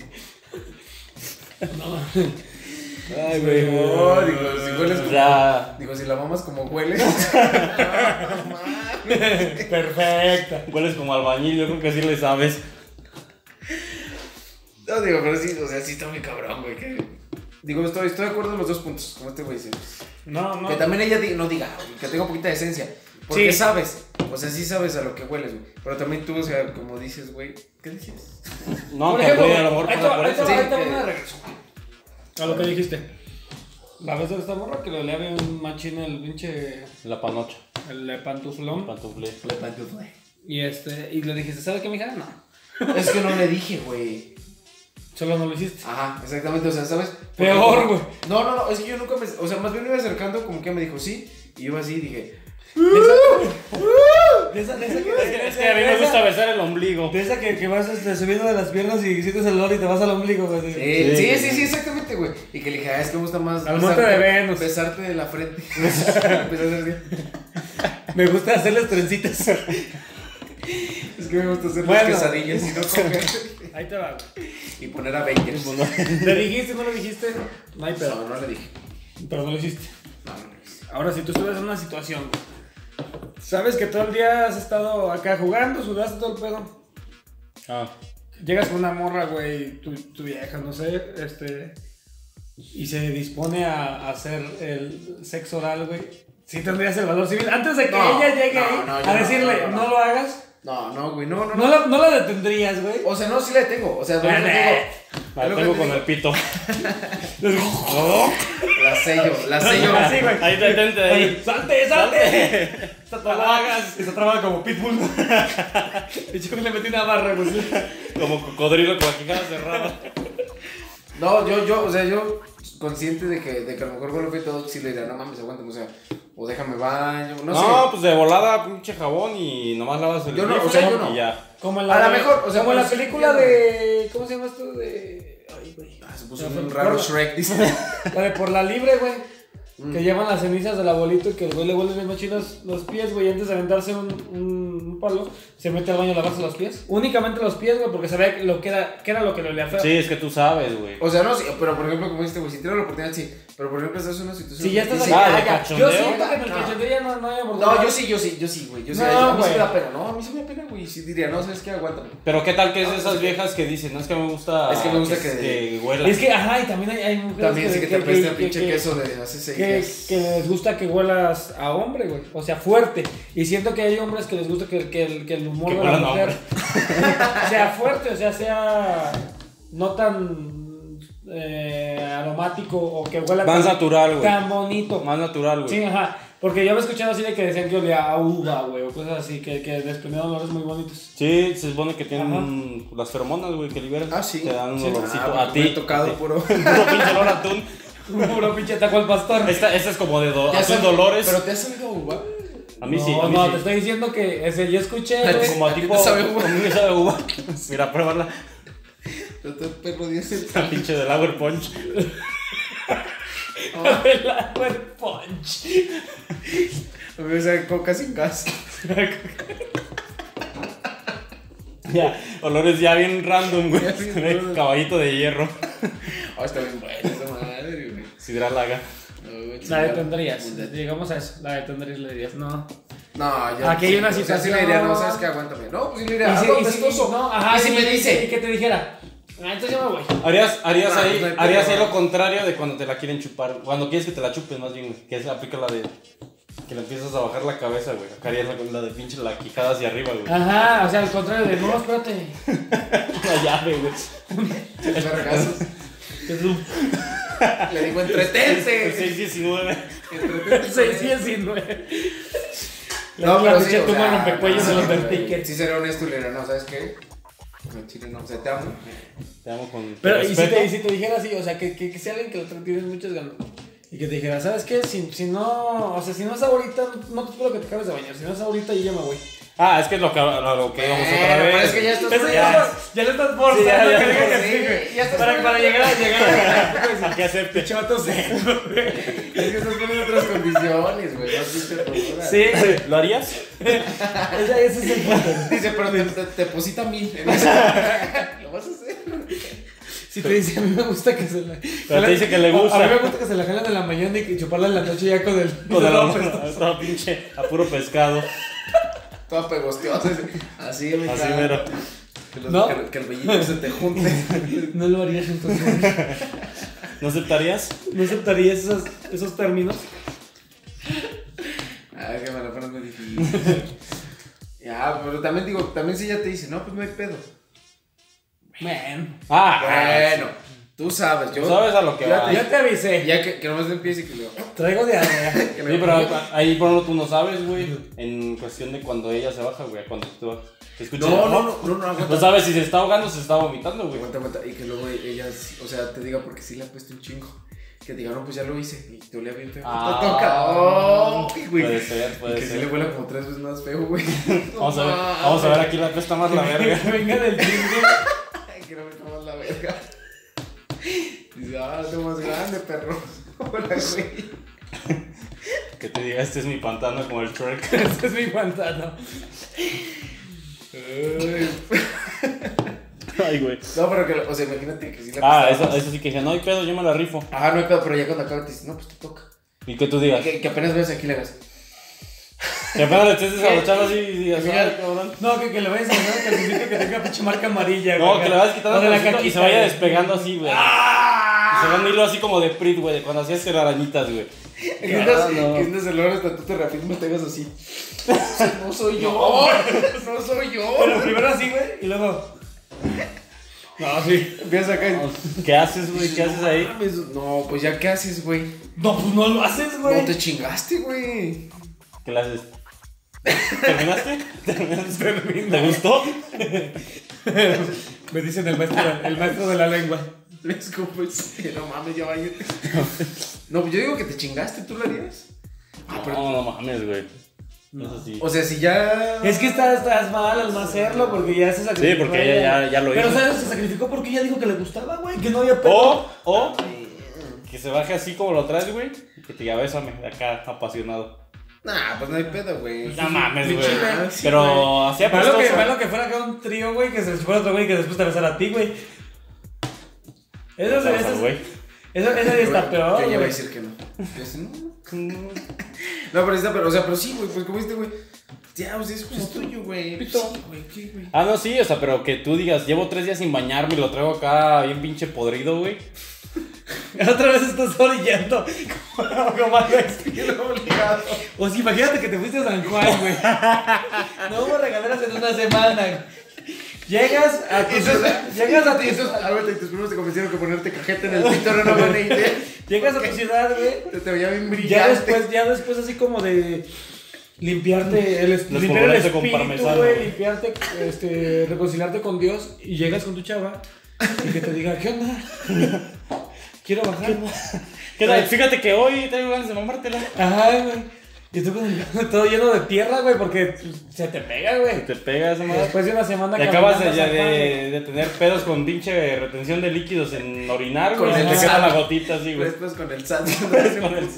[SPEAKER 4] Ay, güey.
[SPEAKER 1] No, digo, si hueles
[SPEAKER 4] O
[SPEAKER 1] como.
[SPEAKER 4] sea,
[SPEAKER 1] Digo, si la mamas como hueles. No, no mames.
[SPEAKER 2] Perfecta.
[SPEAKER 4] hueles como albañil, yo creo que sí le sabes.
[SPEAKER 1] [laughs] No, digo, pero sí, o sea, sí está muy cabrón, güey. Que... Digo, estoy, estoy de acuerdo en los dos puntos, como este güey dice.
[SPEAKER 2] No, no.
[SPEAKER 1] Que también ella di- no diga, güey, que tenga poquita esencia. Porque
[SPEAKER 2] Sí.
[SPEAKER 1] sabes, o sea, sí sabes a lo que hueles, güey. Pero también tú, o sea, como dices, güey, ¿qué dices?
[SPEAKER 4] No,
[SPEAKER 2] Por
[SPEAKER 4] que
[SPEAKER 2] ejemplo,
[SPEAKER 4] güey, a lo mejor
[SPEAKER 2] ahí
[SPEAKER 4] pasa
[SPEAKER 2] te-
[SPEAKER 4] por
[SPEAKER 2] ahí te-
[SPEAKER 4] eso.
[SPEAKER 1] Sí,
[SPEAKER 2] ahí te va
[SPEAKER 1] que-
[SPEAKER 2] una de regreso. A lo que dijiste. La vez de esta morra que le olía bien un machín el pinche.
[SPEAKER 4] La panocha,
[SPEAKER 2] el pantuflón.
[SPEAKER 4] pantufle.
[SPEAKER 2] Y este. Y le dijiste, ¿sabes qué, mija? No.
[SPEAKER 1] Es que no le dije, güey.
[SPEAKER 2] Solo no lo hiciste.
[SPEAKER 1] Ajá, exactamente, o sea, ¿sabes? Porque-
[SPEAKER 2] Peor, güey.
[SPEAKER 1] No, no, no, es que yo nunca me. O sea, más bien me iba acercando, como que me dijo sí. Y yo así dije.
[SPEAKER 2] De esa, de
[SPEAKER 4] Es que a mí me gusta besar el ombligo.
[SPEAKER 2] De esa que, que vas este, subiendo de las piernas y sientes el olor y te vas al ombligo, güey. así.
[SPEAKER 1] Eh, Sí,
[SPEAKER 4] Sí.
[SPEAKER 1] sí, sí, sí, exactamente, güey. Y que le dije, ah, es que me gusta más.
[SPEAKER 2] Al monte de Venus.
[SPEAKER 1] Besarte de la frente. Empecé a hacer así.
[SPEAKER 2] Me gusta hacer las trencitas.
[SPEAKER 1] Es que me gusta hacer
[SPEAKER 2] Bueno.
[SPEAKER 1] las quesadillas y no comer.
[SPEAKER 2] Ahí te va, güey.
[SPEAKER 1] y poner a Baker.
[SPEAKER 2] ¿Le dijiste, no le dijiste? No hay pedo.
[SPEAKER 1] No, no le dije.
[SPEAKER 2] Pero no lo hiciste.
[SPEAKER 1] No, no le dije.
[SPEAKER 2] Ahora, si tú estuvieras en una situación, güey, sabes que todo el día has estado acá jugando, sudaste todo el pedo.
[SPEAKER 4] Ah,
[SPEAKER 2] Llegas con una morra, güey, tu, tu vieja, no sé, este. Y se dispone a hacer el sexo oral, güey. Sí tendrías el valor civil. Antes de que
[SPEAKER 1] No,
[SPEAKER 2] ella llegue
[SPEAKER 1] no,
[SPEAKER 2] ahí
[SPEAKER 1] no, yo
[SPEAKER 2] a
[SPEAKER 1] no,
[SPEAKER 2] decirle, no,
[SPEAKER 1] no, no, no.
[SPEAKER 2] lo hagas,
[SPEAKER 1] No, no, güey, no, no,
[SPEAKER 2] no
[SPEAKER 1] no.
[SPEAKER 2] la, no la detendrías, güey.
[SPEAKER 1] O sea, no, sí le tengo. O sea, no le
[SPEAKER 2] Vale.
[SPEAKER 1] tengo.
[SPEAKER 4] la
[SPEAKER 1] Es lo que
[SPEAKER 4] tengo
[SPEAKER 1] te
[SPEAKER 4] con
[SPEAKER 1] digo.
[SPEAKER 4] el
[SPEAKER 1] [laughs]
[SPEAKER 4] pito. "Oh,
[SPEAKER 1] La sello, la sello.
[SPEAKER 2] Así, güey.
[SPEAKER 4] Ahí te detente, ahí.
[SPEAKER 2] Oye, ¡Salte, salte! Esta trabaja, esta trabaja como Pitbull. [laughs] Y yo le metí una barra, pues. güey.
[SPEAKER 4] Como cocodrilo con la quijada cerrada.
[SPEAKER 1] No, yo, yo, o sea, yo consciente de que, de que a lo mejor con lo que todo sí le dirá, no mames, aguántame, o sea, o déjame baño, no,
[SPEAKER 4] No,
[SPEAKER 1] sé.
[SPEAKER 4] pues de volada, pinche jabón y nomás lavas el
[SPEAKER 1] Yo no, o
[SPEAKER 4] rifle
[SPEAKER 1] sea, yo no.
[SPEAKER 4] y ya.
[SPEAKER 2] Como
[SPEAKER 1] A la mejor, o sea,
[SPEAKER 2] como
[SPEAKER 1] pero
[SPEAKER 2] la
[SPEAKER 1] sí
[SPEAKER 2] película
[SPEAKER 1] entiendo.
[SPEAKER 2] de. ¿Cómo se llama esto? De. Ay, güey.
[SPEAKER 1] Ah, se puso un raro Shrek, dice.
[SPEAKER 2] La de por la libre, güey.
[SPEAKER 1] Mm.
[SPEAKER 2] Que llevan las cenizas del abuelito y que el güey le vuelve bien machín los, los pies, güey. y Antes de aventarse un, un, un palo, se mete al baño a lavarse los pies. Únicamente los pies, güey, porque sabía que lo que era, que era lo que le olía feo.
[SPEAKER 4] Sí, es que tú sabes, güey.
[SPEAKER 1] O sea, no, sí, pero por ejemplo, como dijiste, güey, si tienes la oportunidad, sí. Pero por ejemplo, esta es una situación.
[SPEAKER 2] Si ya estás
[SPEAKER 1] dice,
[SPEAKER 4] acá,
[SPEAKER 1] "Ah,
[SPEAKER 4] de
[SPEAKER 1] ya".
[SPEAKER 4] cachondeo.
[SPEAKER 2] Yo siento que en el
[SPEAKER 1] No.
[SPEAKER 2] cachondeo ya no, no hay oportunidad.
[SPEAKER 1] No, yo sí, yo sí, yo sí, güey. Yo sí,
[SPEAKER 2] No,
[SPEAKER 1] a mí sí
[SPEAKER 2] güey.
[SPEAKER 1] me da pena, no, a mí sí me da pena, güey. Sí diría, no, sabes qué, aguántame.
[SPEAKER 4] Pero qué tal que es de esas viejas que dicen, no es que me gusta. este,
[SPEAKER 1] Es que me gusta que-
[SPEAKER 4] que huela.
[SPEAKER 2] Es que, ajá, y también hay, hay mujeres
[SPEAKER 1] También sí que te apesta el pinche queso de hace
[SPEAKER 2] Que,
[SPEAKER 1] seis
[SPEAKER 2] que,
[SPEAKER 1] días.
[SPEAKER 2] que les gusta que huelas a hombre, güey. O sea, fuerte. Y siento que hay hombres que les gusta que, que el, que el humor
[SPEAKER 4] Que
[SPEAKER 2] de la
[SPEAKER 4] huelan a
[SPEAKER 2] mujer [laughs] sea fuerte, o sea, sea no tan eh, aromático o que huela
[SPEAKER 4] Más
[SPEAKER 2] tan,
[SPEAKER 4] natural, güey.
[SPEAKER 2] tan bonito.
[SPEAKER 4] Más natural, güey.
[SPEAKER 2] Sí, ajá. Porque yo me he escuchado así de que decían que olía a uva, güey, o cosas así, que, que desprendían olores muy bonitos. [laughs]
[SPEAKER 4] Sí, se supone que tienen las feromonas, güey, que liberan.
[SPEAKER 1] Ah, sí.
[SPEAKER 4] Te dan un
[SPEAKER 1] Sí.
[SPEAKER 4] olorcito
[SPEAKER 1] Ah,
[SPEAKER 4] a
[SPEAKER 1] porque
[SPEAKER 4] ti.
[SPEAKER 1] me he tocado pues.
[SPEAKER 4] a ti.
[SPEAKER 1] puro-
[SPEAKER 4] [laughs] Puro pinche olor a atún.
[SPEAKER 2] Puro pinche taco al pastor.
[SPEAKER 4] Esta, esta es como de do,
[SPEAKER 1] ¿Te has
[SPEAKER 4] atún
[SPEAKER 1] salido-
[SPEAKER 4] dolores.
[SPEAKER 1] Pero te has salido uva.
[SPEAKER 4] a mí
[SPEAKER 2] no,
[SPEAKER 4] sí, a mí
[SPEAKER 2] no,
[SPEAKER 4] sí.
[SPEAKER 2] te estoy diciendo que ese, yo escuché,
[SPEAKER 1] A
[SPEAKER 2] güey.
[SPEAKER 1] ti- [laughs]
[SPEAKER 4] Como
[SPEAKER 1] ¿a
[SPEAKER 4] a
[SPEAKER 1] ti
[SPEAKER 4] tipo.
[SPEAKER 1] te sabe uva?
[SPEAKER 4] como que
[SPEAKER 1] [laughs]
[SPEAKER 4] sabe uva. Mira, pruébala.
[SPEAKER 1] Pero te perro dice.
[SPEAKER 4] La pinche del Lager Punch.
[SPEAKER 2] [laughs] El agua de punch.
[SPEAKER 1] O sea, coca sin gas.
[SPEAKER 4] Ya, olores ya bien random, güey.
[SPEAKER 1] Ya bien random.
[SPEAKER 4] Caballito de hierro.
[SPEAKER 1] Ah, está bien buena esa madre, güey.
[SPEAKER 4] Sidra Laga.
[SPEAKER 1] No, güey,
[SPEAKER 2] La
[SPEAKER 1] chingada.
[SPEAKER 2] detendrías. Llegamos a eso. La detendrías, le dirías, no.
[SPEAKER 1] No, ya.
[SPEAKER 2] Aquí hay una
[SPEAKER 1] o sea, sí
[SPEAKER 2] situación.
[SPEAKER 1] le diría, no, sabes qué, aguántame. No, pues sí le diría,
[SPEAKER 2] Y si-
[SPEAKER 1] hazlo
[SPEAKER 2] y si-
[SPEAKER 1] apestoso.
[SPEAKER 2] no, ajá,
[SPEAKER 1] Y si
[SPEAKER 2] y-
[SPEAKER 1] me
[SPEAKER 2] Y
[SPEAKER 1] dice.
[SPEAKER 2] que te dijera, ah, entonces yo me voy.
[SPEAKER 4] Harías, harías,
[SPEAKER 1] No,
[SPEAKER 4] ahí,
[SPEAKER 1] no hay pedo.
[SPEAKER 4] harías ahí lo contrario de cuando te la quieren chupar. Cuando quieres que te la chupen, más bien, güey. Que es, aplica la de. Que le empiezas a bajar la cabeza, güey. Acá harías la, la de pinche la quijada hacia arriba, güey.
[SPEAKER 2] Ajá, o sea, al contrario de, [laughs] no, espérate.
[SPEAKER 4] La
[SPEAKER 1] [laughs]
[SPEAKER 4] llave, güey.
[SPEAKER 1] Sus vergazos.
[SPEAKER 2] Es [laughs] un
[SPEAKER 1] Le digo, entretense.
[SPEAKER 4] 619.
[SPEAKER 1] [laughs] Entretense.
[SPEAKER 2] 619.
[SPEAKER 1] No,
[SPEAKER 2] La
[SPEAKER 1] pero
[SPEAKER 2] pinche
[SPEAKER 1] sí, o
[SPEAKER 2] tumba
[SPEAKER 1] sea,
[SPEAKER 2] rompecuellos
[SPEAKER 1] no,
[SPEAKER 2] de los
[SPEAKER 1] güey.
[SPEAKER 2] vertiques.
[SPEAKER 1] Sí, será honesto y le dirá, no, ¿sabes qué? No, chile, no, o sea, te amo.
[SPEAKER 4] Te amo con.
[SPEAKER 2] Pero,
[SPEAKER 4] con
[SPEAKER 2] y si,
[SPEAKER 4] respeto.
[SPEAKER 2] te, y si te dijera así, o sea, que, que, que sea alguien que lo tienes muchas ganas. Y que te dijera, ¿sabes qué? Si, si no, o sea, si no es ahorita, no te espero que te acabes de bañar. Si no es ahorita, yo ya me voy.
[SPEAKER 4] Ah, es que es lo que, lo, lo que íbamos otra
[SPEAKER 1] Bueno,
[SPEAKER 4] vez.
[SPEAKER 1] Eh, pero es que ya estás
[SPEAKER 2] Eso ya,
[SPEAKER 1] ya.
[SPEAKER 2] lo- ya lo estás forzando
[SPEAKER 4] Sí, ya, ya
[SPEAKER 2] que diga
[SPEAKER 1] estás-
[SPEAKER 2] que sí, güey.
[SPEAKER 1] sí, ya estás
[SPEAKER 2] para, para
[SPEAKER 1] forzando.
[SPEAKER 2] llegar a
[SPEAKER 1] [laughs]
[SPEAKER 2] llegar a [laughs]
[SPEAKER 4] A que acepte. [laughs]
[SPEAKER 1] Es que estás poniendo otras condiciones, güey. no has visto el
[SPEAKER 2] Sí, güey.
[SPEAKER 4] ¿Lo harías?
[SPEAKER 2] [laughs] Ese, ese es el punto.
[SPEAKER 1] Dice, pero te, te, te posita mil. En eso. [laughs] ¿Lo vas a hacer?
[SPEAKER 2] Si te dice, a mí me gusta que se la.
[SPEAKER 4] Pero te dice que le
[SPEAKER 2] A-
[SPEAKER 4] gusta.
[SPEAKER 2] A mí me gusta que se la jalan en la mañana y que chuparla en la noche ya con el.
[SPEAKER 4] [laughs] Con
[SPEAKER 2] [laughs]
[SPEAKER 4] el
[SPEAKER 2] el ropa.
[SPEAKER 4] amor. Estaba pinche a puro pescado.
[SPEAKER 1] Toda pegosteosa. Así, me
[SPEAKER 4] Así
[SPEAKER 1] cago.
[SPEAKER 4] mero.
[SPEAKER 1] Que, los-
[SPEAKER 2] ¿No?
[SPEAKER 1] que, el- que el vellito se te junte.
[SPEAKER 4] [laughs]
[SPEAKER 2] No lo harías entonces.
[SPEAKER 4] ¿No aceptarías?
[SPEAKER 2] No aceptarías esos, esos términos.
[SPEAKER 1] Ay, que me la pones muy difícil. ya, pero también digo, también si ella te dice, no, pues no hay pedo.
[SPEAKER 2] Man.
[SPEAKER 4] Ah,
[SPEAKER 1] Bueno, tú sabes, yo.
[SPEAKER 4] Tú sabes a lo que
[SPEAKER 1] ya
[SPEAKER 4] vas.
[SPEAKER 1] te-
[SPEAKER 2] Ya te avisé.
[SPEAKER 1] Ya que, que nomás le empiece y que le digo.
[SPEAKER 2] Traigo diarrea.
[SPEAKER 1] que le-
[SPEAKER 4] Sí, pero ahí- ahí por ejemplo tú no sabes, güey. En cuestión de cuando ella se baja, güey, a cuando tú bajas. Te escuchas.
[SPEAKER 1] No, no, no, no, no, aguanta.
[SPEAKER 4] No sabes si se está ahogando o se está vomitando, güey.
[SPEAKER 1] Aguanta, aguanta. Y que luego ella, o sea, te diga porque sí le ha puesto un chingo. Que te diga, no, pues ya lo hice. Y te olía bien feo.
[SPEAKER 4] Ah.
[SPEAKER 1] [laughs] Te toca. Oh, güey.
[SPEAKER 4] Puede ser,
[SPEAKER 1] Y
[SPEAKER 4] puede
[SPEAKER 1] que sí le
[SPEAKER 4] ser.
[SPEAKER 1] huela como tres veces más feo, güey.
[SPEAKER 4] [laughs] Vamos a ver, vamos a ver aquí la pesta más la verga.
[SPEAKER 1] [laughs]
[SPEAKER 2] Que venga del chingo.
[SPEAKER 1] Ay, que no me comas la verga. [laughs] Dice, ah, tú más grande, perro. [laughs] Hola, güey.
[SPEAKER 4] Que te diga, este es mi pantano como el Trek.
[SPEAKER 2] Ese es mi pantano.
[SPEAKER 1] Ay.
[SPEAKER 4] Ay, güey.
[SPEAKER 1] No, pero que, lo- o sea, imagínate que sí le ha
[SPEAKER 4] Ah,
[SPEAKER 1] puesto
[SPEAKER 4] eso, eso sí que dije, no hay pedo, yo me la rifo.
[SPEAKER 1] Ajá, no hay pedo, pero ya cuando acaba te dice, no, pues te toca.
[SPEAKER 4] Y que tú
[SPEAKER 1] Y
[SPEAKER 4] digas,
[SPEAKER 1] Que, que apenas ves aquí le hagas.
[SPEAKER 4] que apenas le estés desabrochando así y digas,
[SPEAKER 1] Mira.
[SPEAKER 4] "Ay, cabrón.
[SPEAKER 2] No, que, que le vayas a poner el calzoncito que tenga pinche marca amarilla.
[SPEAKER 4] No,
[SPEAKER 2] güey.
[SPEAKER 4] que le vas quitando
[SPEAKER 2] O de
[SPEAKER 4] el
[SPEAKER 2] la
[SPEAKER 4] calcito y
[SPEAKER 2] caquita,
[SPEAKER 4] se vaya
[SPEAKER 2] güey.
[SPEAKER 4] despegando así, güey. Y se va un hilo así como de Prit, güey, de cuando hacías telarañitas, güey.
[SPEAKER 1] Que andas- que andas el olor hasta tú te reafirmas, te hagas así. [laughs] No soy yo. [laughs] No soy
[SPEAKER 2] Pero
[SPEAKER 1] yo.
[SPEAKER 2] primero así, güey, y luego. No, sí.
[SPEAKER 1] Empiezas acá. y-
[SPEAKER 4] ¿Qué haces, güey? ¿Qué haces ahí?
[SPEAKER 1] Mames, No, pues ya, ¿qué haces, güey?
[SPEAKER 2] No, pues no lo haces,
[SPEAKER 1] No
[SPEAKER 2] güey.
[SPEAKER 1] te chingaste, güey.
[SPEAKER 4] ¿Qué le haces? ¿Terminaste? ¿Terminaste? ¿Te gustó?
[SPEAKER 2] Me dicen el maestro, el maestro de la lengua.
[SPEAKER 1] Es como este, no mames, ya
[SPEAKER 2] [laughs]
[SPEAKER 1] vaya. No, pues yo digo que te chingaste, ¿tú lo harías? Ah, pero-
[SPEAKER 4] No, no mames, güey. Eso sí.
[SPEAKER 1] O sea, si ya.
[SPEAKER 2] Es que está- estás mal al no hacerlo porque ya se sacrificó.
[SPEAKER 4] Sí, porque ella ya- ya lo
[SPEAKER 2] Pero
[SPEAKER 4] hizo. Oh,
[SPEAKER 2] ¿sabes? Se sacrificó porque ella dijo que le gustaba, güey, que no había pedo.
[SPEAKER 4] O, o, que se baje así como lo traes, güey. y Que te diga, bésame, de acá, apasionado.
[SPEAKER 1] Nah, pues no hay pedo, güey.
[SPEAKER 4] No mames, güey.
[SPEAKER 1] Pinche güey. Sí,
[SPEAKER 4] Pero así
[SPEAKER 2] Malo que, malo
[SPEAKER 4] apasionado.
[SPEAKER 2] que fuera acá un trío, güey, que se les fuera otro güey que después te besara a ti, güey. Eso, eso, eso,
[SPEAKER 4] güey.
[SPEAKER 2] eso, eso ya está
[SPEAKER 1] Yo-
[SPEAKER 2] peor,
[SPEAKER 1] Yo ya
[SPEAKER 2] güey.
[SPEAKER 1] voy a decir que no. Yo así, no. no. No, pero está, pero, o sea, pero sí, güey, pues como este, güey. Ya, o sea, es como tuyo, güey. Pues sí, güey, ¿qué, güey? [laughs]
[SPEAKER 4] Ah, no, sí, o sea, pero que tú digas, llevo tres días sin bañarme y lo traigo acá bien pinche podrido, güey.
[SPEAKER 2] [laughs] Otra vez estás orillando. [laughs] Como, como algo así.
[SPEAKER 1] Bien obligado.
[SPEAKER 2] O si [laughs] imagínate que te fuiste a San Juan, güey. No hubo regaderas en una semana.
[SPEAKER 9] Llegas a tus, llegas a tu-
[SPEAKER 1] Álvaro, tus primos ah, te convencieron que ponerte cajeta en el pito era una buena idea.
[SPEAKER 9] llegas a tu ciudad, güey.
[SPEAKER 1] Te, te veía bien
[SPEAKER 9] Ya
[SPEAKER 1] brillante. [laughs]
[SPEAKER 9] después, ya después así como de limpiarte el, es-
[SPEAKER 4] Los
[SPEAKER 9] limpiar el
[SPEAKER 4] poblaste con
[SPEAKER 9] espíritu,
[SPEAKER 4] parmesano.
[SPEAKER 9] güey, limpiarte, este, reconciliarte con Dios y llegas con tu chava y que te diga, ¿qué onda? [laughs] Quiero bajar.
[SPEAKER 4] ¿Qué
[SPEAKER 9] Pues,
[SPEAKER 4] tal? Fíjate que hoy tengo ganas de mamártela.
[SPEAKER 9] Ajá, güey. Y tú con el- [laughs] todo lleno de tierra, güey, porque pues, se te pega, güey.
[SPEAKER 4] Te pega esa madre.
[SPEAKER 9] Después de una semana
[SPEAKER 4] Te acabas de,
[SPEAKER 9] caminando
[SPEAKER 4] ya
[SPEAKER 9] a San Juan, güey.
[SPEAKER 4] de, de tener pedos con pinche retención de líquidos en orinar, güey.
[SPEAKER 1] Con
[SPEAKER 4] y
[SPEAKER 1] el
[SPEAKER 4] Te queda
[SPEAKER 1] sal.
[SPEAKER 4] la gotita así, güey.
[SPEAKER 1] Después con el SAT.
[SPEAKER 4] Con el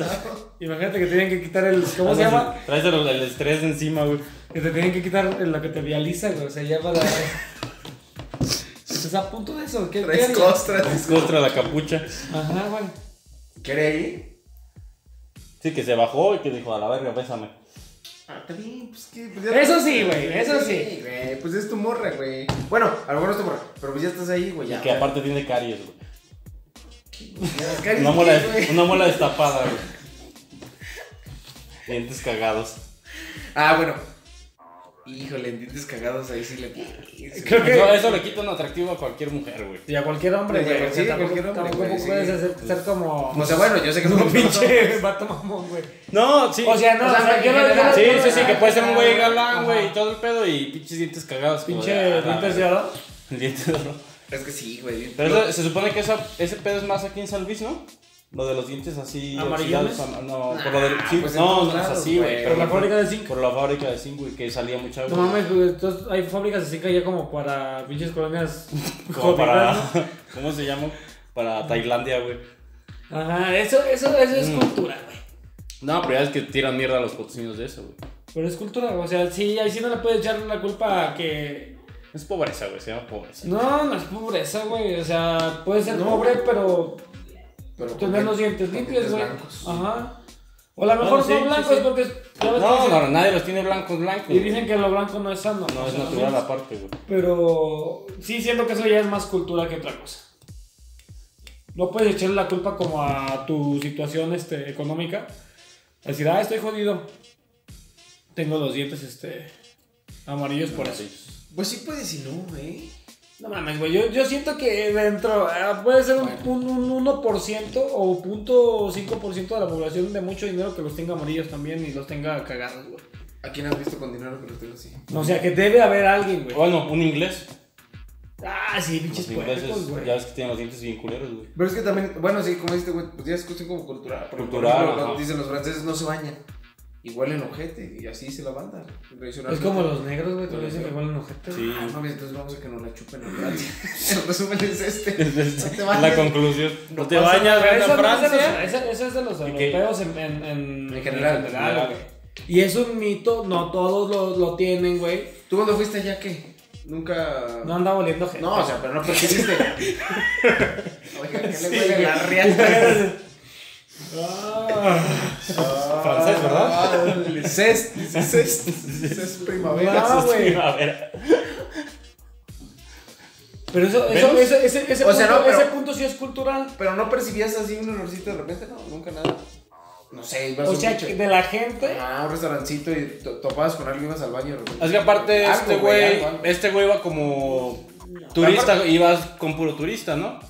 [SPEAKER 9] Imagínate que te tienen que quitar el. ¿Cómo se
[SPEAKER 4] Andas-
[SPEAKER 9] llama?
[SPEAKER 4] Traes el, el estrés encima, güey.
[SPEAKER 9] Que te tienen que quitar lo que te vializa, güey. O sea, ya
[SPEAKER 1] [laughs]
[SPEAKER 9] para. Pues, Estás a punto de eso. ¿Qué, qué
[SPEAKER 1] Tres
[SPEAKER 9] harías?
[SPEAKER 1] costras.
[SPEAKER 4] Es contra la capucha.
[SPEAKER 9] Ajá, güey.
[SPEAKER 1] ¿Cree?
[SPEAKER 4] Sí, que se bajó y que dijo, a la verga, pésame.
[SPEAKER 1] Ah, está bien, pues que. pues ya-
[SPEAKER 9] Eso sí, güey. Eso sí.
[SPEAKER 1] güey, pues es tu morra, güey. Bueno, a lo mejor no es tu morra, pero pues ya estás ahí, güey.
[SPEAKER 4] Y
[SPEAKER 1] Ya,
[SPEAKER 4] que aparte tiene caries, güey.
[SPEAKER 1] Las caries,
[SPEAKER 4] Una muela,
[SPEAKER 1] güey.
[SPEAKER 4] una muela destapada, güey. Dientes cagados.
[SPEAKER 1] Ah, bueno. Híjole, en dientes cagados ahí sí le tienes.
[SPEAKER 9] Creo que-
[SPEAKER 4] Eso, eso le quita un atractivo a cualquier mujer, güey.
[SPEAKER 9] Y a cualquier hombre,
[SPEAKER 1] Sí,
[SPEAKER 9] güey. o sea,
[SPEAKER 1] Pues, sí,
[SPEAKER 9] tampoco-
[SPEAKER 1] cualquier hombre,
[SPEAKER 9] Tampoco
[SPEAKER 1] güey, sí. Pues,
[SPEAKER 9] puedes hacer, ser como.
[SPEAKER 1] O sea, bueno, yo sé que es
[SPEAKER 2] [laughs]
[SPEAKER 9] un pinche vato mamón, güey.
[SPEAKER 4] No, sí.
[SPEAKER 9] O sea, no,
[SPEAKER 1] O sea,
[SPEAKER 9] o sea, yo no- yo no-
[SPEAKER 4] Sí,
[SPEAKER 9] yo no-
[SPEAKER 4] sí, sí, que puede ser un güey galán,
[SPEAKER 9] Ajá.
[SPEAKER 4] güey, y todo el pedo, y pinches dientes cagados. como
[SPEAKER 9] Pinche
[SPEAKER 4] de, ah,
[SPEAKER 9] dientes de
[SPEAKER 4] la-
[SPEAKER 9] oro.
[SPEAKER 4] [laughs] Dientes de oro.
[SPEAKER 1] Es que sí, güey.
[SPEAKER 4] Pero eso- se supone que esa- ese pedo es más aquí en San Luis, ¿no? Lo de los dientes así.
[SPEAKER 2] ¿Amarillones?
[SPEAKER 4] oxidados, am- No, por lo del. Sí,
[SPEAKER 1] pues en
[SPEAKER 4] no,
[SPEAKER 1] todos
[SPEAKER 4] no es
[SPEAKER 1] lados,
[SPEAKER 4] así,
[SPEAKER 1] güey.
[SPEAKER 4] güey.
[SPEAKER 1] Por
[SPEAKER 4] pero
[SPEAKER 2] la fábrica de zinc.
[SPEAKER 4] Por la fábrica de zinc, güey, que salía mucha
[SPEAKER 2] No
[SPEAKER 4] agua.
[SPEAKER 2] mames, güey, entonces hay fábricas así que ya como para pinches colonias
[SPEAKER 4] [laughs] Como
[SPEAKER 2] jodidas,
[SPEAKER 4] para.
[SPEAKER 2] ¿no?
[SPEAKER 4] [laughs] ¿Cómo se llama? Para Tailandia, güey.
[SPEAKER 2] Ajá, eso, eso, eso es
[SPEAKER 4] Mm.
[SPEAKER 2] cultura, güey.
[SPEAKER 4] No, pero ya es que tiran mierda a los potosinos de eso, güey.
[SPEAKER 2] Pero es cultura, o sea, sí, ahí sí no le puedes echar la culpa a que
[SPEAKER 4] Es pobreza, güey, se llama pobreza.
[SPEAKER 2] No, no es pobreza, güey. O sea, puedes ser pobre, pero
[SPEAKER 1] Pero
[SPEAKER 2] tener los dientes
[SPEAKER 1] con
[SPEAKER 2] limpios,
[SPEAKER 1] dientes
[SPEAKER 2] güey.
[SPEAKER 1] blancos.
[SPEAKER 2] Ajá. O a lo mejor
[SPEAKER 4] Bueno, sí,
[SPEAKER 2] son
[SPEAKER 4] sí,
[SPEAKER 2] blancos
[SPEAKER 4] sí.
[SPEAKER 2] porque. ya ves que
[SPEAKER 4] No,
[SPEAKER 2] dicen-
[SPEAKER 4] no, nadie los tiene blancos, blancos.
[SPEAKER 2] Y dicen que lo blanco no es sano.
[SPEAKER 4] No,
[SPEAKER 2] o
[SPEAKER 4] es
[SPEAKER 2] sea,
[SPEAKER 4] natural
[SPEAKER 2] mames.
[SPEAKER 4] aparte, güey.
[SPEAKER 2] Pero sí siento que eso ya es más cultura que otra cosa. No puedes echarle la culpa como a tu situación este, económica. Decir, ah, estoy jodido. Tengo los dientes este, amarillos por eso.
[SPEAKER 1] Pues sí puedes y no, ¿eh?
[SPEAKER 2] No mames, güey. Yo, yo siento que dentro ah, puede ser un, un- un 1% o 0.5% de la población de mucho dinero que los tenga amarillos también y los tenga cagados, güey.
[SPEAKER 1] ¿A quién has visto con dinero que lo tengo así?
[SPEAKER 2] O sea, que debe haber alguien, güey.
[SPEAKER 4] Bueno, un inglés.
[SPEAKER 2] Ah, sí, pinches
[SPEAKER 4] Los ingleses,
[SPEAKER 2] puercos, güey.
[SPEAKER 4] ya ves que tienen los dientes bien culeros,
[SPEAKER 2] [laughs]
[SPEAKER 4] güey.
[SPEAKER 1] Pero es que también, bueno, sí, como dices, güey, pues ya es cuestión como cultural. Porque,
[SPEAKER 4] Cultural,
[SPEAKER 1] Por ejemplo,
[SPEAKER 4] ajá.
[SPEAKER 1] dicen los franceses no se bañan. Igual en ojete, y así se la banda.
[SPEAKER 2] Es como los negros, güey. Tú le dices que huelen ojete.
[SPEAKER 4] Sí.
[SPEAKER 1] Ah, mames, entonces vamos a que nos la chupen en Francia. [laughs] El resumen es este. No te
[SPEAKER 4] La
[SPEAKER 1] bañes.
[SPEAKER 4] conclusión. No, te
[SPEAKER 1] pasa-
[SPEAKER 4] bañas,
[SPEAKER 2] Pero
[SPEAKER 4] vete
[SPEAKER 2] eso,
[SPEAKER 4] a
[SPEAKER 2] no es de los-
[SPEAKER 4] Francia.
[SPEAKER 2] ese- eso es de los
[SPEAKER 4] ¿Y qué?
[SPEAKER 2] europeos en, en, en,
[SPEAKER 1] En general,
[SPEAKER 2] en
[SPEAKER 4] en
[SPEAKER 2] güey. Y es un mito, no todos lo, lo tienen, güey.
[SPEAKER 1] ¿Tú cuando fuiste allá qué? Nunca.
[SPEAKER 2] No anda oliendo gente.
[SPEAKER 1] No, o sea, pero no perteneciste. [laughs] Oiga, ¿qué le huele
[SPEAKER 2] güey.
[SPEAKER 1] la riata?
[SPEAKER 4] [laughs]
[SPEAKER 2] Ah.
[SPEAKER 4] Francés, ¿verdad?
[SPEAKER 1] Cest, cest, Ah, cest primavera.
[SPEAKER 2] Ah, güey.
[SPEAKER 4] A ver.
[SPEAKER 2] Pero eso, eso,
[SPEAKER 4] ¿Vemos?
[SPEAKER 2] ese, ese, ese
[SPEAKER 1] O sea,
[SPEAKER 2] punto,
[SPEAKER 1] no, pero-
[SPEAKER 2] ese punto sí es cultural.
[SPEAKER 1] Pero no percibías así un olorcito de repente, no, nunca nada. No sé, ibas a
[SPEAKER 2] O
[SPEAKER 1] un
[SPEAKER 2] sea,
[SPEAKER 1] pinche-
[SPEAKER 2] que de la gente.
[SPEAKER 1] Ah, un restaurancito y to- topabas con alguien, ibas al baño y de repente.
[SPEAKER 4] Es que aparte
[SPEAKER 1] Algo,
[SPEAKER 4] este güey,
[SPEAKER 1] algo, algo.
[SPEAKER 4] este güey iba como turista, ibas con puro turista, ¿no?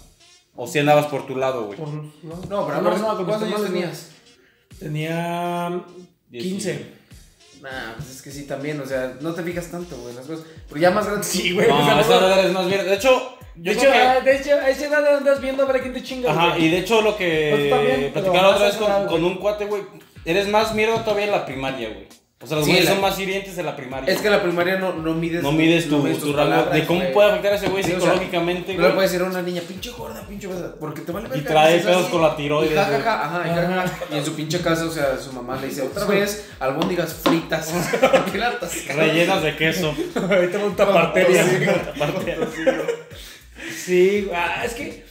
[SPEAKER 4] O si andabas por tu lado, güey.
[SPEAKER 1] No, este pero
[SPEAKER 2] No,
[SPEAKER 1] aparte,
[SPEAKER 2] no,
[SPEAKER 1] ¿cuántos
[SPEAKER 2] con los
[SPEAKER 1] años
[SPEAKER 2] tamales,
[SPEAKER 1] tenías?
[SPEAKER 2] Tenía 15.
[SPEAKER 4] Diecinueve.
[SPEAKER 1] Nah, pues es que sí, también, o sea, no te fijas tanto, güey, las cosas. Pero ya más grande. [laughs] Sí,
[SPEAKER 2] güey. o sea,
[SPEAKER 4] No,
[SPEAKER 2] no-
[SPEAKER 4] esa edad es más bien. De hecho,
[SPEAKER 2] De
[SPEAKER 4] yo
[SPEAKER 2] hecho,
[SPEAKER 4] creo que-
[SPEAKER 2] ah, de hecho, a esa edad andas viendo a ver a quién te chingas.
[SPEAKER 4] Ajá,
[SPEAKER 2] güey.
[SPEAKER 4] y de hecho lo
[SPEAKER 2] Pues
[SPEAKER 4] que
[SPEAKER 2] también, pero
[SPEAKER 4] platicaba la otra
[SPEAKER 2] más
[SPEAKER 4] vez con,
[SPEAKER 2] edad,
[SPEAKER 4] con un cuate, güey, eres más mierda todavía en la primaria, güey. O sea, los
[SPEAKER 1] Sí,
[SPEAKER 4] güeyes
[SPEAKER 1] la-
[SPEAKER 4] son más hirientes en la primaria.
[SPEAKER 1] Es que la primaria no, no mides.
[SPEAKER 4] no mides tu,
[SPEAKER 1] no mides
[SPEAKER 4] tu
[SPEAKER 1] tus
[SPEAKER 4] rango
[SPEAKER 1] palabras,
[SPEAKER 4] de cómo
[SPEAKER 1] güey.
[SPEAKER 4] puede afectar a ese güey
[SPEAKER 1] Sí, o sea, No
[SPEAKER 4] psicológicamente,
[SPEAKER 1] le
[SPEAKER 4] güey.
[SPEAKER 1] puedes decir a una niña, pinche gorda, pinche gorda, porque te vale
[SPEAKER 4] Y
[SPEAKER 1] verga,
[SPEAKER 4] trae
[SPEAKER 1] dices
[SPEAKER 4] pedos
[SPEAKER 1] así,
[SPEAKER 4] con la tiroides,
[SPEAKER 1] Y, ja, ja,
[SPEAKER 4] güey.
[SPEAKER 1] ja, ajá, y, ja, ja, ja. Y en su pinche casa, o sea, su mamá le dice, otra vez, albóndigas
[SPEAKER 4] [laughs]
[SPEAKER 1] fritas. [laughs] ¿Qué latas?
[SPEAKER 4] Rellenas de queso.
[SPEAKER 2] [laughs] Ahí tengo un [laughs] taparteria.
[SPEAKER 4] [laughs] Aparte,
[SPEAKER 2] Sí, güey. Ah, es que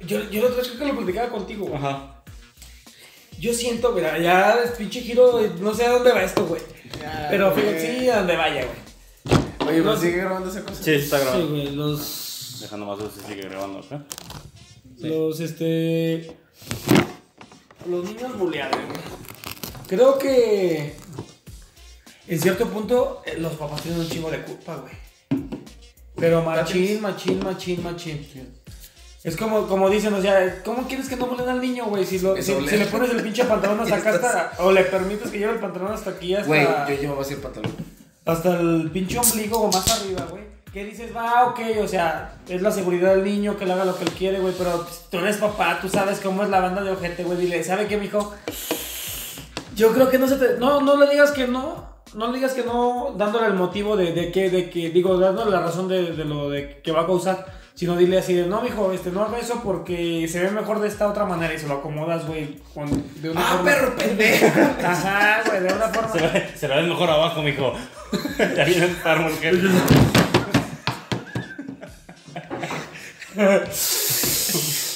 [SPEAKER 2] yo, yo la otra vez creo que lo platicaba contigo, güey.
[SPEAKER 4] Ajá.
[SPEAKER 2] Yo siento, mira, ya es pinche giro, no sé a dónde va esto, güey.
[SPEAKER 1] Ah,
[SPEAKER 2] Pero fíjate, sí, a dónde vaya, güey.
[SPEAKER 1] Oye,
[SPEAKER 2] No
[SPEAKER 1] pero
[SPEAKER 2] sé.
[SPEAKER 1] sigue grabando esa cosa.
[SPEAKER 4] Sí, está
[SPEAKER 2] Sí,
[SPEAKER 4] grabando.
[SPEAKER 2] güey, los.
[SPEAKER 4] Dejando más si sigue grabando acá.
[SPEAKER 2] Los, este. Los niños buleados, güey. Creo que. En cierto punto, eh, los papás tienen un chingo de culpa, güey.
[SPEAKER 10] Pero machín.
[SPEAKER 2] Machín, machín, machín, machín. Es como, como dicen, o sea, ¿cómo quieres que no molen al niño, güey? Si, lo-
[SPEAKER 1] Es
[SPEAKER 2] si,
[SPEAKER 1] doble.
[SPEAKER 2] si le pones el pinche pantalón hasta acá,
[SPEAKER 1] Estás-
[SPEAKER 2] hasta, o le permites que lleve el pantalón hasta aquí, hasta,
[SPEAKER 1] Güey, yo llevaba así el pantalón.
[SPEAKER 2] hasta el pinche ombligo o más arriba, güey. ¿Qué dices? Va, ok, o sea, es la seguridad del niño, que le haga lo que él quiere, güey, pero pues, tú eres papá, tú sabes cómo es la banda de ojete, güey. Dile, ¿sabe qué, mijo? Yo creo que no se te... No, no le digas que no. No le digas que no dándole el motivo de, de que, de que, digo, dándole la razón de, de lo de que va a causar, sino dile así de, no, mijo, este, no haga eso porque se ve mejor de esta otra manera y se lo acomodas, güey, con, de una
[SPEAKER 1] ¡Ah,
[SPEAKER 2] forma...
[SPEAKER 1] perro pendejo! [laughs]
[SPEAKER 2] Ajá, güey, de una forma...
[SPEAKER 4] Se ve, [laughs] se la ves mejor abajo, mijo. [laughs] ya viene el árbol que.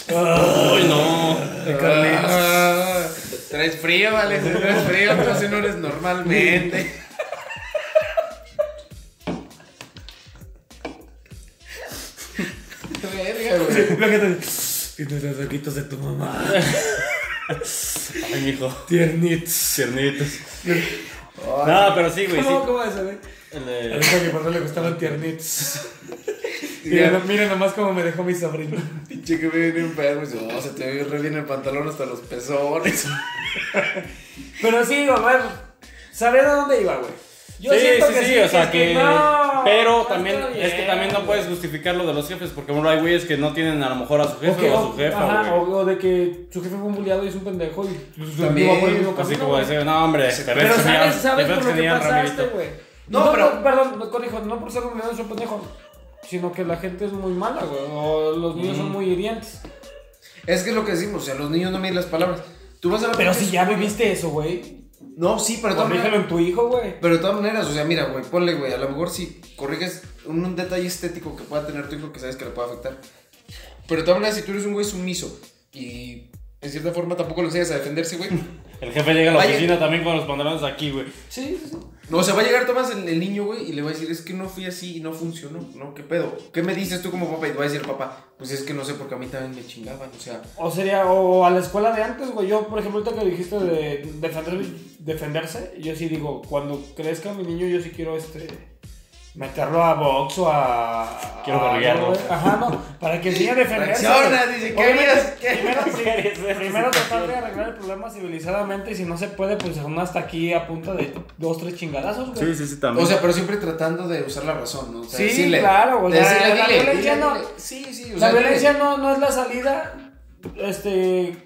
[SPEAKER 4] Uy, no.
[SPEAKER 1] Ah, traes frío, vale, si traes frío, tú así no eres normalmente. Verga, güey.
[SPEAKER 11] Tienes los ojitos de tu mamá.
[SPEAKER 4] Ay, mijo.
[SPEAKER 11] Tiernitos.
[SPEAKER 4] Ciernitos. No, pero sí, güey. Sí.
[SPEAKER 2] ¿Cómo, cómo es, güey?
[SPEAKER 4] El de-
[SPEAKER 11] A mí a mi papá le gustaban
[SPEAKER 4] [laughs]
[SPEAKER 11] tiernitos.
[SPEAKER 1] Ya,
[SPEAKER 11] Mira, mira nomás cómo me dejó mi sobrino.
[SPEAKER 1] Pinche que me viene enfermo. y dice, "Oh, se te ve re bien el pantalón hasta los pezones.
[SPEAKER 2] Pero sí, mamá, ¿sabes a dónde iba, güey? Yo
[SPEAKER 4] sí,
[SPEAKER 2] siento
[SPEAKER 4] sí,
[SPEAKER 2] que
[SPEAKER 4] sí, o sea que.
[SPEAKER 2] no,
[SPEAKER 4] pero
[SPEAKER 2] no
[SPEAKER 4] también,
[SPEAKER 2] está
[SPEAKER 4] es que
[SPEAKER 2] bien,
[SPEAKER 4] también no
[SPEAKER 2] güey.
[SPEAKER 4] puedes justificar lo de los jefes, porque bueno, hay güeyes que no tienen a lo mejor a su
[SPEAKER 2] O,
[SPEAKER 4] jefe
[SPEAKER 2] que,
[SPEAKER 4] o a su
[SPEAKER 2] o,
[SPEAKER 4] jefa,
[SPEAKER 2] ajá,
[SPEAKER 4] güey.
[SPEAKER 2] o, o de que su jefe fue un buleado y es un pendejo y pues, su
[SPEAKER 1] También,
[SPEAKER 2] amigo va por el mismo
[SPEAKER 4] Así
[SPEAKER 2] camino,
[SPEAKER 4] como
[SPEAKER 2] güey.
[SPEAKER 4] decir, no, hombre, te ves
[SPEAKER 2] Pero
[SPEAKER 4] genial,
[SPEAKER 2] sabes, sabes
[SPEAKER 4] te ves
[SPEAKER 2] por lo que
[SPEAKER 4] genial,
[SPEAKER 2] pasaste,
[SPEAKER 4] Ramirito.
[SPEAKER 2] güey.
[SPEAKER 1] No,
[SPEAKER 2] No,
[SPEAKER 1] pero-
[SPEAKER 2] no, perdón, no, corrijo, no por ser un buleado es un pendejo, sino que la gente es muy mala, güey, o los niños son muy hirientes.
[SPEAKER 1] Es que es lo que decimos, o sea, los niños no miden las palabras. Tú vas a la
[SPEAKER 2] Pero
[SPEAKER 1] pinche
[SPEAKER 2] si ya
[SPEAKER 1] escuela-
[SPEAKER 2] viviste eso, güey,
[SPEAKER 1] No, sí, pero de todas
[SPEAKER 2] corrígelo
[SPEAKER 1] maneras.
[SPEAKER 2] en tu hijo, güey.
[SPEAKER 1] Pero de todas maneras, o sea, mira, güey, ponle, güey, a lo mejor si corriges un, un detalle estético que pueda tener tu hijo que sabes que le puede afectar. Pero de todas maneras, si tú eres un güey sumiso y en cierta forma tampoco lo enseñas a defenderse,
[SPEAKER 2] [laughs]
[SPEAKER 1] güey.
[SPEAKER 4] El jefe llega a la
[SPEAKER 1] Vaya.
[SPEAKER 4] oficina también con los pantalones aquí, güey.
[SPEAKER 2] Sí, sí, sí.
[SPEAKER 1] No, o sea, va a llegar Tomás el, el niño, güey, y le va a decir, es que no fui así y no funcionó, ¿no? ¿Qué pedo? ¿Qué me dices tú como papá? Y te va a decir, papá, pues es que no sé, porque a mí también me chingaban, o sea...
[SPEAKER 2] O sería, o a la escuela de antes, güey. Yo, por ejemplo, ahorita que dijiste de defender, defenderse, yo sí digo, cuando crezca mi niño, yo sí quiero este. Meterlo a box o a.
[SPEAKER 4] Quiero
[SPEAKER 2] a-
[SPEAKER 4] barrigarlo.
[SPEAKER 2] güey. Ajá, no. Para que enseñe a defenderse.
[SPEAKER 1] Reacciona,
[SPEAKER 2] güey.
[SPEAKER 1] dice, ¿qué
[SPEAKER 2] Obviamente,
[SPEAKER 1] harías? ¿Qué
[SPEAKER 2] Primero, sí,
[SPEAKER 4] harías?
[SPEAKER 2] primero tratar de arreglar el problema civilizadamente. Y si no se puede, pues aún hasta aquí a punta de dos, tres chingadazos, güey.
[SPEAKER 4] sí, sí,
[SPEAKER 1] O sea, pero siempre tratando de usar la razón, ¿no? O sea,
[SPEAKER 2] Sí, claro, güey, la-
[SPEAKER 1] decirle,
[SPEAKER 2] la
[SPEAKER 1] dile, dile,
[SPEAKER 2] violencia
[SPEAKER 1] dile.
[SPEAKER 2] no-
[SPEAKER 1] Sí, sí, o
[SPEAKER 2] La
[SPEAKER 1] sea, dile.
[SPEAKER 2] violencia no, no es la salida. Este.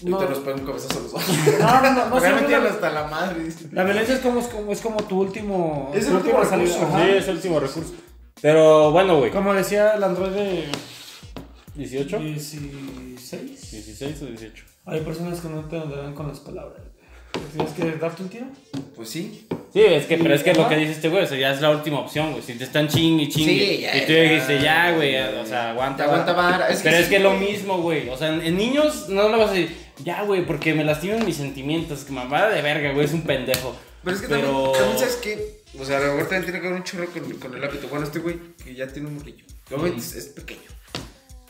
[SPEAKER 1] Y
[SPEAKER 2] No,
[SPEAKER 1] te los pega un cabezazo a los ojos.
[SPEAKER 2] no,
[SPEAKER 1] [laughs]
[SPEAKER 2] no, no, no siempre
[SPEAKER 1] Realmente
[SPEAKER 2] la-
[SPEAKER 1] hasta la madre. dice.
[SPEAKER 2] La violencia es como, es como, es como tu último.
[SPEAKER 1] Es el
[SPEAKER 2] tu
[SPEAKER 1] último
[SPEAKER 2] última
[SPEAKER 1] recurso,
[SPEAKER 2] salida,
[SPEAKER 4] Sí,
[SPEAKER 2] ajá.
[SPEAKER 4] es el último recurso. Pero bueno, güey.
[SPEAKER 2] Como decía el androide
[SPEAKER 4] 18,
[SPEAKER 2] 16.
[SPEAKER 4] 16 o 18.
[SPEAKER 2] Hay personas que no te andarán con las palabras. Tienes que darte un tiro.
[SPEAKER 1] Pues sí.
[SPEAKER 4] Sí, es que, pero es que
[SPEAKER 2] Ajá.
[SPEAKER 4] lo que dice este güey, o sea, ya es la última opción, güey. Si te están ching y ching.
[SPEAKER 1] Sí, ya,
[SPEAKER 4] y tú
[SPEAKER 1] ya.
[SPEAKER 4] dices, ya, güey, o sea, aguanta.
[SPEAKER 1] Te aguanta vara. Es
[SPEAKER 4] Es
[SPEAKER 1] que
[SPEAKER 4] pero
[SPEAKER 1] sí,
[SPEAKER 4] es que es lo
[SPEAKER 1] güey.
[SPEAKER 4] mismo, güey. O sea, en, en niños no le vas a decir, ya, güey, porque me lastiman mis sentimientos. Que mamada de verga, güey, es un pendejo.
[SPEAKER 1] Pero es que También, también sabes que. O sea, a lo mejor también tiene que ver un chorro con, con el hábito. Bueno, este güey que ya tiene un morrillo. Obviamente es, es pequeño.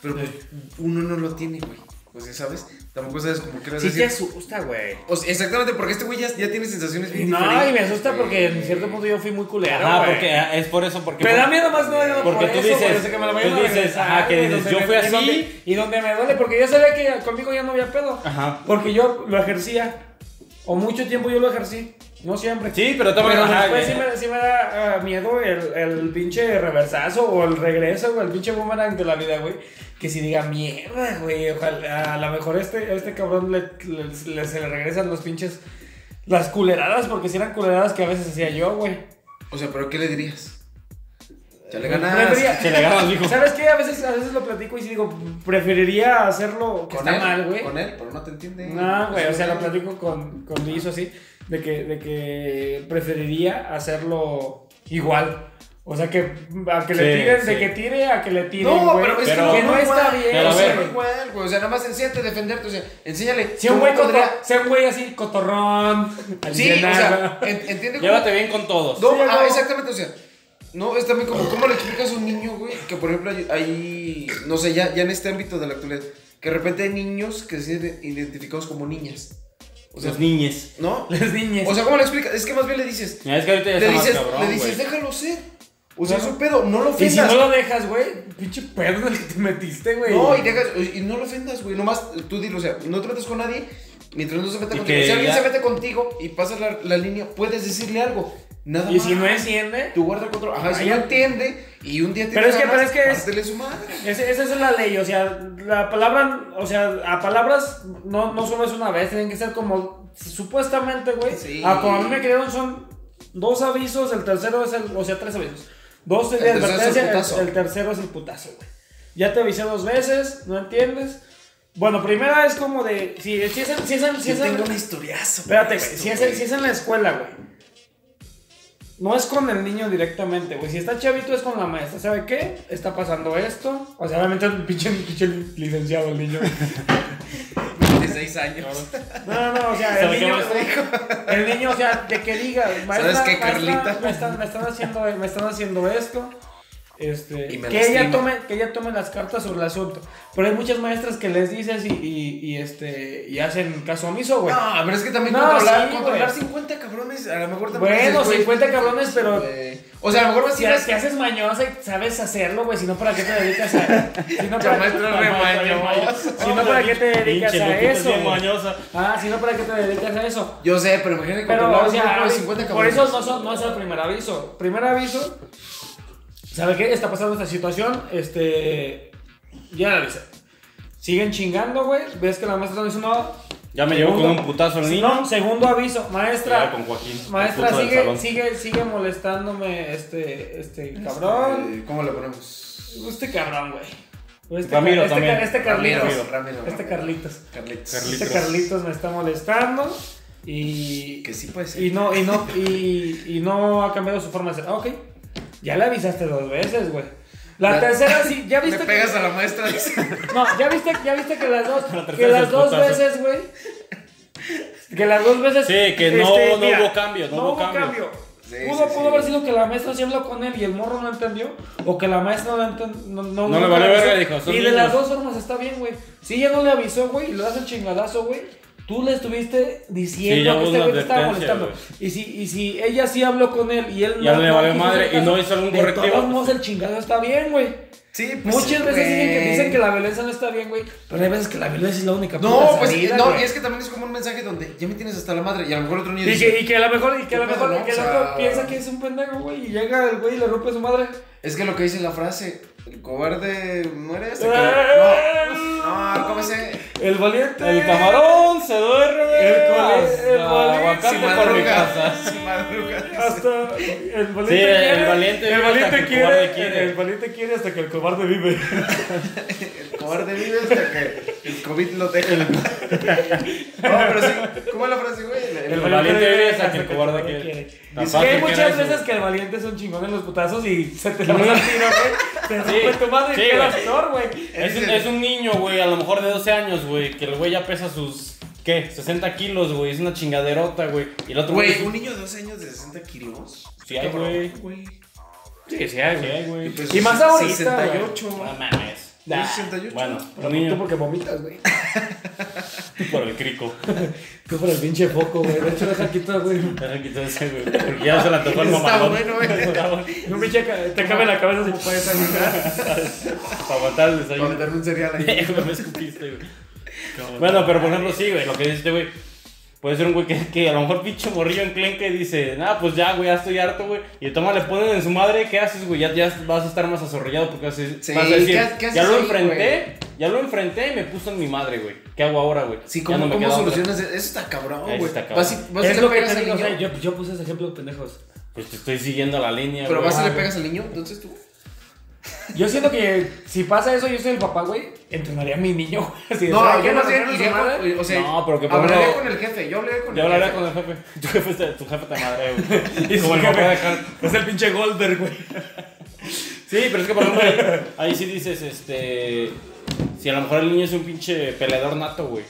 [SPEAKER 1] Pero pues, uno no lo tiene, güey. O sea, ¿sabes? Tampoco sabes cómo quieres
[SPEAKER 4] Sí te
[SPEAKER 1] decir.
[SPEAKER 4] asusta, güey.
[SPEAKER 1] O sea, exactamente, porque este güey ya, ya tiene sensaciones bien
[SPEAKER 2] No,
[SPEAKER 1] diferentes.
[SPEAKER 2] y me asusta porque en
[SPEAKER 1] güey.
[SPEAKER 2] cierto punto yo fui muy culero.
[SPEAKER 4] Ajá,
[SPEAKER 2] güey.
[SPEAKER 4] porque ah, es por eso, porque...
[SPEAKER 2] Me da miedo más no no,
[SPEAKER 4] Porque
[SPEAKER 2] por
[SPEAKER 4] tú
[SPEAKER 2] eso,
[SPEAKER 4] dices-
[SPEAKER 2] güey, o sea, que me lo vayan
[SPEAKER 4] tú
[SPEAKER 2] a
[SPEAKER 4] dices,
[SPEAKER 2] regresar,
[SPEAKER 4] ajá, que
[SPEAKER 2] güey,
[SPEAKER 4] dices,
[SPEAKER 2] donde
[SPEAKER 4] yo
[SPEAKER 2] me-
[SPEAKER 4] fui
[SPEAKER 2] y
[SPEAKER 4] así.
[SPEAKER 2] donde- Y donde me duele, porque yo sabía que conmigo ya no había pedo.
[SPEAKER 4] Ajá.
[SPEAKER 2] Porque yo lo ejercía. O mucho tiempo yo lo ejercí. No siempre.
[SPEAKER 4] Sí, pero toma- ajá,
[SPEAKER 2] después sí
[SPEAKER 4] güey.
[SPEAKER 2] me, sí me da ah, miedo el, el pinche reversazo o el regreso o el pinche boomerang de la vida, güey. Que si diga mierda, güey. Ojalá, a lo mejor este, a este cabrón le, le- le- se le regresan los pinches. Las culeradas, porque si eran culeradas que a veces hacía yo, güey.
[SPEAKER 1] O sea, ¿pero qué le dirías? Ya le
[SPEAKER 2] Me
[SPEAKER 1] ganas.
[SPEAKER 2] diría-
[SPEAKER 4] se le ganas, mijo.
[SPEAKER 2] ¿Sabes qué? A veces, a veces lo platico y sí digo, preferiría hacerlo que
[SPEAKER 1] Con
[SPEAKER 2] está
[SPEAKER 1] él,
[SPEAKER 2] mal, güey.
[SPEAKER 1] Con él, pero no te entiende.
[SPEAKER 2] No, güey, o sea, lo platico con, con Liz o así, de que, de que preferiría hacerlo igual. O sea, que a que le
[SPEAKER 4] Sí,
[SPEAKER 2] tiren, de
[SPEAKER 4] sí.
[SPEAKER 2] que tire a que le tiren,
[SPEAKER 1] No,
[SPEAKER 2] güey.
[SPEAKER 1] pero es que
[SPEAKER 4] Pero-
[SPEAKER 1] no,
[SPEAKER 2] que no está
[SPEAKER 1] igual,
[SPEAKER 2] bien.
[SPEAKER 4] Pero a
[SPEAKER 1] o sea,
[SPEAKER 4] ver.
[SPEAKER 1] no igual, güey. O sea, nada más enséñate a defenderte. O sea, enséñale.
[SPEAKER 2] Si un
[SPEAKER 1] cómo
[SPEAKER 2] güey, cotor-
[SPEAKER 1] podría-
[SPEAKER 2] sea un güey así, cotorrón,
[SPEAKER 1] Sí, o sea,
[SPEAKER 2] alienado.
[SPEAKER 1] en- entiende cómo.
[SPEAKER 4] Llévate bien con todos.
[SPEAKER 1] No,
[SPEAKER 2] Sí,
[SPEAKER 1] ah,
[SPEAKER 2] no.
[SPEAKER 1] exactamente, o sea. No, es también como, ¿cómo le explicas a un niño, güey? Que por ejemplo, hay- hay. No sé, ya, ya en este ámbito de la actualidad. Que de repente hay niños que se sienten identificados como niñas. O sea,
[SPEAKER 4] Los niñes.
[SPEAKER 1] ¿no?
[SPEAKER 2] [laughs] las niñas.
[SPEAKER 1] O sea, ¿cómo le explicas? Es que más bien le dices.
[SPEAKER 4] Mira, es que ahorita ya
[SPEAKER 1] Le
[SPEAKER 4] está más
[SPEAKER 1] dices,
[SPEAKER 4] cabrón,
[SPEAKER 1] le dices
[SPEAKER 4] güey.
[SPEAKER 1] déjalo ser. O sea, es un pedo, no lo
[SPEAKER 12] Y si
[SPEAKER 1] ofendas.
[SPEAKER 12] no lo dejas, güey, pinche pedo en el que te metiste, güey.
[SPEAKER 1] No, y dejas, y no lo ofendas, güey. Nomás tú dilo, o sea, no trates con nadie mientras no se meta
[SPEAKER 4] Y
[SPEAKER 1] contigo.
[SPEAKER 4] que
[SPEAKER 1] Si alguien
[SPEAKER 4] ya-
[SPEAKER 1] se mete contigo y pasa la, la línea, puedes decirle algo. Nada
[SPEAKER 12] Y si
[SPEAKER 1] más.
[SPEAKER 12] no enciende,
[SPEAKER 1] Tú guarda el control. Ajá, si
[SPEAKER 12] Ay,
[SPEAKER 1] no
[SPEAKER 12] ya-
[SPEAKER 1] entiende y un día te
[SPEAKER 2] Pero es que- pero es que es-
[SPEAKER 1] su madre.
[SPEAKER 2] Ese- esa es la ley, o sea, la palabra, o sea, a palabras no, no solo es una vez, tienen que ser como supuestamente, güey.
[SPEAKER 1] Sí.
[SPEAKER 2] A como a mí me creyeron son dos avisos, el tercero es el, o sea, tres avisos. Dos de
[SPEAKER 1] El tercero es el
[SPEAKER 2] advertencia, el,
[SPEAKER 1] putazo.
[SPEAKER 2] el tercero es el putazo, güey. Ya te avisé dos veces, ¿no entiendes? Bueno, primera es como de, si, si es en, si es en- si es en-
[SPEAKER 1] historiazo.
[SPEAKER 2] Espérate, güey. Si es, en- si es en la escuela, güey. No es con el niño directamente, güey. Si está chavito es con la maestra. ¿Sabe qué? Está pasando esto. O sea, obviamente el pinche, pinche licenciado el niño.
[SPEAKER 1] 16 años.
[SPEAKER 2] No, no, no, o sea,
[SPEAKER 4] ¿Sabe
[SPEAKER 2] el
[SPEAKER 4] qué,
[SPEAKER 2] niño, el niño, o sea, de que diga, maestra,
[SPEAKER 1] qué,
[SPEAKER 2] maestra,
[SPEAKER 1] Carlita?
[SPEAKER 2] me, están, me están haciendo, me están haciendo esto. Este,
[SPEAKER 1] Y me
[SPEAKER 2] que, ella
[SPEAKER 1] lastima.
[SPEAKER 2] tome, que ella tome las cartas sobre el asunto. Pero hay muchas maestras que les dices y, y- y, este, y hacen caso omiso, güey.
[SPEAKER 1] No, pero es que también
[SPEAKER 2] No,
[SPEAKER 1] controlar,
[SPEAKER 2] sí,
[SPEAKER 1] controlar
[SPEAKER 2] güey.
[SPEAKER 1] 50 cabrones, a lo mejor también.
[SPEAKER 2] Bueno,
[SPEAKER 1] dices, güey,
[SPEAKER 2] 50 cabrones, pero-
[SPEAKER 1] güey. O sea, a lo mejor vas a
[SPEAKER 2] Si,
[SPEAKER 1] ir
[SPEAKER 2] ha- si
[SPEAKER 1] a
[SPEAKER 2] haces mañosa y sabes hacerlo, güey, si no, ¿para qué te dedicas a...?
[SPEAKER 4] [laughs]
[SPEAKER 2] Si no, ¿para,
[SPEAKER 1] maestro
[SPEAKER 2] Ah,
[SPEAKER 1] remañoso.
[SPEAKER 2] maestro remañoso. Si no, ¿para qué te dedicas
[SPEAKER 4] Pinche
[SPEAKER 2] a
[SPEAKER 4] Lupita es
[SPEAKER 2] eso?
[SPEAKER 4] bien
[SPEAKER 2] güey?
[SPEAKER 4] mañosa.
[SPEAKER 2] Ah, si no, ¿para qué te dedicas a eso?
[SPEAKER 1] Yo sé, pero imagínate
[SPEAKER 2] Pero,
[SPEAKER 1] controlar
[SPEAKER 2] o
[SPEAKER 1] un grupo
[SPEAKER 2] sea, pues,
[SPEAKER 1] de 50
[SPEAKER 2] por
[SPEAKER 1] cabrones.
[SPEAKER 2] eso no, son- no es el primer aviso. Primer aviso, ¿sabes qué? Está pasando esta situación, este... Ya la avisé. Siguen chingando, güey. Ves que la maestra no dice no.
[SPEAKER 4] Ya me llevo con
[SPEAKER 2] Segundo-
[SPEAKER 4] un putazo el niño.
[SPEAKER 2] No, segundo aviso. Maestra,
[SPEAKER 4] Ya, con Joaquín, el
[SPEAKER 2] maestra,
[SPEAKER 4] puto del
[SPEAKER 2] sigue,
[SPEAKER 4] salón.
[SPEAKER 2] sigue, sigue molestándome este, este cabrón.
[SPEAKER 1] Eh, ¿Cómo le ponemos?
[SPEAKER 2] Este cabrón, güey. O Este,
[SPEAKER 4] Ramiro
[SPEAKER 2] este,
[SPEAKER 4] también.
[SPEAKER 2] Este Carlitos.
[SPEAKER 1] Ramiro, Ramiro.
[SPEAKER 2] Este Carlitos.
[SPEAKER 1] Carlitos.
[SPEAKER 4] Carlitos.
[SPEAKER 2] Este Carlitos me está molestando. Y.
[SPEAKER 1] Que sí puede ser.
[SPEAKER 2] Y no, y no, y, y no ha cambiado su forma de ser. Ah, ok. Ya le avisaste dos veces, güey. La,
[SPEAKER 1] La-
[SPEAKER 2] tercera sí,
[SPEAKER 1] [laughs]
[SPEAKER 2] ya
[SPEAKER 1] Le
[SPEAKER 2] viste.
[SPEAKER 1] pegas
[SPEAKER 2] que,
[SPEAKER 1] a la maestra. dice.
[SPEAKER 2] No, ya viste, ya viste que las
[SPEAKER 4] [laughs]
[SPEAKER 2] dos.
[SPEAKER 4] tercera
[SPEAKER 2] que las
[SPEAKER 4] es
[SPEAKER 2] dos
[SPEAKER 4] putazo.
[SPEAKER 2] veces, güey. Que las dos veces. este,
[SPEAKER 4] Sí, que no- no hubo cambio, no hubo cambio.
[SPEAKER 1] Sí,
[SPEAKER 2] pudo
[SPEAKER 1] sí,
[SPEAKER 2] pudo
[SPEAKER 1] sí.
[SPEAKER 2] haber sido que la maestra sí habló con él y el morro no entendió. O que la maestra no entendió. No, no,
[SPEAKER 4] No le valió verga, dijo, son
[SPEAKER 2] Y de las
[SPEAKER 4] niños.
[SPEAKER 2] dos formas está bien, güey. Si ella no le avisó, güey, y le das el chingadazo, güey. Tú le estuviste
[SPEAKER 4] Sí, ya
[SPEAKER 2] diciendo que
[SPEAKER 4] hubo
[SPEAKER 2] este
[SPEAKER 4] una
[SPEAKER 2] güey te estaba
[SPEAKER 4] advertencia,
[SPEAKER 2] molestando. Y si, y si ella sí habló con él y él
[SPEAKER 4] Ya le valió
[SPEAKER 2] quiso
[SPEAKER 4] madre
[SPEAKER 2] hacer
[SPEAKER 4] y no hizo algún
[SPEAKER 2] de
[SPEAKER 4] correctivo.
[SPEAKER 2] todos modos el chingadazo está bien, güey.
[SPEAKER 1] Sí, pues
[SPEAKER 2] Muchas
[SPEAKER 1] sí,
[SPEAKER 2] veces dicen que,
[SPEAKER 1] güey.
[SPEAKER 2] dicen que la violencia no está bien, güey. Pero hay veces que la violencia es la única
[SPEAKER 1] No,
[SPEAKER 2] puta
[SPEAKER 1] pues
[SPEAKER 2] salida,
[SPEAKER 1] no,
[SPEAKER 2] güey.
[SPEAKER 1] y es que también es como un mensaje donde ya me tienes hasta la madre y a lo mejor otro niño
[SPEAKER 2] Y que, y que a lo mejor, y que a lo
[SPEAKER 1] ¿Qué pedo,
[SPEAKER 2] mejor,
[SPEAKER 1] no?
[SPEAKER 2] que el
[SPEAKER 1] O sea-
[SPEAKER 2] otro piensa que es un pendejo, güey, y llega el güey y le rompe su madre.
[SPEAKER 1] Es que lo que dice la frase, el cobarde muere hasta
[SPEAKER 2] Eh, [laughs]
[SPEAKER 1] que... No, no, ¿cómo se...?
[SPEAKER 2] El valiente.
[SPEAKER 4] El camarón se duerme.
[SPEAKER 2] El cole-
[SPEAKER 4] hasta
[SPEAKER 2] el valiente.
[SPEAKER 4] aguacate
[SPEAKER 1] Sin
[SPEAKER 4] por mi
[SPEAKER 1] madruga.
[SPEAKER 4] casa.
[SPEAKER 1] Sin madruga.
[SPEAKER 2] Hasta el valiente
[SPEAKER 4] Sí, el
[SPEAKER 2] quiere,
[SPEAKER 4] valiente
[SPEAKER 2] el
[SPEAKER 4] vive hasta
[SPEAKER 2] valiente
[SPEAKER 4] que el
[SPEAKER 2] quiere,
[SPEAKER 4] cobarde quiere.
[SPEAKER 2] el valiente quiere hasta que el cobarde vive.
[SPEAKER 1] El cobarde vive hasta que el COVID lo deje. No, pero sí, ¿cómo es la frase, güey? El-
[SPEAKER 4] El
[SPEAKER 1] el-
[SPEAKER 4] valiente vive hasta que el cobarde quiere.
[SPEAKER 2] Es que
[SPEAKER 4] Tampoco
[SPEAKER 2] hay muchas
[SPEAKER 4] quiere
[SPEAKER 2] veces
[SPEAKER 4] eso.
[SPEAKER 2] que el valiente es un chingón en los putazos y se te lanza el tiro, [laughs] güey. Te rompe tu madre
[SPEAKER 4] sí,
[SPEAKER 2] y quedas
[SPEAKER 4] güey.
[SPEAKER 2] peor, güey.
[SPEAKER 4] Es un, es un niño, güey, a lo mejor de 12 años, güey, que el güey ya pesa sus, ¿qué? 60 kilos, güey, es una chingaderota, güey. Y el otro
[SPEAKER 1] Güey,
[SPEAKER 4] es-
[SPEAKER 1] un niño de 12 años de 60 kilos.
[SPEAKER 4] Sí hay, güey.
[SPEAKER 2] Sí, sí, hay,
[SPEAKER 4] Sí hay, güey.
[SPEAKER 1] Pues,
[SPEAKER 2] Y más ahorita,
[SPEAKER 1] 68,
[SPEAKER 4] No
[SPEAKER 1] güey.
[SPEAKER 4] mames.
[SPEAKER 1] Nah. 68.
[SPEAKER 4] Bueno,
[SPEAKER 2] Pero
[SPEAKER 4] un niño
[SPEAKER 2] tú porque vomitas, güey.
[SPEAKER 4] por el crico. [laughs]
[SPEAKER 2] Tú por el pinche foco, güey. De hecho, deja quitar, güey.
[SPEAKER 4] Deja que todo ese, güey, Porque ya se la tocó el
[SPEAKER 1] Está
[SPEAKER 4] mamalón.
[SPEAKER 1] bueno, eh. güey.
[SPEAKER 4] Está bueno.
[SPEAKER 2] No me checa, te cabe la cabeza si puedes ayudar.
[SPEAKER 4] [laughs] Para aguantar el
[SPEAKER 1] Para
[SPEAKER 4] desayuno.
[SPEAKER 1] meterme un
[SPEAKER 4] [laughs]
[SPEAKER 1] cereal
[SPEAKER 2] [laughs]
[SPEAKER 1] ahí.
[SPEAKER 4] Güey, me escupiste, güey. Bueno, pero por ejemplo, sí, güey, lo que dices, güey. Puede ser un güey que, que a lo mejor pinche morrillo enclenque y dice, nah, pues ya, güey, ya estoy harto, güey. Y toma, le ponen en su madre, ¿qué haces, güey? Ya, ya vas a estar más azorrillado porque vas a,
[SPEAKER 1] Sí,
[SPEAKER 4] vas a decir,
[SPEAKER 1] ¿qué ha- qué haces
[SPEAKER 4] ya lo
[SPEAKER 1] ahí,
[SPEAKER 4] enfrenté, ya lo enfrenté y me puso en mi madre, güey. ¿Qué hago ahora, güey?
[SPEAKER 1] Sí,
[SPEAKER 4] Ya
[SPEAKER 1] ¿cómo,
[SPEAKER 4] no me
[SPEAKER 1] cómo
[SPEAKER 4] queda otra".
[SPEAKER 1] solucionas eso? Eso está cabrón,
[SPEAKER 4] Eso
[SPEAKER 1] güey.
[SPEAKER 4] está cabrón.
[SPEAKER 1] Vas y, vas y
[SPEAKER 2] Es
[SPEAKER 1] le
[SPEAKER 2] lo que
[SPEAKER 1] pegas
[SPEAKER 2] te
[SPEAKER 1] al
[SPEAKER 2] digo, o
[SPEAKER 1] niño.
[SPEAKER 2] sea, yo, yo puse ese ejemplo de pendejos.
[SPEAKER 4] Pues te estoy siguiendo la línea,
[SPEAKER 1] Pero
[SPEAKER 4] güey.
[SPEAKER 1] vas y le pegas al niño, entonces tú.
[SPEAKER 2] Yo siento que si pasa eso, yo soy el papá, güey, entrenaría a mi niño, güey. Así de,
[SPEAKER 1] No,
[SPEAKER 2] ¿sabes qué?
[SPEAKER 1] yo más
[SPEAKER 2] Me
[SPEAKER 1] bien
[SPEAKER 2] rompen su
[SPEAKER 1] iría
[SPEAKER 2] madre.
[SPEAKER 1] con, o sea,
[SPEAKER 4] No, pero que por
[SPEAKER 1] hablaría
[SPEAKER 4] ejemplo-
[SPEAKER 1] con el jefe, yo hablaría con
[SPEAKER 4] Yo
[SPEAKER 1] el
[SPEAKER 4] hablaré
[SPEAKER 1] jefe.
[SPEAKER 4] con el jefe. [laughs] Tu jefe, te- tu jefe te madre,
[SPEAKER 1] [laughs]
[SPEAKER 4] güey.
[SPEAKER 2] Y
[SPEAKER 4] Como
[SPEAKER 2] su
[SPEAKER 4] el papá
[SPEAKER 2] jefe.
[SPEAKER 4] de Hulk.
[SPEAKER 2] Es el pinche Goldberg, güey.
[SPEAKER 4] Sí, pero es que
[SPEAKER 2] [laughs]
[SPEAKER 4] por ejemplo, ahí- ahí sí dices, este. Si a lo mejor el niño es un pinche peleador nato, güey.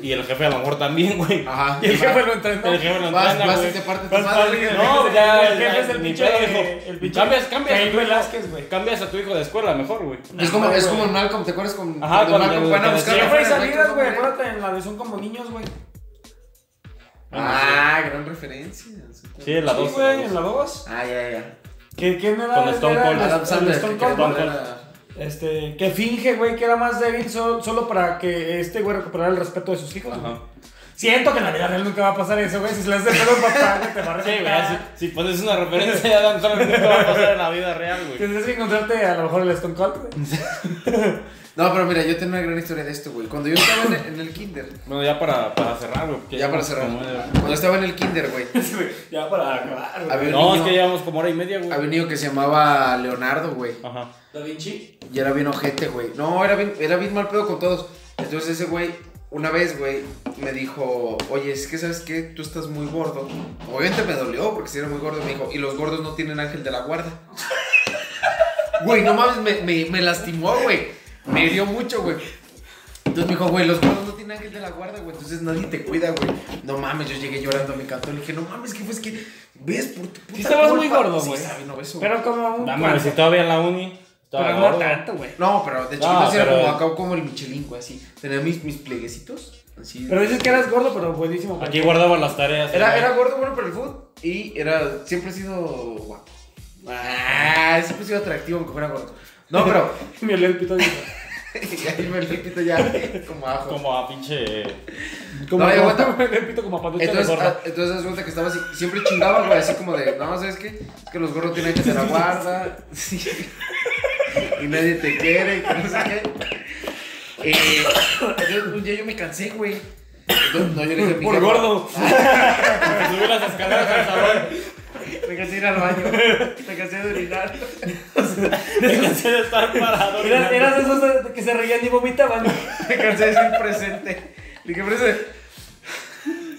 [SPEAKER 4] Y el jefe a lo mejor también, güey.
[SPEAKER 1] Ajá.
[SPEAKER 2] Y el jefe lo entrenó.
[SPEAKER 4] El jefe no
[SPEAKER 1] Vas-
[SPEAKER 4] entrena,
[SPEAKER 1] vas y
[SPEAKER 4] güey.
[SPEAKER 1] te parte tu
[SPEAKER 4] Vas-
[SPEAKER 1] madre,
[SPEAKER 4] vas y-
[SPEAKER 1] güey.
[SPEAKER 4] No, ya.
[SPEAKER 2] El jefe
[SPEAKER 4] ya,
[SPEAKER 2] es el
[SPEAKER 4] ni
[SPEAKER 2] pinche-
[SPEAKER 4] pedo, hijo.
[SPEAKER 2] el pinche
[SPEAKER 4] Cambias, cambias. a
[SPEAKER 2] Caín
[SPEAKER 4] tu hijo-
[SPEAKER 2] Velázquez, güey.
[SPEAKER 4] Cambias a tu hijo de escuela, mejor, güey.
[SPEAKER 1] Es como,
[SPEAKER 2] Ajá,
[SPEAKER 1] es
[SPEAKER 2] güey.
[SPEAKER 1] como en Malcolm, ¿te acuerdas con
[SPEAKER 4] Ajá,
[SPEAKER 1] de
[SPEAKER 4] cuando
[SPEAKER 1] Malcolm? Van a
[SPEAKER 4] el- cuando
[SPEAKER 1] buscar
[SPEAKER 4] decía,
[SPEAKER 1] la
[SPEAKER 2] Siempre hay
[SPEAKER 1] fuera del
[SPEAKER 2] salidas,
[SPEAKER 1] Malcolm,
[SPEAKER 2] güey.
[SPEAKER 1] ¿no?
[SPEAKER 2] Acuérdate en la de Son como niños, güey.
[SPEAKER 1] Ah, gran referencia.
[SPEAKER 4] Sí, en la
[SPEAKER 2] Sí,
[SPEAKER 4] dos.
[SPEAKER 2] güey, en la 2.
[SPEAKER 1] Ah, ya, ya.
[SPEAKER 2] Que quién era?
[SPEAKER 4] Con Stone
[SPEAKER 2] era
[SPEAKER 4] Cold.
[SPEAKER 2] el-
[SPEAKER 1] Adam
[SPEAKER 2] el
[SPEAKER 1] Sandler.
[SPEAKER 2] Stone
[SPEAKER 1] que quería
[SPEAKER 2] Cold.
[SPEAKER 1] poner a-
[SPEAKER 2] Este, que finge, güey, que era más débil so- solo para que este güey recuperara el respeto de sus hijos. güey.
[SPEAKER 4] Ajá.
[SPEAKER 2] Siento que en la vida real nunca va a pasar eso, güey. Si se le hace pedo al papá, güey, te va
[SPEAKER 4] Sí,
[SPEAKER 2] a
[SPEAKER 4] güey,
[SPEAKER 2] [laughs] reventar.
[SPEAKER 4] si, si pones una referencia de Adam Sandler, nunca va a pasar en la vida real, güey.
[SPEAKER 2] Tendrías que encontrarte a lo mejor el Stone Cold, güey.
[SPEAKER 1] No, pero mira, yo tengo una gran historia de esto, güey. Cuando yo estaba en el, en el kinder,
[SPEAKER 4] [laughs]
[SPEAKER 2] [laughs]
[SPEAKER 4] Bueno, ya para, para cerrar, güey. porque
[SPEAKER 1] ya para cerrar,
[SPEAKER 4] como era-
[SPEAKER 1] cuando estaba en el kinder, güey,
[SPEAKER 2] Ya para acabar, güey.
[SPEAKER 1] había un,
[SPEAKER 4] No, es
[SPEAKER 1] niño,
[SPEAKER 4] que llevamos como hora y media, güey.
[SPEAKER 1] había un niño que se llamaba Leonardo, güey.
[SPEAKER 4] Ajá.
[SPEAKER 3] Da Vinci.
[SPEAKER 1] Y era bien ojete, güey. No, era bien, era bien mal pedo con todos. Entonces ese güey, una vez, güey, me dijo, oye, es que sabes qué, tú estás muy gordo. Obviamente me dolió porque si era muy gordo, me dijo, y los gordos no tienen ángel de la guarda. [laughs] Güey, no mames, me, me, me lastimó, güey. Me hirió mucho, güey. Entonces me dijo, güey, los gordos no tienen ángel de la guarda, güey. Entonces nadie te cuida, güey. No mames, yo llegué llorando a mi canto. Le dije, no mames, que fue? Es que, ves, por tu puta
[SPEAKER 2] estabas muy
[SPEAKER 1] culpa".
[SPEAKER 2] gordo,
[SPEAKER 1] Sí,
[SPEAKER 2] güey.
[SPEAKER 1] sabe, no, eso,
[SPEAKER 2] Pero como un.
[SPEAKER 4] No mames, si todavía en la uni. estaba
[SPEAKER 2] Pero no
[SPEAKER 4] gordo.
[SPEAKER 2] tanto, güey.
[SPEAKER 1] No, pero de chiquito
[SPEAKER 4] No,
[SPEAKER 1] sí era
[SPEAKER 4] pero-
[SPEAKER 1] como acá como el Michelin, güey, así. Tenía mis, mis pleguecitos. Así.
[SPEAKER 2] Pero dices que eras gordo, pero buenísimo. güey.
[SPEAKER 4] Aquí guardaba las tareas.
[SPEAKER 1] Era,
[SPEAKER 4] güey.
[SPEAKER 1] era gordo, bueno para el fútbol y era. Siempre he sido guapo. Ah, siempre he sido atractivo aunque fuera gordo. No, pero.
[SPEAKER 2] [laughs]
[SPEAKER 1] [laughs]
[SPEAKER 2] Me olía el pito de
[SPEAKER 1] y ahí me repito ya como ajo.
[SPEAKER 4] Como a pinche.
[SPEAKER 2] Como
[SPEAKER 1] No, ya aguanta.
[SPEAKER 2] Me olía el pito como a panucha de
[SPEAKER 1] Entonces,
[SPEAKER 2] gorda.
[SPEAKER 1] ah, entonces das cuenta que estaba así, siempre chingaba, güey, así como de, no, ¿sabes qué? Es que los gordos tienen que hacer la
[SPEAKER 2] [laughs]
[SPEAKER 1] guarda, sí, y nadie te quiere, y que no sé qué. Eh, entonces, un día yo me cansé, güey. Entonces, no, yo le dije a mi
[SPEAKER 2] Por
[SPEAKER 1] jefa, [laughs]
[SPEAKER 2] gordo.
[SPEAKER 4] Que subí las escaleras al salón.
[SPEAKER 1] Me cansé de ir al baño, me cansé de orinar.
[SPEAKER 4] Me cansé de estar
[SPEAKER 1] ah,
[SPEAKER 4] parado.
[SPEAKER 2] Eras, eras de esos de- que se reían y vomitaban.
[SPEAKER 1] Me cansé de ser presente. Le dije, presente.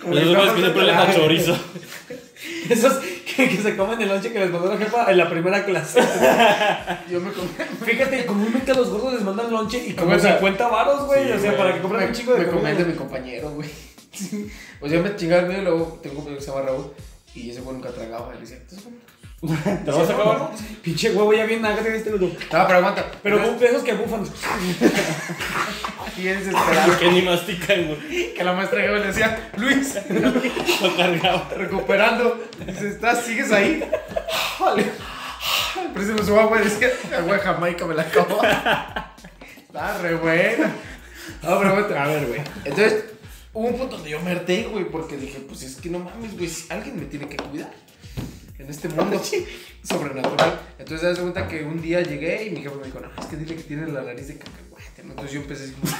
[SPEAKER 1] Como que
[SPEAKER 4] Esos güeyes que
[SPEAKER 1] estamos
[SPEAKER 4] siempre
[SPEAKER 1] en
[SPEAKER 4] les
[SPEAKER 1] la- [laughs]
[SPEAKER 4] da chorizo.
[SPEAKER 2] [laughs] Esos que, que se comen el lonche que les mandó la jefa en la primera clase.
[SPEAKER 1] [laughs] Yo me comí.
[SPEAKER 2] Fíjate, comúnmente a los gordos les mandan lonche y como
[SPEAKER 1] Aguanta.
[SPEAKER 2] 50 varos, güey.
[SPEAKER 4] Sí,
[SPEAKER 2] o sea,
[SPEAKER 4] güey.
[SPEAKER 2] para que compren
[SPEAKER 1] me,
[SPEAKER 2] un chingo de
[SPEAKER 1] me comí el
[SPEAKER 2] comida.
[SPEAKER 1] de mi compañero, güey. Sí. O sea, me chingaba el mío y luego tengo un compañero que se llama Raúl y ese güey nunca tragaba. Y le decía, "¿Estás gordo?".
[SPEAKER 4] ¿Te vas a acabar?
[SPEAKER 2] Pinche huevo, ya bien nada de este güey.
[SPEAKER 1] No, pero aguanta.
[SPEAKER 2] Pero
[SPEAKER 1] Entonces,
[SPEAKER 2] bu- de esos que bufan.
[SPEAKER 1] bien desesperado.
[SPEAKER 4] Que ni mastican, güey.
[SPEAKER 1] Que la maestra Gabo le decía, Luis,
[SPEAKER 4] Lo cargaba.
[SPEAKER 1] recuperando. Dice, ¿estás? ¿Sigues ahí? Vale. Pero se me subió agua y decía, agua de Jamaica me la acabó. Está re buena. No, pero aguanta. A ver, güey. Entonces, hubo un punto donde yo me harté, güey, porque dije, pues es que no mames, güey, si alguien me tiene que cuidar. En este
[SPEAKER 2] [laughs]
[SPEAKER 1] mundo sobrenatural. Entonces, te das cuenta que un día llegué y mi jefe me dijo, no, es que dile que tienes la nariz de cacahuate. ¿no? Entonces, yo empecé así como...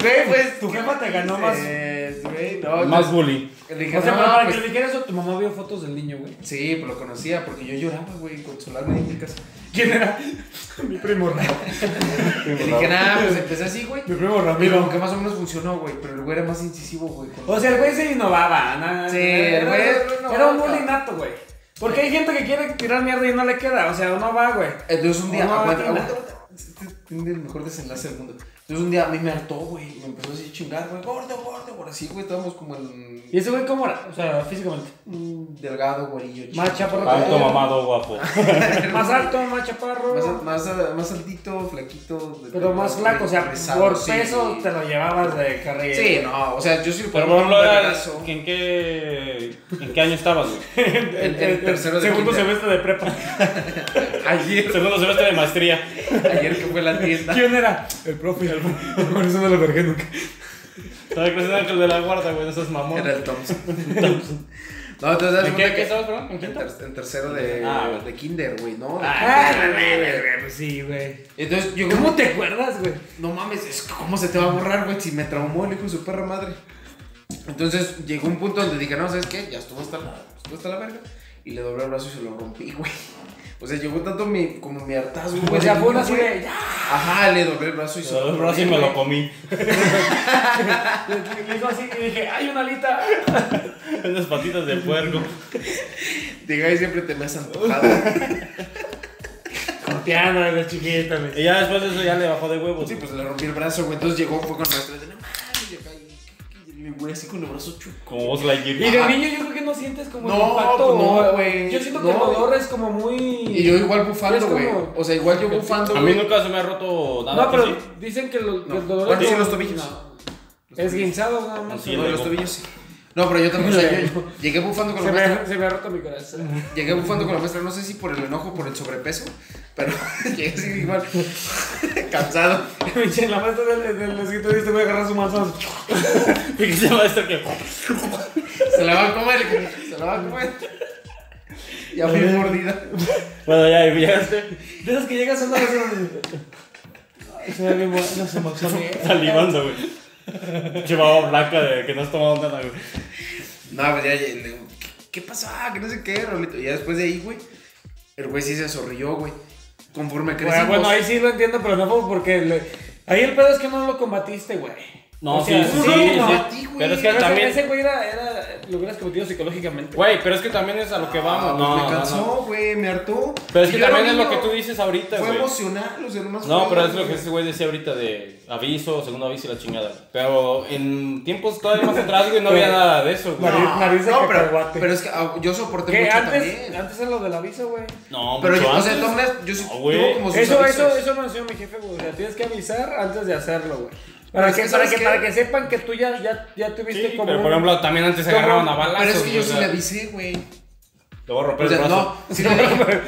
[SPEAKER 1] Güey, pues.
[SPEAKER 2] Tu
[SPEAKER 1] ¿qué
[SPEAKER 2] jefa te ganó
[SPEAKER 1] dices, Güey, no,
[SPEAKER 4] Más
[SPEAKER 1] entonces,
[SPEAKER 4] bullying.
[SPEAKER 1] le dije,
[SPEAKER 2] O sea,
[SPEAKER 1] no,
[SPEAKER 2] pero para
[SPEAKER 1] pues,
[SPEAKER 2] que le dijera eso, tu mamá vio fotos del niño, güey.
[SPEAKER 1] Sí, pues lo conocía porque yo lloraba, güey, consolarme en mi casa.
[SPEAKER 2] ¿Quién era? [laughs] Mi primo Ramiro.
[SPEAKER 1] Le dije, nada, pues empecé así, güey.
[SPEAKER 2] Mi primo
[SPEAKER 1] Y como
[SPEAKER 2] Ramiro.
[SPEAKER 1] que más o menos funcionó, güey, pero el güey era más incisivo, güey. con-
[SPEAKER 2] O sea, el güey se innovaba. na-
[SPEAKER 1] Sí,
[SPEAKER 2] na-
[SPEAKER 1] el güey
[SPEAKER 2] era-
[SPEAKER 1] era un
[SPEAKER 2] Era un
[SPEAKER 1] novato.
[SPEAKER 2] bullying nato, güey. Porque hay gente que quiere tirar mierda y no le queda. O sea, uno va, güey.
[SPEAKER 1] Entonces un día,
[SPEAKER 2] No,
[SPEAKER 1] aguanta,
[SPEAKER 2] tiene-
[SPEAKER 1] aguanta, aguanta. Este Tiene el mejor desenlace del mundo. Entonces un día a mí me hartó, güey, me empezó así a chingar, güey, gordo, gordo, por así, güey, estábamos como
[SPEAKER 2] ¿Y
[SPEAKER 1] en...
[SPEAKER 2] ese güey cómo era? O sea, físicamente.
[SPEAKER 1] un delgado, güerillo, chico.
[SPEAKER 2] Más chaparro.
[SPEAKER 4] Alto, mamado, guapo.
[SPEAKER 2] [laughs] Más alto, más chaparro.
[SPEAKER 1] Más, más, más altito, flaquito. de-
[SPEAKER 2] Pero más flaco, o sea,
[SPEAKER 1] pesado,
[SPEAKER 2] por
[SPEAKER 1] sí.
[SPEAKER 2] peso te lo llevabas de carril.
[SPEAKER 1] Sí, no, o sea, yo sí le
[SPEAKER 4] Pero
[SPEAKER 1] pongo
[SPEAKER 4] por
[SPEAKER 1] un
[SPEAKER 4] ejemplo, era- [laughs]
[SPEAKER 1] vergazo.
[SPEAKER 4] ¿en qué, ¿en qué año estabas, güey?
[SPEAKER 1] el, el tercero de
[SPEAKER 2] Segundo
[SPEAKER 1] kinder.
[SPEAKER 2] semestre de prepa.
[SPEAKER 1] Ayer.
[SPEAKER 4] Segundo semestre de maestría.
[SPEAKER 1] Ayer que fue a la tienda.
[SPEAKER 2] ¿Quién era? El profe. [laughs] Por eso no lo vergué nunca.
[SPEAKER 4] Estaba creciendo ángel de la guarda, güey, no seas
[SPEAKER 1] [laughs]
[SPEAKER 4] mamón.
[SPEAKER 1] Era el Thompson. No, entonces das
[SPEAKER 4] ¿En
[SPEAKER 1] cuenta
[SPEAKER 4] qué, qué
[SPEAKER 1] que
[SPEAKER 4] estabas, perdón? ¿En
[SPEAKER 1] en,
[SPEAKER 4] quinto?
[SPEAKER 1] ter- en tercero de,
[SPEAKER 4] Ah, güey.
[SPEAKER 1] de Kinder, güey, ¿no? De
[SPEAKER 2] Ah,
[SPEAKER 1] kinder, güey.
[SPEAKER 2] pues sí, güey.
[SPEAKER 1] Entonces yo
[SPEAKER 2] ¿Cómo te acuerdas, güey?
[SPEAKER 1] no mames, es que ¿cómo se te va a borrar, güey? Si me traumó el hijo de su perra madre. Entonces llegó un punto donde dije, no, ¿sabes qué? Ya estuvo hasta la, estuvo hasta la verga. Y le doblé el brazo y se lo rompí, güey. O sea, llegó tanto mi, como mi hartazgo, güey.
[SPEAKER 2] O sea,
[SPEAKER 1] de
[SPEAKER 2] fue
[SPEAKER 1] niño,
[SPEAKER 2] una así
[SPEAKER 1] güey.
[SPEAKER 2] de. Pues ya.
[SPEAKER 1] Ajá, le doblé el brazo y se
[SPEAKER 4] Solo el brazo y me
[SPEAKER 1] rompí, güey.
[SPEAKER 4] lo comí.
[SPEAKER 2] Le dijo así y dije, hay una alita.
[SPEAKER 4] Unas patitas de puerco.
[SPEAKER 1] Diga, y siempre te me has antojado.
[SPEAKER 2] Confiando desde chiquita, güey.
[SPEAKER 4] Y ya después de eso ya le bajó de huevos.
[SPEAKER 1] Sí, pues le rompí el brazo, güey. Entonces llegó, fue con la maestra. de, No mames, y acá, y- y- y el güey así con el brazo chueco.
[SPEAKER 4] Como vos la
[SPEAKER 2] Y de niño yo creo que no sientes como el
[SPEAKER 1] No,
[SPEAKER 2] impacto.
[SPEAKER 1] pues no, güey.
[SPEAKER 2] Yo siento
[SPEAKER 1] No,
[SPEAKER 2] que el
[SPEAKER 1] güey.
[SPEAKER 2] dolor es como muy.
[SPEAKER 1] Y yo igual bufando,
[SPEAKER 2] Es como-
[SPEAKER 1] güey. O sea, igual yo bufando,
[SPEAKER 4] A mí
[SPEAKER 1] güey.
[SPEAKER 4] nunca se me ha roto nada.
[SPEAKER 2] No,
[SPEAKER 4] ¿tú
[SPEAKER 2] pero
[SPEAKER 4] sí?
[SPEAKER 2] dicen que lo-
[SPEAKER 1] No.
[SPEAKER 2] el dolor
[SPEAKER 1] Bueno,
[SPEAKER 2] es.
[SPEAKER 1] sí,
[SPEAKER 2] como-
[SPEAKER 1] los tobillos.
[SPEAKER 2] No. Es guinzado nada más.
[SPEAKER 4] Sí.
[SPEAKER 1] No, los tobillos sí. No, pero yo también, o sea, yo
[SPEAKER 2] [laughs]
[SPEAKER 1] llegué bufando con la
[SPEAKER 2] Se me,
[SPEAKER 1] maestra.
[SPEAKER 2] se me ha roto mi [laughs] corazón.
[SPEAKER 1] Llegué bufando con la maestra, no sé si por el enojo o por el sobrepeso, pero [laughs] llegué así igual, [laughs] cansado.
[SPEAKER 2] Pinche, la maestra del, del escritorio este güey agarra su manzón.
[SPEAKER 4] [laughs] Y que se maestro que.
[SPEAKER 1] Se la va a comer, se la va a comer. Ya fui mordida.
[SPEAKER 4] Bueno, ya, este, y llegaste
[SPEAKER 2] De esas que llegas a una Ay, Se ve bien bueno, se me
[SPEAKER 4] salivando, güey. Llevaba blanca de que no has tomado nada, güey.
[SPEAKER 1] No, pues ya, ya, le digo, ¿qué, qué pasó? Ah, Que no sé qué, Rolito. Y ya después de ahí, güey, el güey sí se zorrilló, güey. Conforme
[SPEAKER 2] Bueno,
[SPEAKER 1] crecimos.
[SPEAKER 2] bueno, ahí sí lo entiendo, pero no fue porque. le- Ahí el pedo es que no lo combatiste, güey.
[SPEAKER 4] No,
[SPEAKER 2] O sea,
[SPEAKER 4] sí, sí, sí,
[SPEAKER 2] ¿cómo no lo
[SPEAKER 4] sí.
[SPEAKER 1] combatí, güey?
[SPEAKER 4] Pero es que
[SPEAKER 2] Pero ese-
[SPEAKER 4] también.
[SPEAKER 2] Ese güey era, era. Lo hubieras combatido psicológicamente.
[SPEAKER 4] Güey, pero es que también es a lo que
[SPEAKER 1] Ah,
[SPEAKER 4] vamos.
[SPEAKER 1] pues
[SPEAKER 4] No, no,
[SPEAKER 1] me
[SPEAKER 4] no.
[SPEAKER 1] cansó, güey, me hartó.
[SPEAKER 4] Pero es
[SPEAKER 1] Y
[SPEAKER 4] que
[SPEAKER 1] yo era
[SPEAKER 4] también es lo que
[SPEAKER 1] niño.
[SPEAKER 4] tú dices ahorita,
[SPEAKER 1] Fue
[SPEAKER 4] güey.
[SPEAKER 1] emocional, o sea, nomás
[SPEAKER 4] No,
[SPEAKER 1] fue-
[SPEAKER 4] pero es lo que ese güey decía ahorita de aviso, segundo aviso y la chingada. Pero en tiempos todavía más atrás, güey, no había nada de eso, güey.
[SPEAKER 2] Nariz- nariz de
[SPEAKER 1] pero,
[SPEAKER 2] cacahuate.
[SPEAKER 1] pero es que ah, yo soporté
[SPEAKER 2] Que
[SPEAKER 1] mucho
[SPEAKER 2] antes,
[SPEAKER 1] también.
[SPEAKER 2] antes era lo del aviso, güey.
[SPEAKER 4] No,
[SPEAKER 1] pero
[SPEAKER 4] mucho
[SPEAKER 1] yo, o sea,
[SPEAKER 4] antes.
[SPEAKER 1] Tom Ness, yo sí
[SPEAKER 4] No,
[SPEAKER 1] tuvo
[SPEAKER 4] güey.
[SPEAKER 1] como sus
[SPEAKER 2] Eso,
[SPEAKER 1] avisos.
[SPEAKER 2] eso, eso me enseñó mi jefe, güey. O sea, tienes que avisar antes de hacerlo, güey. Para
[SPEAKER 1] es
[SPEAKER 2] que,
[SPEAKER 1] que,
[SPEAKER 2] para,
[SPEAKER 1] ¿sabes
[SPEAKER 2] que,
[SPEAKER 1] qué?
[SPEAKER 2] para que sepan que tú ya, ya, ya tuviste
[SPEAKER 4] Sí,
[SPEAKER 2] como.
[SPEAKER 4] pero
[SPEAKER 2] un-
[SPEAKER 4] por ejemplo, también antes se
[SPEAKER 2] como-
[SPEAKER 4] agarraban a balas.
[SPEAKER 1] Pero es que yo sí le avisé, güey.
[SPEAKER 4] Te voy a romper
[SPEAKER 1] O sea,
[SPEAKER 4] el
[SPEAKER 1] no,
[SPEAKER 4] brazo.
[SPEAKER 1] sí
[SPEAKER 4] [laughs]
[SPEAKER 1] le,
[SPEAKER 2] [laughs]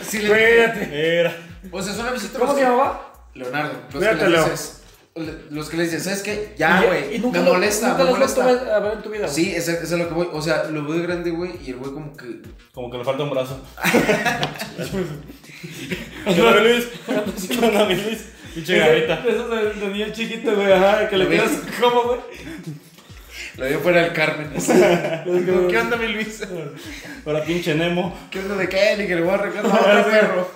[SPEAKER 1] sí le
[SPEAKER 2] Espérate.
[SPEAKER 4] Era.
[SPEAKER 1] O sea, son avisos.
[SPEAKER 2] ¿Cómo se llamaba?
[SPEAKER 1] Leonardo. Los
[SPEAKER 2] Espérate,
[SPEAKER 1] que le
[SPEAKER 2] Leo.
[SPEAKER 1] dices, le- los que le dices, ¿sabes qué? Ya,
[SPEAKER 2] Y-
[SPEAKER 1] güey,
[SPEAKER 2] y
[SPEAKER 1] me
[SPEAKER 2] nunca lo-
[SPEAKER 1] molesta,
[SPEAKER 2] nunca
[SPEAKER 1] me
[SPEAKER 2] los vas
[SPEAKER 1] molesta.
[SPEAKER 2] a ver en tu vida, güey.
[SPEAKER 1] Sí, eso es a lo que voy. O sea, lo veo de grande, güey, y el güey como que.
[SPEAKER 4] Como que le falta un brazo.
[SPEAKER 1] [laughs]
[SPEAKER 4] ¿Qué onda, mi Luis?
[SPEAKER 1] pues,
[SPEAKER 4] ¿Qué onda, mi Luis? Pinche garrita.
[SPEAKER 2] Eso de, de niño chiquito, güey. Ajá, que le
[SPEAKER 1] Lo vi.
[SPEAKER 2] quedas [laughs] como, güey.
[SPEAKER 1] Lo veo fuera del Carmen.
[SPEAKER 2] [laughs]
[SPEAKER 1] Digo, ¿Qué onda, mi Luis?
[SPEAKER 4] Ahora pinche Nemo.
[SPEAKER 1] ¿Qué onda de qué? Ni que le voy a arreglar
[SPEAKER 2] [laughs]
[SPEAKER 1] la otra, perro.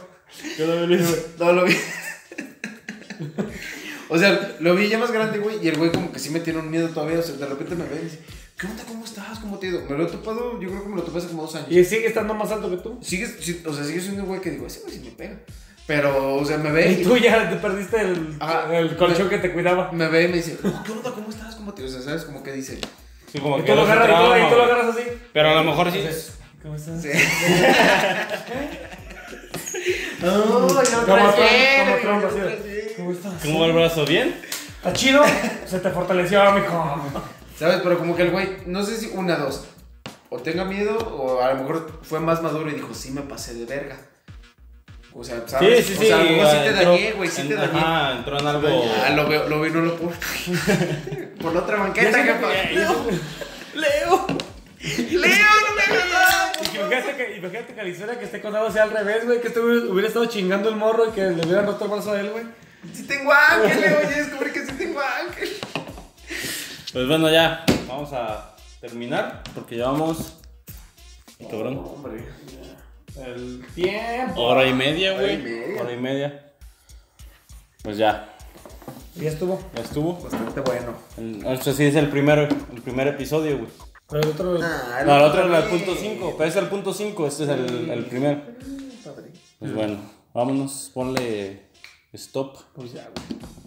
[SPEAKER 4] ¿Qué onda, mi Luis?
[SPEAKER 1] No, lo vi. [laughs] o sea, lo vi ya más grande, güey. Y el güey como que sí me tiene un miedo todavía. O sea, de repente me ve y dice, ¿qué onda? ¿Cómo estás? ¿Cómo te ha ido? Me lo he topado, yo creo que me lo topé hace como dos años.
[SPEAKER 2] Y sigue estando más alto que tú.
[SPEAKER 1] Sigues, sí, o sea, sigue siendo un güey que digo, ese güey sí me pega. Pero, o sea, me ve
[SPEAKER 2] Y
[SPEAKER 1] y
[SPEAKER 2] tú ya te perdiste el,
[SPEAKER 1] Ah,
[SPEAKER 2] el colchón que te cuidaba.
[SPEAKER 1] me ve y me dice, "Oh, ¿qué onda? ¿Cómo estás? ¿Cómo te O sea, ¿sabes? Como que dice.
[SPEAKER 4] Sí, como
[SPEAKER 2] Y
[SPEAKER 4] que
[SPEAKER 2] tú lo
[SPEAKER 4] era su
[SPEAKER 2] agarras, y tú-
[SPEAKER 4] trauma,
[SPEAKER 2] y tú lo
[SPEAKER 4] güey.
[SPEAKER 2] agarras así.
[SPEAKER 4] Pero a lo mejor sí.
[SPEAKER 2] ¿Cómo estás? [laughs]
[SPEAKER 1] Sí. Oh, ya
[SPEAKER 2] Como
[SPEAKER 1] otra
[SPEAKER 2] Trump, como
[SPEAKER 1] vez,
[SPEAKER 2] Trump,
[SPEAKER 1] güey,
[SPEAKER 2] así.
[SPEAKER 1] otra vez.
[SPEAKER 2] ¿Cómo estás?
[SPEAKER 4] ¿Cómo va el brazo? ¿Bien?
[SPEAKER 2] ¿Está chido? Se te fortaleció, mijo.
[SPEAKER 1] ¿Sabes? Pero como que el güey, no sé si una, dos, o tenga miedo, o a lo mejor fue más maduro y dijo, sí me pasé de verga. O sea, ¿sabes?
[SPEAKER 4] Sí, sí,
[SPEAKER 1] O
[SPEAKER 4] sí.
[SPEAKER 1] sea, a lo mejor sí te
[SPEAKER 4] entró-
[SPEAKER 1] dañé, güey, sí te
[SPEAKER 4] en-
[SPEAKER 1] dañé.
[SPEAKER 4] Ajá, entró en algo.
[SPEAKER 1] Ah, lo veo, lo veo y no lo puedo. Por la otra banqueta, jefa. Leo, Leo, Leo, no me hagas nada.
[SPEAKER 2] Imagínate que, imagínate que la historia que esté contando sea al revés, güey. Que este hubiera, hubiera estado chingando el morro y que le hubieran roto el brazo a él, güey.
[SPEAKER 1] Sí tengo ángel, Leo, ya descubrí que sí tengo ángel.
[SPEAKER 4] Pues bueno, ya. Vamos a terminar. Porque llevamos. Ay, Cabrón.
[SPEAKER 1] Hombre.
[SPEAKER 2] El tiempo.
[SPEAKER 4] Hora y media,
[SPEAKER 1] Hora y
[SPEAKER 4] güey.
[SPEAKER 1] media.
[SPEAKER 4] Hora y media. Pues ya.
[SPEAKER 2] Ya estuvo.
[SPEAKER 4] Ya estuvo.
[SPEAKER 1] Bastante bueno.
[SPEAKER 4] El- Este sí es el primer, el primer episodio, güey.
[SPEAKER 8] Pero el otro.
[SPEAKER 1] Ah.
[SPEAKER 4] No, el otro era el punto 5. Pero este es el punto 5. Este es el, el primero. Pues bueno, vámonos. Ponle stop.
[SPEAKER 8] Pues ya, güey.